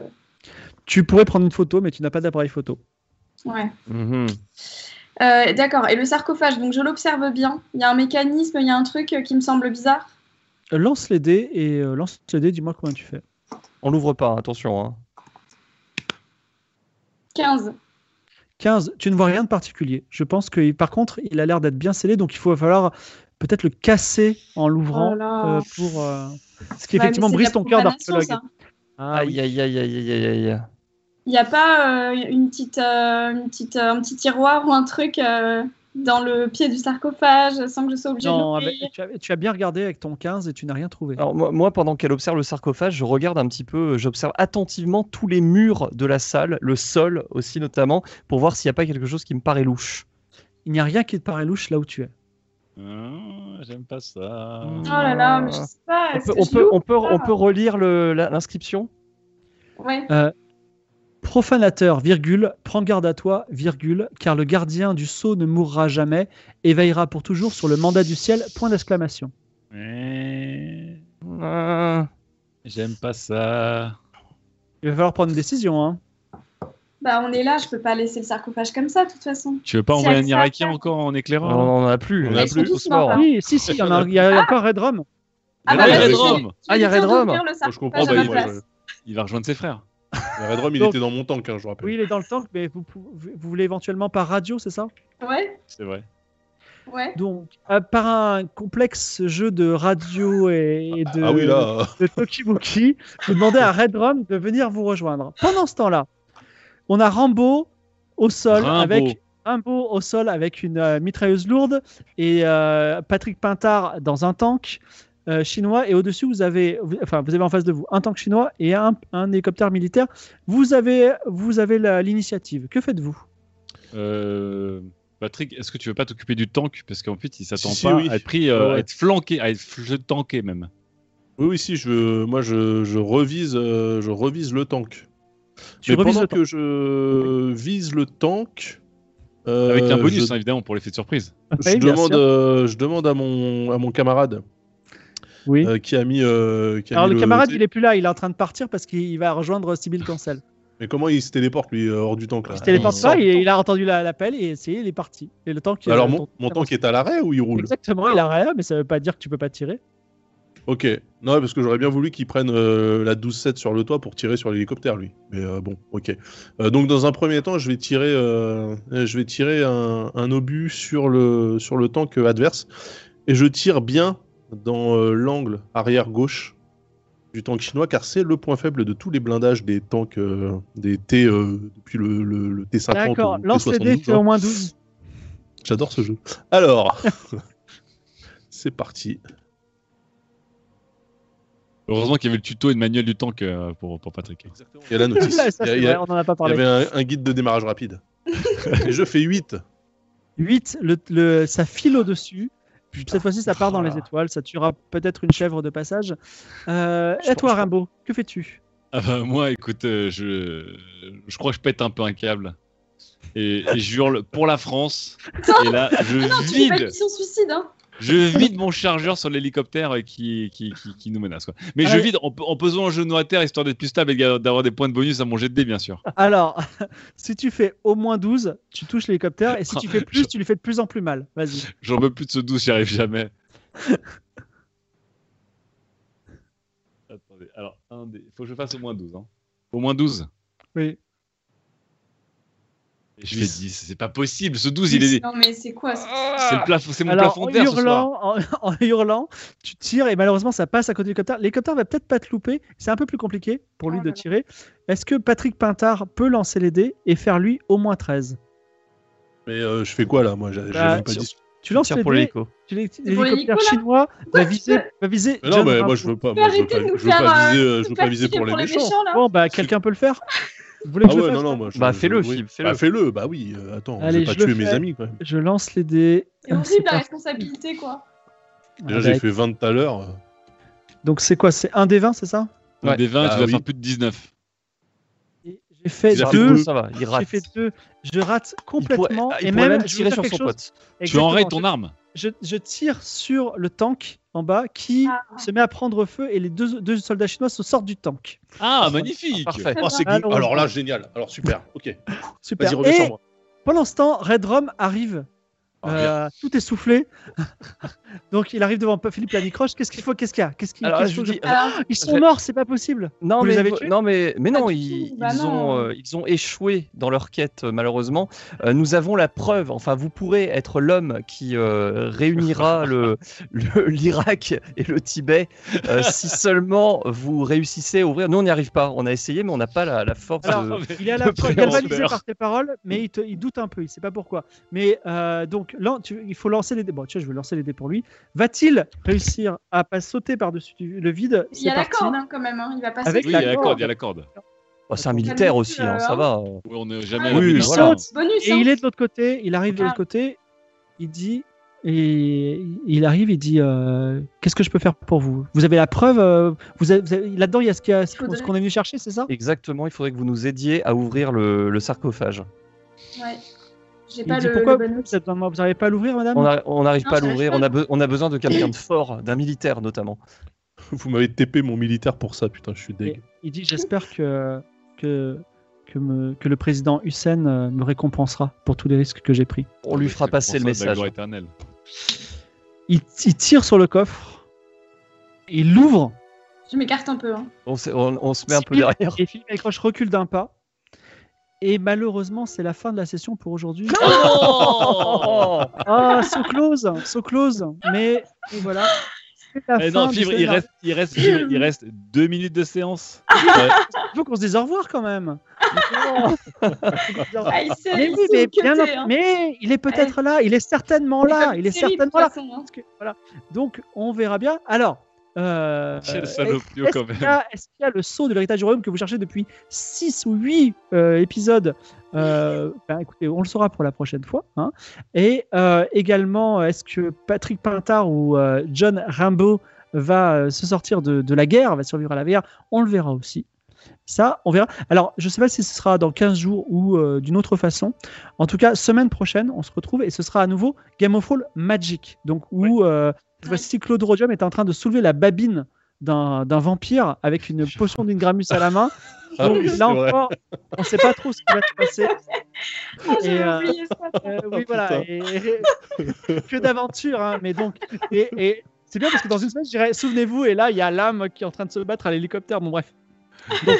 Speaker 2: Tu pourrais prendre une photo, mais tu n'as pas d'appareil photo.
Speaker 7: Ouais.
Speaker 8: Mhm.
Speaker 7: Euh, D'accord. Et le sarcophage, donc je l'observe bien. Il y a un mécanisme, il y a un truc euh, qui me semble bizarre.
Speaker 2: Euh, Lance les dés et euh, lance les dés, dis-moi combien tu fais.
Speaker 8: On l'ouvre pas, attention. hein.
Speaker 7: 15.
Speaker 2: 15, tu ne vois rien de particulier. Je pense que par contre, il a l'air d'être bien scellé, donc il faut falloir peut-être le casser en l'ouvrant
Speaker 7: Oh là.
Speaker 2: euh, pour. euh, Ce qui
Speaker 7: Ouais, Bah, mais
Speaker 2: effectivement
Speaker 7: c'est de
Speaker 2: brise
Speaker 7: la
Speaker 2: ton cœur
Speaker 7: profanation,
Speaker 2: d'archéologue.
Speaker 7: ça.
Speaker 2: Ah, oui.
Speaker 8: Aïe, aïe, aïe, aïe, aïe, aïe, aïe.
Speaker 7: Il n'y a pas euh, une petite, euh, une petite, euh, un petit tiroir ou un truc euh, dans le pied du sarcophage sans que je sois obligée
Speaker 2: Non,
Speaker 7: de l'ouvrir.
Speaker 2: avec- tu, as, tu as bien regardé avec ton 15 et tu n'as rien trouvé.
Speaker 8: Alors moi, moi, pendant qu'elle observe le sarcophage, je regarde un petit peu, j'observe attentivement tous les murs de la salle, le sol aussi notamment, pour voir s'il n'y a pas quelque chose qui me paraît louche.
Speaker 2: Il n'y a rien qui te paraît louche là où tu es.
Speaker 6: Ah, J'aime pas ça.
Speaker 8: Mm.
Speaker 7: Oh là là, mais je sais pas.
Speaker 8: On
Speaker 7: est-ce
Speaker 8: peut,
Speaker 7: que
Speaker 8: on
Speaker 7: je
Speaker 8: peut,
Speaker 7: l'ouvre
Speaker 8: on peut, on
Speaker 7: pas
Speaker 8: peut relire le- la- l'inscription
Speaker 7: Ouais.
Speaker 2: Profanateur, virgule, prends garde à toi, virgule, car le gardien du sceau ne mourra jamais et veillera pour toujours sur le mandat du ciel, point d'exclamation.
Speaker 6: Ouais,
Speaker 8: Euh,
Speaker 6: J'aime pas ça.
Speaker 2: Il va falloir prendre une décision. Hein.
Speaker 7: Bah, on est là, je peux pas laisser le sarcophage comme ça, de toute façon.
Speaker 6: Tu veux pas
Speaker 7: Si
Speaker 6: envoyer un
Speaker 7: elle
Speaker 6: Irakien
Speaker 7: s'appelle-
Speaker 6: encore en
Speaker 8: On
Speaker 6: éclairant
Speaker 8: n'en a plus.
Speaker 6: On
Speaker 8: on
Speaker 6: a
Speaker 8: a
Speaker 6: plus.
Speaker 8: plus
Speaker 6: hein.
Speaker 7: Ils
Speaker 8: au
Speaker 7: sont tous morts,
Speaker 8: sport.
Speaker 7: par Ah.
Speaker 2: Oui, si, si, il y, en a, il y a encore Red Rum.
Speaker 6: Mais
Speaker 7: bah,
Speaker 6: non, il y a
Speaker 7: je
Speaker 6: Red
Speaker 7: vais-
Speaker 6: Rum.
Speaker 7: je vais
Speaker 8: Ah, il y a
Speaker 7: lui dire
Speaker 8: Red Rum.
Speaker 7: d'ouvrir le
Speaker 6: Moi, je
Speaker 7: sarcophage
Speaker 6: comprends,
Speaker 7: à
Speaker 6: bah,
Speaker 7: ma
Speaker 6: il,
Speaker 7: place.
Speaker 6: il va rejoindre ses frères.
Speaker 3: Le Red Rum, il
Speaker 2: Donc-
Speaker 3: était dans mon tank, hein, je vous rappelle.
Speaker 2: Oui, il est dans le tank, mais vous, pou- vous voulez éventuellement par radio, c'est ça
Speaker 7: Ouais,
Speaker 6: C'est vrai.
Speaker 7: ouais.
Speaker 2: Donc, euh, par un complexe jeu de radio et, et de,
Speaker 3: Ah oui, là.
Speaker 2: de Tokibuki, vous demandez à Red Rum de venir vous rejoindre. Pendant ce temps-là, on a Rambo au sol
Speaker 6: Rimbaud.
Speaker 2: avec Rambo au sol avec une euh, mitrailleuse lourde et euh, Patrick Pintard dans un tank euh, chinois et au-dessus vous avez vous- enfin vous avez en face de vous un tank chinois et un, un hélicoptère militaire. Vous avez vous avez la- l'initiative. Que faites-vous
Speaker 6: Euh, Patrick, est-ce que tu veux pas t'occuper du tank Parce qu'en fait, il s'attend
Speaker 3: Si, si,
Speaker 6: pas
Speaker 3: oui.
Speaker 6: à être pris, euh,
Speaker 3: Ouais.
Speaker 6: à être flanqué, à être fl- tanké même.
Speaker 3: Oui, oui, si, je, veux- moi je, je revise, euh, je revise le tank.
Speaker 2: Tu
Speaker 3: Mais
Speaker 2: revises
Speaker 3: pendant
Speaker 2: le
Speaker 3: que je vise le tank. euh,
Speaker 6: Avec un bonus,
Speaker 3: je-
Speaker 6: hein, évidemment, pour l'effet de surprise.
Speaker 3: Je,
Speaker 2: Oui, bien
Speaker 3: demande,
Speaker 2: sûr.
Speaker 3: euh, je demande à mon, à mon camarade
Speaker 2: Oui.
Speaker 3: euh, qui a mis. euh, qui a
Speaker 2: Alors
Speaker 3: mis
Speaker 2: le camarade
Speaker 3: tu sais,
Speaker 2: il est plus là, il est en train de partir parce qu'il il va rejoindre Sibyl Cancel.
Speaker 3: Mais comment il se téléporte lui euh, hors du tank là
Speaker 2: Il se téléporte
Speaker 3: sort.
Speaker 2: pas, il, il a entendu la- l'appel et c'est- il est parti. Et le temps qu'il
Speaker 3: Alors
Speaker 2: le
Speaker 3: mon,
Speaker 2: temps-
Speaker 3: mon tank est à l'arrêt ou il roule
Speaker 2: Exactement, il a rien, mais ça veut pas dire que tu peux pas tirer.
Speaker 3: Ok. Non, parce que j'aurais bien voulu qu'il prenne euh, la 12-7 sur le toit pour tirer sur l'hélicoptère, lui. Mais euh, bon, ok. Euh, donc, dans un premier temps, je vais tirer, euh, euh, je vais tirer un, un obus sur le, sur le tank euh, adverse. Et je tire bien dans euh, l'angle arrière-gauche du tank chinois, car c'est le point faible de tous les blindages des tanks, euh, des T, euh, depuis le, le- le T50.
Speaker 2: D'accord,
Speaker 3: ou le
Speaker 2: lance les dés,
Speaker 3: T72,
Speaker 2: fais
Speaker 3: hein.
Speaker 2: au moins 12.
Speaker 3: J'adore ce jeu.
Speaker 2: <laughs>
Speaker 3: Alors, <laughs> c'est parti.
Speaker 6: Heureusement qu'il y avait le tuto et le manuel du tank euh, pour, pour Patrick.
Speaker 3: <laughs> Il y a la notice.
Speaker 2: Ça, c'est
Speaker 3: Il y a- il y
Speaker 2: vrai,
Speaker 3: a-
Speaker 2: on en a pas
Speaker 3: Il y
Speaker 2: parlé.
Speaker 3: avait un, un guide de démarrage rapide. Et je fais 8.
Speaker 2: 8, le, le- ça file au-dessus. Cette fois-ci, ça part dans
Speaker 6: Oh là
Speaker 3: Ah.
Speaker 2: les
Speaker 6: là.
Speaker 2: étoiles, ça tuera peut-être une chèvre de passage. Euh,
Speaker 6: Je
Speaker 2: à toi,
Speaker 6: pense pas.
Speaker 2: Rimbaud, que fais-tu
Speaker 6: Ah bah, moi, écoute, euh, je, je crois que je pète un peu un câble. Et, et je hurle pour la France. Et là, je
Speaker 7: Tu fais pas une
Speaker 6: vide,
Speaker 7: mission suicide, hein
Speaker 6: je vide mon chargeur sur l'hélicoptère qui, qui, qui, qui nous menace. Quoi. Mais je
Speaker 2: Allez.
Speaker 6: vide en, pe- en pesant un genou à terre histoire d'être plus stable et d'a- d'avoir des points de bonus à mon jet de dés, bien sûr.
Speaker 2: Alors, <laughs> si tu fais au moins 12, tu touches l'hélicoptère, et si
Speaker 3: <laughs>
Speaker 2: tu fais
Speaker 6: Je-
Speaker 2: plus, tu lui fais de plus en plus mal. Vas-y.
Speaker 6: J'en veux plus de ce 12, j'y arrive jamais. Attendez, alors, un des... faut que je fasse au moins 12. Hein. Au moins 12.
Speaker 2: Oui.
Speaker 6: Et je fais 10, c'est pas possible, ce 12, il est.
Speaker 7: Non, mais c'est quoi ce-
Speaker 6: C'est le plafond, c'est mon
Speaker 2: Alors,
Speaker 6: plafond
Speaker 2: en
Speaker 6: d'air ce soir.
Speaker 2: hurlant, en, en <laughs> hurlant, tu tires et malheureusement, ça passe à côté de l'hélicoptère. L'hélicoptère va peut-être pas te louper. C'est un peu plus compliqué pour lui
Speaker 7: Oh
Speaker 2: de
Speaker 7: là là.
Speaker 2: tirer. Est-ce que Patrick Pintard peut lancer les dés et faire lui au moins 13
Speaker 3: Mais euh, je fais quoi là Moi, j'ai j'ai
Speaker 2: Bah,
Speaker 3: même pas
Speaker 8: sur-
Speaker 3: dit.
Speaker 2: Tu lances
Speaker 8: Tire
Speaker 2: les
Speaker 8: pour
Speaker 2: dés.
Speaker 8: l'hélico.
Speaker 2: tu l'hé-
Speaker 7: pour
Speaker 2: L'hélicoptère
Speaker 7: l'hélico, là
Speaker 2: chinois va viser. Va viser
Speaker 3: Mais non,
Speaker 2: John
Speaker 3: mais moi,
Speaker 2: Rambo.
Speaker 3: je veux pas.
Speaker 7: Tu peux
Speaker 3: Moi, je veux
Speaker 7: arrêter
Speaker 3: pas,
Speaker 7: de nous
Speaker 3: je veux pas
Speaker 7: faire, euh,
Speaker 3: viser, euh, je veux
Speaker 7: nous
Speaker 3: pas
Speaker 7: faire
Speaker 3: viser pour
Speaker 7: tirer
Speaker 3: les méchants.
Speaker 7: là
Speaker 2: Bon, bah, quelqu'un peut le
Speaker 7: <laughs>
Speaker 2: faire. Vous voulez que
Speaker 3: Ah
Speaker 2: je le
Speaker 3: ouais,
Speaker 2: fasse
Speaker 3: non, non, moi. je-
Speaker 8: Bah,
Speaker 3: je-
Speaker 8: fais-le,
Speaker 3: oui.
Speaker 8: Philippe, fais-le.
Speaker 3: Bah, fais-le. Bah oui. euh, attends,
Speaker 2: Allez,
Speaker 3: je vais
Speaker 2: je le
Speaker 3: pas tuer mes
Speaker 2: fais.
Speaker 3: amis quand même.
Speaker 2: Je lance les dés. Ah,
Speaker 7: C'est
Speaker 2: c'est
Speaker 7: horrible la
Speaker 2: pas-
Speaker 7: responsabilité, quoi.
Speaker 3: Déjà,
Speaker 2: Ah,
Speaker 3: j'ai
Speaker 2: bah,
Speaker 3: fait 20 tout à l'heure.
Speaker 2: Donc, c'est quoi C'est un des 20, c'est ça
Speaker 6: Donc,
Speaker 8: Ouais.
Speaker 6: Des 20,
Speaker 3: Bah
Speaker 6: tu dois
Speaker 3: oui.
Speaker 6: faire plus de 19.
Speaker 2: Et J'ai fait
Speaker 3: Il a fait
Speaker 2: deux.
Speaker 8: ça va, il
Speaker 2: J'ai
Speaker 8: rate.
Speaker 2: fait deux. Je rate
Speaker 8: Il pourrait- ah,
Speaker 2: complètement.
Speaker 8: il
Speaker 2: et
Speaker 8: pourrait
Speaker 2: même,
Speaker 8: même
Speaker 2: je vais
Speaker 8: tirer
Speaker 2: faire
Speaker 8: sur
Speaker 2: quelque
Speaker 8: son
Speaker 2: chose-
Speaker 8: pote.
Speaker 6: Tu
Speaker 2: Exactement.
Speaker 6: enrayes ton arme.
Speaker 2: je, je tire sur le tank en bas qui
Speaker 7: Ah.
Speaker 2: se met à prendre feu et les deux, deux soldats chinois se sortent du tank.
Speaker 6: Ah,
Speaker 8: Ah,
Speaker 6: magnifique
Speaker 8: Parfait.
Speaker 3: Oh, c'est
Speaker 2: Alors,
Speaker 3: good. Alors là, génial. Alors super. Ok.
Speaker 2: Super.
Speaker 3: Vas-y, reviens
Speaker 2: et
Speaker 3: sur moi. <laughs>
Speaker 2: pendant ce temps, Red Rum arrive.
Speaker 3: Ah,
Speaker 2: euh, tout essoufflé. <laughs> Donc il arrive devant Philippe Lanicroche. Qu'est-ce qu'il faut Qu'est-ce qu'il y a Qu'est-ce qu'il
Speaker 8: Alors,
Speaker 2: qu'est-ce
Speaker 8: je
Speaker 2: que
Speaker 8: vous dis-
Speaker 2: je-
Speaker 7: Alors,
Speaker 2: Ils sont
Speaker 8: Red-
Speaker 2: morts, c'est pas possible.
Speaker 8: Non,
Speaker 2: Vous
Speaker 8: mais,
Speaker 2: les avez
Speaker 8: vous-
Speaker 2: tués
Speaker 8: non, mais, mais non,
Speaker 7: Pas du
Speaker 8: ils,
Speaker 7: tout, bah
Speaker 8: ils ont,
Speaker 7: non.
Speaker 8: euh, ils ont échoué dans leur quête, euh, malheureusement. Euh, nous avons la preuve, enfin, vous pourrez être l'homme qui euh, réunira le- le- l'Irak et le Tibet euh, si seulement vous réussissez à ouvrir. Nous, on n'y arrive pas. On a essayé, mais on n'a pas la, la force
Speaker 2: Alors,
Speaker 6: Euh,
Speaker 8: de.
Speaker 2: Il est à
Speaker 8: Le
Speaker 2: la fois
Speaker 8: préambule.
Speaker 2: galvanisé par tes paroles, mais il, te- il doute un peu, il sait pas pourquoi. Mais euh, donc, là, tu- il faut lancer les dés. Bon, tu vois, je vais lancer les dés pour lui. Va-t-il réussir à pas sauter par-dessus du- le vide
Speaker 7: il y
Speaker 2: C'est
Speaker 7: a la
Speaker 2: parti.
Speaker 7: corde hein, quand même, hein. il va passer.
Speaker 2: Avec
Speaker 6: Oui, il y
Speaker 2: la
Speaker 6: a la
Speaker 2: corde.
Speaker 6: corde, il y a la corde.
Speaker 8: Oh, c'est un militaire
Speaker 7: Ah,
Speaker 8: aussi, hein,
Speaker 7: euh,
Speaker 8: ça va.
Speaker 6: Oui, on n'est jamais
Speaker 7: Ah,
Speaker 6: à la
Speaker 8: oui,
Speaker 6: minute,
Speaker 8: il
Speaker 6: voilà.
Speaker 2: saute.
Speaker 7: bonus.
Speaker 2: Et
Speaker 7: hein.
Speaker 2: il est de l'autre côté, il arrive de l'autre côté, il dit, et il arrive, il dit, euh, qu'est-ce que je peux faire pour vous Vous avez la preuve euh, vous avez- vous avez- Là-dedans, il y a ce qu'il y a- ce qu'on
Speaker 7: Faudrait-
Speaker 2: ce qu'on est venu chercher, c'est ça
Speaker 8: Exactement, il faudrait que vous nous aidiez à ouvrir le, le sarcophage.
Speaker 7: Ouais. J'ai
Speaker 2: Il
Speaker 7: pas
Speaker 2: dit,
Speaker 7: le,
Speaker 2: pourquoi
Speaker 7: le bon outil.
Speaker 2: vous êtes dans moi Vous n'arrivez pas à l'ouvrir, madame
Speaker 8: On a- on n'arrive
Speaker 7: Ah Non,
Speaker 8: pas à
Speaker 7: ça
Speaker 8: l'ouvrir,
Speaker 7: lâche
Speaker 8: on,
Speaker 7: pas.
Speaker 8: a be- on a besoin de quelqu'un de fort, d'un militaire notamment.
Speaker 3: Vous m'avez TP mon militaire pour ça. Putain, je suis deg.
Speaker 2: Il dit, j'espère que, que, que, me- que le président Hussein euh, me récompensera pour tous les risques que j'ai pris.
Speaker 8: On lui
Speaker 6: Oui,
Speaker 8: fera
Speaker 6: c'est
Speaker 8: passer le
Speaker 6: pour ça, de la
Speaker 8: message.
Speaker 6: gloire éternelle.
Speaker 2: Il, il tire sur le coffre, il l'ouvre,
Speaker 7: Je m'écarte un peu. hein.
Speaker 8: On, se- on- on se met un
Speaker 2: Philippe-
Speaker 8: peu
Speaker 7: <laughs>
Speaker 8: derrière.
Speaker 2: Et Philippe Aycroche recule d'un pas. Et malheureusement, c'est la fin de la session pour aujourd'hui.
Speaker 7: Oh.
Speaker 2: Ah, so close, so close. Mais et voilà. C'est la
Speaker 6: Eh
Speaker 2: fin
Speaker 6: non,
Speaker 2: de
Speaker 6: Fibre,
Speaker 2: ce
Speaker 6: il reste, il, reste, Fibre, il reste deux minutes de séance. Ouais.
Speaker 2: Il faut qu'on se dise au revoir quand
Speaker 7: <laughs>
Speaker 2: même.
Speaker 7: Ah, il s'est-
Speaker 2: mais
Speaker 7: il
Speaker 2: oui,
Speaker 7: s'est
Speaker 2: mais,
Speaker 7: occulté,
Speaker 2: bien ent-
Speaker 7: hein.
Speaker 2: mais il est peut-être là, il est certainement là,
Speaker 7: comme
Speaker 2: il est
Speaker 7: une série, de
Speaker 2: certainement
Speaker 7: toute
Speaker 2: là.
Speaker 7: façon, hein.
Speaker 2: Parce que, voilà. Donc, on verra bien. Alors,
Speaker 6: <laughs>
Speaker 2: euh,
Speaker 6: Quel
Speaker 2: euh,
Speaker 6: salopio,
Speaker 2: est-ce
Speaker 6: quand
Speaker 2: qu'il y,
Speaker 6: même.
Speaker 2: a- est-ce qu'il y a le saut de l'héritage du royaume que vous cherchez depuis 6 ou 8 épisodes Euh, ben, Écoutez, on le saura pour la prochaine fois. hein. Et euh, également, est-ce que Patrick Pintard ou euh, John Rimbaud va euh, se sortir de, de la guerre, va survivre à la guerre On le verra aussi. Ça, on verra. Alors, je ne sais pas si ce sera dans 15 jours ou euh, d'une autre façon. En tout cas, semaine prochaine, on se retrouve et ce sera à nouveau Game of Thrones Magic. Donc, où euh, cette fois-ci, Claude Rodium est en train de soulever la babine d'un d'un vampire avec une potion d'Ingramus à la
Speaker 3: <laughs>
Speaker 2: main.
Speaker 3: Ah
Speaker 2: Donc,
Speaker 3: oui, c'est
Speaker 2: là
Speaker 3: vrai.
Speaker 2: encore, on ne sait pas trop ce qui va se passer.
Speaker 7: Ah, j'avais
Speaker 2: Et, euh,
Speaker 7: oublié ça.
Speaker 2: Euh, oui,
Speaker 3: Oh,
Speaker 2: voilà.
Speaker 3: putain.
Speaker 2: et- et- <laughs> que d'aventure, hein, mais donc. Et, et c'est bien parce que dans une semaine, je dirais, souvenez-vous, et là, il y a l'âme qui est en train de se battre à l'hélicoptère. Bon, bref. Donc,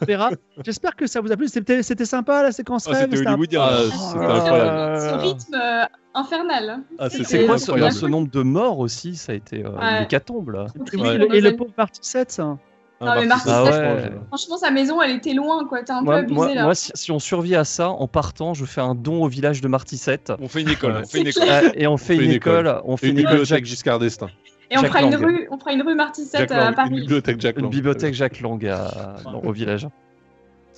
Speaker 2: on verra. J'espère que ça vous a plu. C'était c'était sympa la séquence
Speaker 6: Ah,
Speaker 2: rêve,
Speaker 6: C'était
Speaker 2: c'était un-
Speaker 6: hollywoodien.
Speaker 3: Ah,
Speaker 6: là.
Speaker 3: c'est
Speaker 7: Sur-
Speaker 6: C'était
Speaker 3: là.
Speaker 6: incroyable.
Speaker 7: sur- sur rythme euh, infernal.
Speaker 3: Ah, c'est-
Speaker 8: C'est quoi ce,
Speaker 3: incroyable.
Speaker 8: là, ce nombre de morts aussi Ça a été euh, une
Speaker 7: Ouais.
Speaker 8: hécatombe là.
Speaker 7: C'était
Speaker 2: Et
Speaker 7: horrible.
Speaker 2: le- et le pauvre hein. parti 7, ça.
Speaker 7: Non, mais Marcus,
Speaker 8: Ah
Speaker 7: ça,
Speaker 8: ouais.
Speaker 7: Franchement, sa maison, elle était loin, quoi. T'es un peu
Speaker 8: Moi,
Speaker 7: abusé
Speaker 8: moi-
Speaker 7: là.
Speaker 8: moi, si, si on survit à ça, en partant, je fais un don au village de
Speaker 7: <laughs>
Speaker 8: Martissette
Speaker 6: On fait une école. On fait une école.
Speaker 8: Euh, et on fait une,
Speaker 3: une
Speaker 8: école, on fait
Speaker 3: Une
Speaker 8: une, école
Speaker 3: bibliothèque
Speaker 8: Jacques,
Speaker 3: Giscard d'Estaing.
Speaker 7: Et on
Speaker 8: Jack
Speaker 7: fera, une
Speaker 8: Lang.
Speaker 7: rue, on fera une rue Martissette
Speaker 3: Jack
Speaker 7: euh, à
Speaker 3: Lang, une
Speaker 7: Paris.
Speaker 3: bibliothèque Jack
Speaker 8: une
Speaker 3: Lang.
Speaker 8: bibliothèque Jacques Lang à- dans- au village.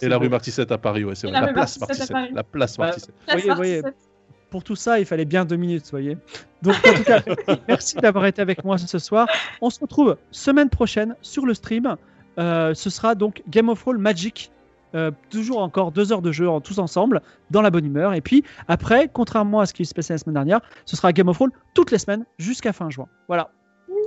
Speaker 3: Et la rue Martissette à Paris, ouais, c'est
Speaker 7: Et
Speaker 3: vrai.
Speaker 7: la
Speaker 3: La
Speaker 7: rue
Speaker 3: place
Speaker 7: Martissette à
Speaker 3: Martissette.
Speaker 7: Paris.
Speaker 3: La place
Speaker 2: Bah,
Speaker 3: Martissette.
Speaker 7: Place
Speaker 2: Voyez, voyez.
Speaker 7: Martissette.
Speaker 2: Pour tout ça, il fallait bien deux minutes, voyez. Donc, en tout cas,
Speaker 7: <laughs>
Speaker 2: merci d'avoir été avec moi ce soir. On se retrouve semaine prochaine sur le stream. Euh, ce sera donc Game of Roll Magic. Euh, toujours encore deux heures de jeu en tous ensemble, dans la bonne humeur. Et puis après, contrairement à ce qui se passait la semaine dernière, ce sera Game of Roll toutes les semaines jusqu'à fin juin. Voilà.
Speaker 8: Me